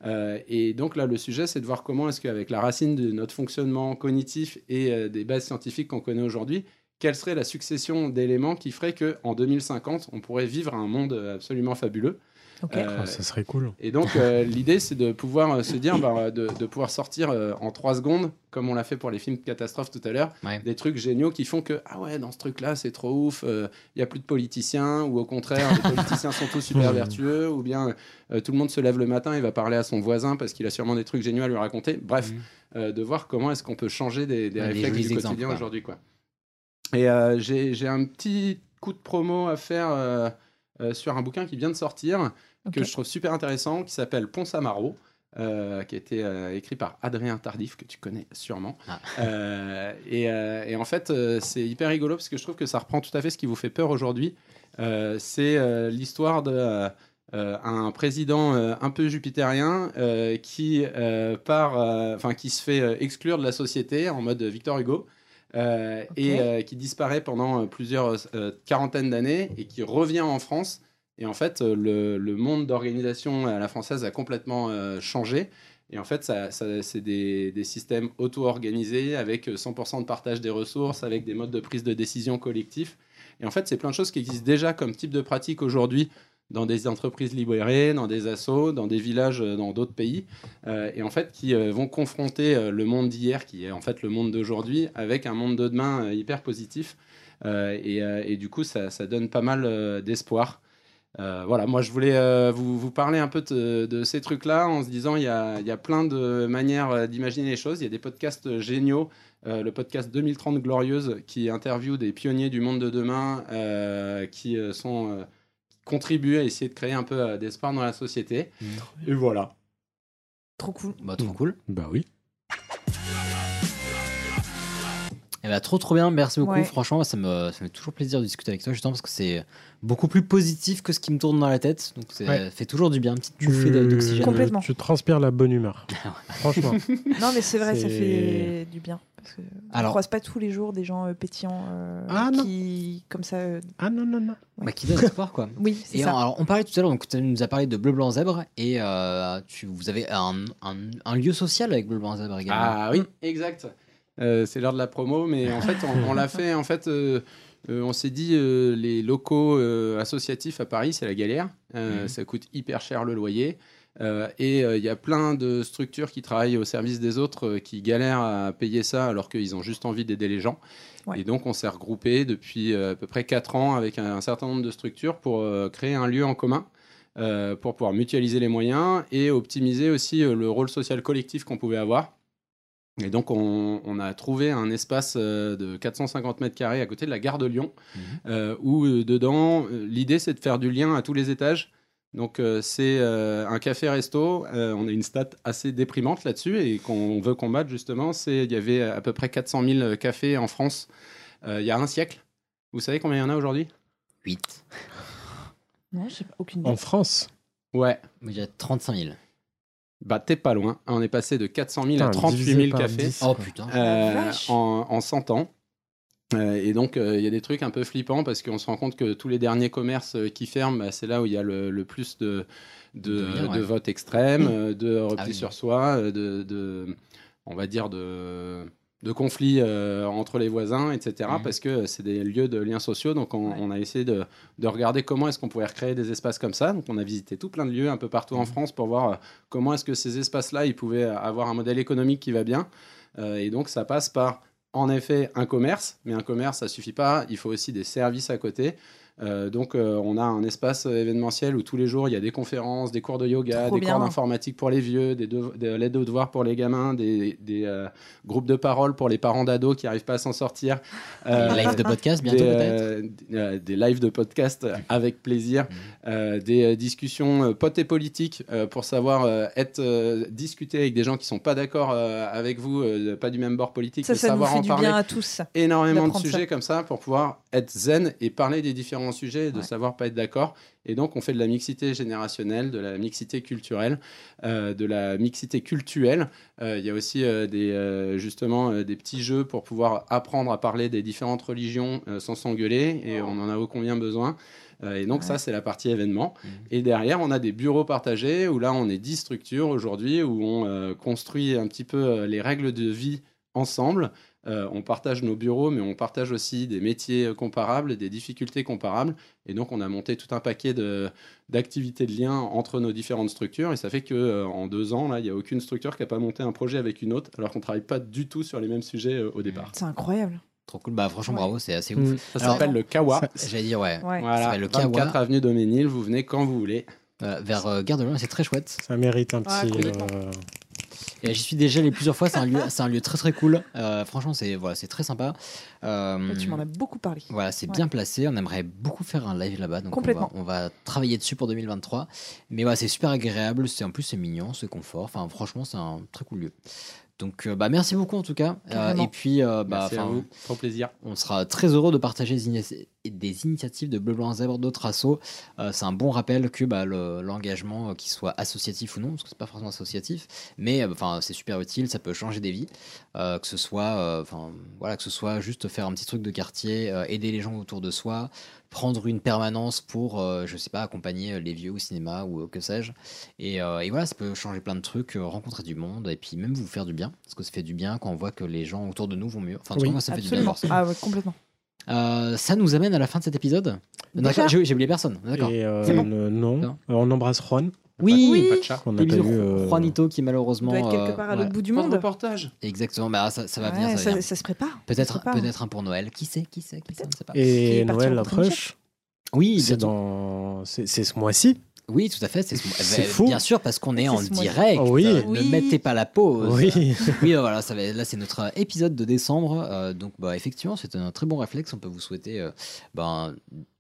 Speaker 9: Euh, et donc là, le sujet, c'est de voir comment est-ce qu'avec la racine de notre fonctionnement cognitif et euh, des bases scientifiques qu'on connaît aujourd'hui, quelle serait la succession d'éléments qui ferait que en 2050, on pourrait vivre un monde euh, absolument fabuleux.
Speaker 8: Ok.
Speaker 9: Euh,
Speaker 8: Oh, ça serait cool.
Speaker 9: Et donc euh, l'idée, c'est de pouvoir euh, se dire, bah, de, de pouvoir sortir euh, en trois secondes, comme on l'a fait pour les films de catastrophe tout à l'heure, des trucs géniaux qui font que ah ouais, dans ce truc-là, c'est trop ouf, euh, il n'y a plus de politiciens, ou au contraire, les politiciens sont tous super vertueux, ou bien euh, tout le monde se lève le matin et va parler à son voisin parce qu'il a sûrement des trucs géniaux à lui raconter. Bref, euh, de voir comment est-ce qu'on peut changer des, des
Speaker 17: Ouais, des
Speaker 9: réflexes
Speaker 17: jolis
Speaker 9: du
Speaker 17: exemples,
Speaker 9: quotidien
Speaker 17: quoi.
Speaker 9: aujourd'hui, quoi. Et euh, j'ai j'ai un petit coup de promo à faire euh, euh, sur un bouquin qui vient de sortir, que je trouve super intéressant, qui s'appelle Ponce Amaro. euh, qui a été euh, écrit par Adrien Tardif, que tu connais sûrement.
Speaker 17: Ah.
Speaker 9: Euh, et, euh, et en fait, euh, c'est hyper rigolo parce que je trouve que ça reprend tout à fait ce qui vous fait peur aujourd'hui. Euh, c'est euh, l'histoire de euh, euh, un président euh, un peu jupitérien euh, qui, euh, part, euh, enfin, qui se fait euh, exclure de la société en mode Victor Hugo. euh, et euh, qui disparaît pendant euh, plusieurs euh, quarantaines d'années et qui revient en France. Et en fait, euh, le, le monde d'organisation à la française a complètement euh, changé. Et en fait, ça, ça- c'est des, des systèmes auto-organisés avec euh, 100% de partage des ressources, avec des modes de prise de décision collectifs. Et en fait, c'est plein de choses qui existent déjà comme type de pratique aujourd'hui dans des entreprises libérées, dans des assos, dans des villages, euh, dans d'autres pays, euh, et en fait qui euh, vont confronter euh, le monde d'hier, qui est en fait le monde d'aujourd'hui, avec un monde de demain euh, hyper positif. Euh, et, euh, et du coup, ça, ça donne pas mal euh, d'espoir. Euh, voilà, moi je voulais euh, vous, vous parler un peu de, de ces trucs-là en se disant il y a, il y a plein de manières euh, d'imaginer les choses. Il y a des podcasts euh, géniaux, euh, le podcast 2030 Glorieuse qui interviewe des pionniers du monde de demain euh, qui euh, sont euh, qui contribuent à essayer de créer un peu euh, d'espoir dans la société. Et voilà.
Speaker 7: Trop cool.
Speaker 1: Bah, trop cool.
Speaker 8: Bah oui.
Speaker 1: Eh ben, trop trop bien, merci beaucoup.
Speaker 7: Ouais.
Speaker 1: Franchement, ça me, ça me fait toujours plaisir de discuter avec toi, justement, parce que c'est beaucoup plus positif que ce qui me tourne dans la tête. Donc, ça
Speaker 8: Ouais.
Speaker 1: fait toujours du bien, une petite bouffée de- d'oxygène.
Speaker 7: Complètement.
Speaker 8: Tu transpires la
Speaker 1: <laughs>
Speaker 8: bonne humeur.
Speaker 1: Ah
Speaker 8: Franchement.
Speaker 7: Non, mais c'est vrai, ça
Speaker 8: C'est-
Speaker 7: fait du bien. Parce que
Speaker 1: Alors- Ah,
Speaker 7: On croise pas tous les jours des gens euh, pétillants euh, qui, comme ça. euh,
Speaker 8: Ah non, non, non.
Speaker 1: Bah, qui donne espoir, quoi.
Speaker 7: Oui, <laughs> c'est
Speaker 1: Et
Speaker 7: ça.
Speaker 1: alors, on parlait tout à l'heure, donc tu nous as parlé de Bleu Blanc Zèbre, et euh, tu, vous avez un, un- un lieu social avec Bleu Blanc Zèbre également.
Speaker 9: Ah oui, exact. Euh, c'est l'heure de la promo, mais en fait, on, on l'a fait. En fait, euh, euh, on s'est dit euh, les locaux euh, associatifs à Paris, c'est la galère. Euh,
Speaker 12: Mhm.
Speaker 9: Ça coûte hyper cher le loyer. Euh, et euh, il y a plein de structures qui travaillent au service des autres euh, qui galèrent à payer ça alors qu'ils ont juste envie d'aider les gens.
Speaker 7: Ouais.
Speaker 9: Et donc, on s'est regroupé depuis euh, à peu près 4 ans avec un, un certain nombre de structures pour euh, créer un lieu en commun euh, pour pouvoir mutualiser les moyens et optimiser aussi euh, le rôle social collectif qu'on pouvait avoir. Et donc, on, on a trouvé un espace euh, de 450 mètres carrés à côté de la gare de Lyon,
Speaker 1: Mhm.
Speaker 9: euh, où euh, dedans, euh, l'idée c'est de faire du lien à tous les étages. Donc, euh, c'est euh, un café-resto. Euh, on a une stat assez déprimante là-dessus et qu'on veut combattre justement. C'est il y avait euh, à peu près 400 000 cafés en France euh, il y a un siècle. Vous savez combien il y en a aujourd'hui
Speaker 1: 8.
Speaker 7: Non, je sais pas, aucune idée.
Speaker 1: <laughs>
Speaker 8: En France
Speaker 9: Ouais.
Speaker 1: Mais il y a 35 000.
Speaker 9: Bah, t'es pas loin. On est passé de 400 000
Speaker 1: Putain,
Speaker 9: à 38
Speaker 1: divisé
Speaker 9: 000
Speaker 1: par
Speaker 9: cafés
Speaker 1: 10, Oh, quoi. putain.
Speaker 9: euh,
Speaker 1: La vache.
Speaker 9: en, en 100 ans. Euh, et donc, euh, il y a des trucs un peu flippants parce qu'on se rend compte que tous les derniers commerces euh, qui ferment, bah, c'est là où il y a le, le plus de, de,
Speaker 1: De liens, ouais.
Speaker 9: de
Speaker 1: <coughs>
Speaker 9: votes extrêmes, euh, de repli
Speaker 1: Ah oui.
Speaker 9: sur soi, euh, de, de- on va dire, de, de conflits euh, entre les voisins, etc.
Speaker 1: Mhm.
Speaker 9: Parce que euh, c'est des lieux de liens sociaux. Donc, on, on a essayé de, de regarder comment est-ce qu'on pouvait recréer des espaces comme ça. Donc, on a visité tout plein de lieux un peu partout
Speaker 1: Mhm.
Speaker 9: en France pour voir euh, comment est-ce que ces espaces-là, ils pouvaient avoir un modèle économique qui va bien. Euh, et donc, ça passe par, en effet, un commerce, mais un commerce, ça suffit pas. Il faut aussi des services à côté. Euh, donc, euh, on a un espace euh, événementiel où tous les jours, il y a des conférences, des cours de yoga,
Speaker 7: Trop
Speaker 9: des
Speaker 7: bien.
Speaker 9: cours d'informatique pour les vieux, des, dev- des l'aide aux devoirs pour les gamins, des, des, euh, groupes de parole pour les parents d'ados qui n'arrivent pas à s'en sortir.
Speaker 1: Des lives de podcast bientôt,
Speaker 9: des, euh, d- euh, des lives de podcast euh, avec
Speaker 1: Mm.
Speaker 9: plaisir, euh, des euh, discussions euh, potes et politiques euh, pour savoir euh, être euh, discuter avec des gens qui sont pas d'accord euh, avec vous, euh, pas du même bord politique,
Speaker 7: Ça,
Speaker 9: mais
Speaker 7: ça nous
Speaker 9: savoir
Speaker 7: fait
Speaker 9: en
Speaker 7: du
Speaker 9: parler.
Speaker 7: bien à tous. ça,
Speaker 9: énormément de
Speaker 7: d'apprendre ça.
Speaker 9: sujets comme ça pour pouvoir être zen et parler des différents sujets et de savoir pas être d'accord. Et donc, on fait de la mixité générationnelle, de la mixité culturelle, euh, de la mixité cultuelle. Euh, Il y a aussi euh, des, euh, justement euh, des petits jeux pour pouvoir apprendre à parler des différentes religions euh, sans s'engueuler
Speaker 7: Oh.
Speaker 9: et on en a ô combien besoin. Euh, et donc, ça, c'est la partie événement. Et derrière, on a des bureaux partagés où là, on est 10 structures aujourd'hui où on euh, construit un petit peu euh, les règles de vie ensemble. Euh, on partage nos bureaux, mais on partage aussi des métiers euh, comparables, des difficultés comparables. Et donc, on a monté tout un paquet de- d'activités de, lien entre nos différentes structures. Et ça fait que euh, en deux ans, là, il n'y a aucune structure qui n'a pas monté un projet avec une autre, alors qu'on ne travaille pas du tout sur les mêmes sujets euh, au départ.
Speaker 7: C'est incroyable.
Speaker 1: Trop cool. Bah, franchement, bravo, c'est assez
Speaker 9: Mm.
Speaker 1: ouf.
Speaker 9: Ça s'appelle le Kawa.
Speaker 1: ça- J'allais dire, ouais.
Speaker 7: Ouais.
Speaker 1: Ça
Speaker 9: Voilà,
Speaker 1: s'appelle le
Speaker 9: 24
Speaker 1: Kawa.
Speaker 9: avenue Doménil, vous venez quand vous voulez.
Speaker 1: euh, vers euh, Gare de Lyon, et c'est très chouette.
Speaker 8: Ça mérite un
Speaker 1: Ouais,
Speaker 8: petit.
Speaker 1: complètement.
Speaker 8: euh,
Speaker 1: Et j'y suis déjà allé plusieurs fois, c'est un lieu, c'est un lieu très très cool. Euh, franchement, c'est voilà, c'est très sympa. Euh,
Speaker 7: Là, tu m'en as beaucoup parlé.
Speaker 1: Voilà, c'est
Speaker 7: Ouais.
Speaker 1: bien placé. On aimerait beaucoup faire un live là-bas. Donc on va,
Speaker 7: Complètement.
Speaker 1: on va travailler dessus pour 2023. Mais voilà, c'est super agréable. C'est en plus c'est mignon, c'est confort. Enfin, franchement, c'est un très cool lieu. Donc euh, bah merci beaucoup en tout cas. Euh,
Speaker 9: Carrément.
Speaker 1: et puis euh, bah
Speaker 9: Merci à
Speaker 1: enfin,
Speaker 9: vous, trop plaisir.
Speaker 1: on sera très heureux de partager les, ini- et des initiatives de Bleu Blanc Zèbre, d'autres assos. Euh, c'est un bon rappel que bah, le- l'engagement, euh, qu'il soit associatif ou non, parce que c'est pas forcément associatif, mais euh, enfin c'est super utile, ça peut changer des vies, euh, que ce soit euh, enfin voilà que ce soit juste faire un petit truc de quartier, euh, aider les gens autour de soi, prendre une permanence pour euh, je sais pas accompagner les vieux au cinéma ou euh, que sais-je. Et, euh, et voilà, ça peut changer plein de trucs, euh, rencontrer du monde et puis même vous faire du bien, parce que ça fait du bien quand on voit que les gens autour de nous vont mieux. Enfin, en tout cas, moi, ça fait du bien de
Speaker 7: absolument.
Speaker 1: voir ça.
Speaker 7: Ah ouais, complètement.
Speaker 1: Euh, ça nous amène à la fin de cet épisode. Non, D'accord, j'ai j'ai oublié personne. D'accord.
Speaker 8: Et euh,
Speaker 1: C'est bon.
Speaker 8: le- non, Euh, on embrasse Juan.
Speaker 1: Oui,
Speaker 7: Oui.
Speaker 1: oui.
Speaker 7: pas
Speaker 8: de chat. On a
Speaker 1: Bisous,
Speaker 8: pas eu, euh,
Speaker 1: Juanito qui malheureusement
Speaker 7: Doit être quelque
Speaker 1: euh,
Speaker 7: part à
Speaker 1: ouais.
Speaker 7: l'autre bout du monde.
Speaker 9: reportage.
Speaker 1: Exactement, bah, ça, ça va venir. Ça
Speaker 7: Ouais,
Speaker 1: va
Speaker 7: ça,
Speaker 1: venir.
Speaker 7: ça se prépare. ça se
Speaker 1: Peut-être
Speaker 7: prépare.
Speaker 1: peut-être un pour Noël. Qui sait Qui sait Qui sait On ne sait pas.
Speaker 8: Et
Speaker 7: parti
Speaker 8: Noël
Speaker 7: en train de
Speaker 8: approche.
Speaker 1: Oui,
Speaker 8: c'est
Speaker 1: bientôt.
Speaker 8: dans, c'est c'est ce mois-ci.
Speaker 1: Oui, tout à fait. C'est ce-
Speaker 8: C'est
Speaker 1: bah,
Speaker 8: fou.
Speaker 1: Bien sûr, parce qu'on est,
Speaker 8: C'est
Speaker 1: en
Speaker 8: ce mois-ci.
Speaker 1: direct.
Speaker 8: Oui.
Speaker 1: Euh,
Speaker 8: Oui.
Speaker 1: Ne mettez pas la pause.
Speaker 8: Oui.
Speaker 1: Oui, euh, voilà, ça va- là c'est notre épisode de décembre. euh, donc bah, effectivement, c'est un très bon réflexe. On peut vous souhaiter euh, ben,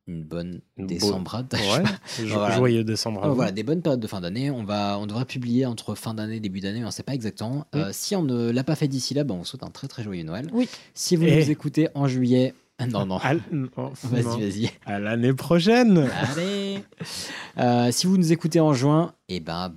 Speaker 1: une bonne
Speaker 8: Une
Speaker 1: décembrade.
Speaker 8: bonne-
Speaker 1: je sais
Speaker 8: <laughs> Ouais.
Speaker 1: pas.
Speaker 8: Jo- joyeux décembre à
Speaker 1: Donc,
Speaker 8: vous.
Speaker 1: Euh, voilà, des bonnes périodes de fin d'année. On, va, on devrait publier entre fin d'année début d'année, mais on ne sait pas exactement. Euh,
Speaker 8: Mm.
Speaker 1: si on ne l'a pas fait d'ici là, ben, on vous souhaite un très très joyeux Noël.
Speaker 7: Oui.
Speaker 1: Si vous
Speaker 8: Et-
Speaker 1: nous écoutez en juillet... <laughs> Non,
Speaker 8: <laughs>
Speaker 1: non.
Speaker 8: À l- non,
Speaker 1: Vas-y,
Speaker 8: non.
Speaker 1: vas-y.
Speaker 8: À l'année prochaine.
Speaker 1: Allez <laughs> Euh, Si vous nous écoutez en juin, et ben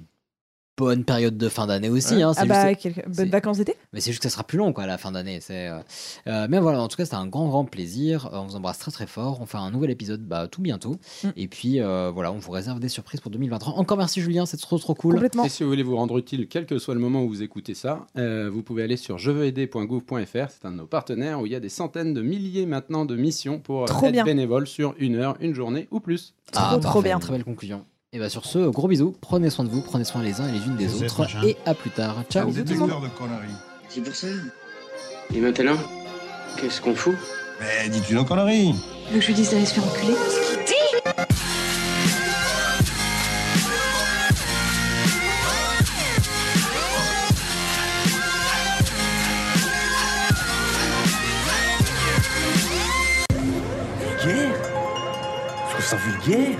Speaker 1: bonne période de fin d'année aussi. hein, c'est
Speaker 7: ah bah,
Speaker 1: juste-
Speaker 7: quelques-
Speaker 1: c'est-
Speaker 7: bonnes vacances d'été.
Speaker 1: mais c'est juste que ça sera plus long quoi, à la fin d'année. C'est, euh, euh, mais voilà, en tout cas, c'était un grand, grand plaisir. Euh, on vous embrasse très, très fort. On fait un nouvel épisode bah, tout bientôt. Et puis, euh, voilà, on vous réserve des surprises pour 2023. Encore merci, Julien, c'est trop, trop cool.
Speaker 9: Et si vous voulez vous rendre utile, quel que soit le moment où vous écoutez ça, euh, vous pouvez aller sur jeveuxaider.gouv.fr. C'est un de nos partenaires où il y a des centaines de milliers maintenant de missions pour euh,
Speaker 7: Trop
Speaker 9: être
Speaker 7: bien.
Speaker 9: bénévole sur une heure, une journée ou plus.
Speaker 1: Ah,
Speaker 7: Trop, trop
Speaker 1: parfait,
Speaker 7: bien.
Speaker 1: Très belle conclusion. Et bah, sur ce, gros bisous. Prenez soin de vous, prenez soin les uns et les unes des
Speaker 3: Bisous,
Speaker 1: autres.
Speaker 3: machin.
Speaker 1: Et à plus tard. Ciao.
Speaker 3: C'est un détecteur de conneries.
Speaker 15: C'est pour ça.
Speaker 4: Et maintenant, qu'est-ce qu'on fout
Speaker 3: Mais dis-tu nos conneries
Speaker 5: Le je lui dis d'aller se faire enculer.
Speaker 15: Vulgaire Je trouve ça vulgaire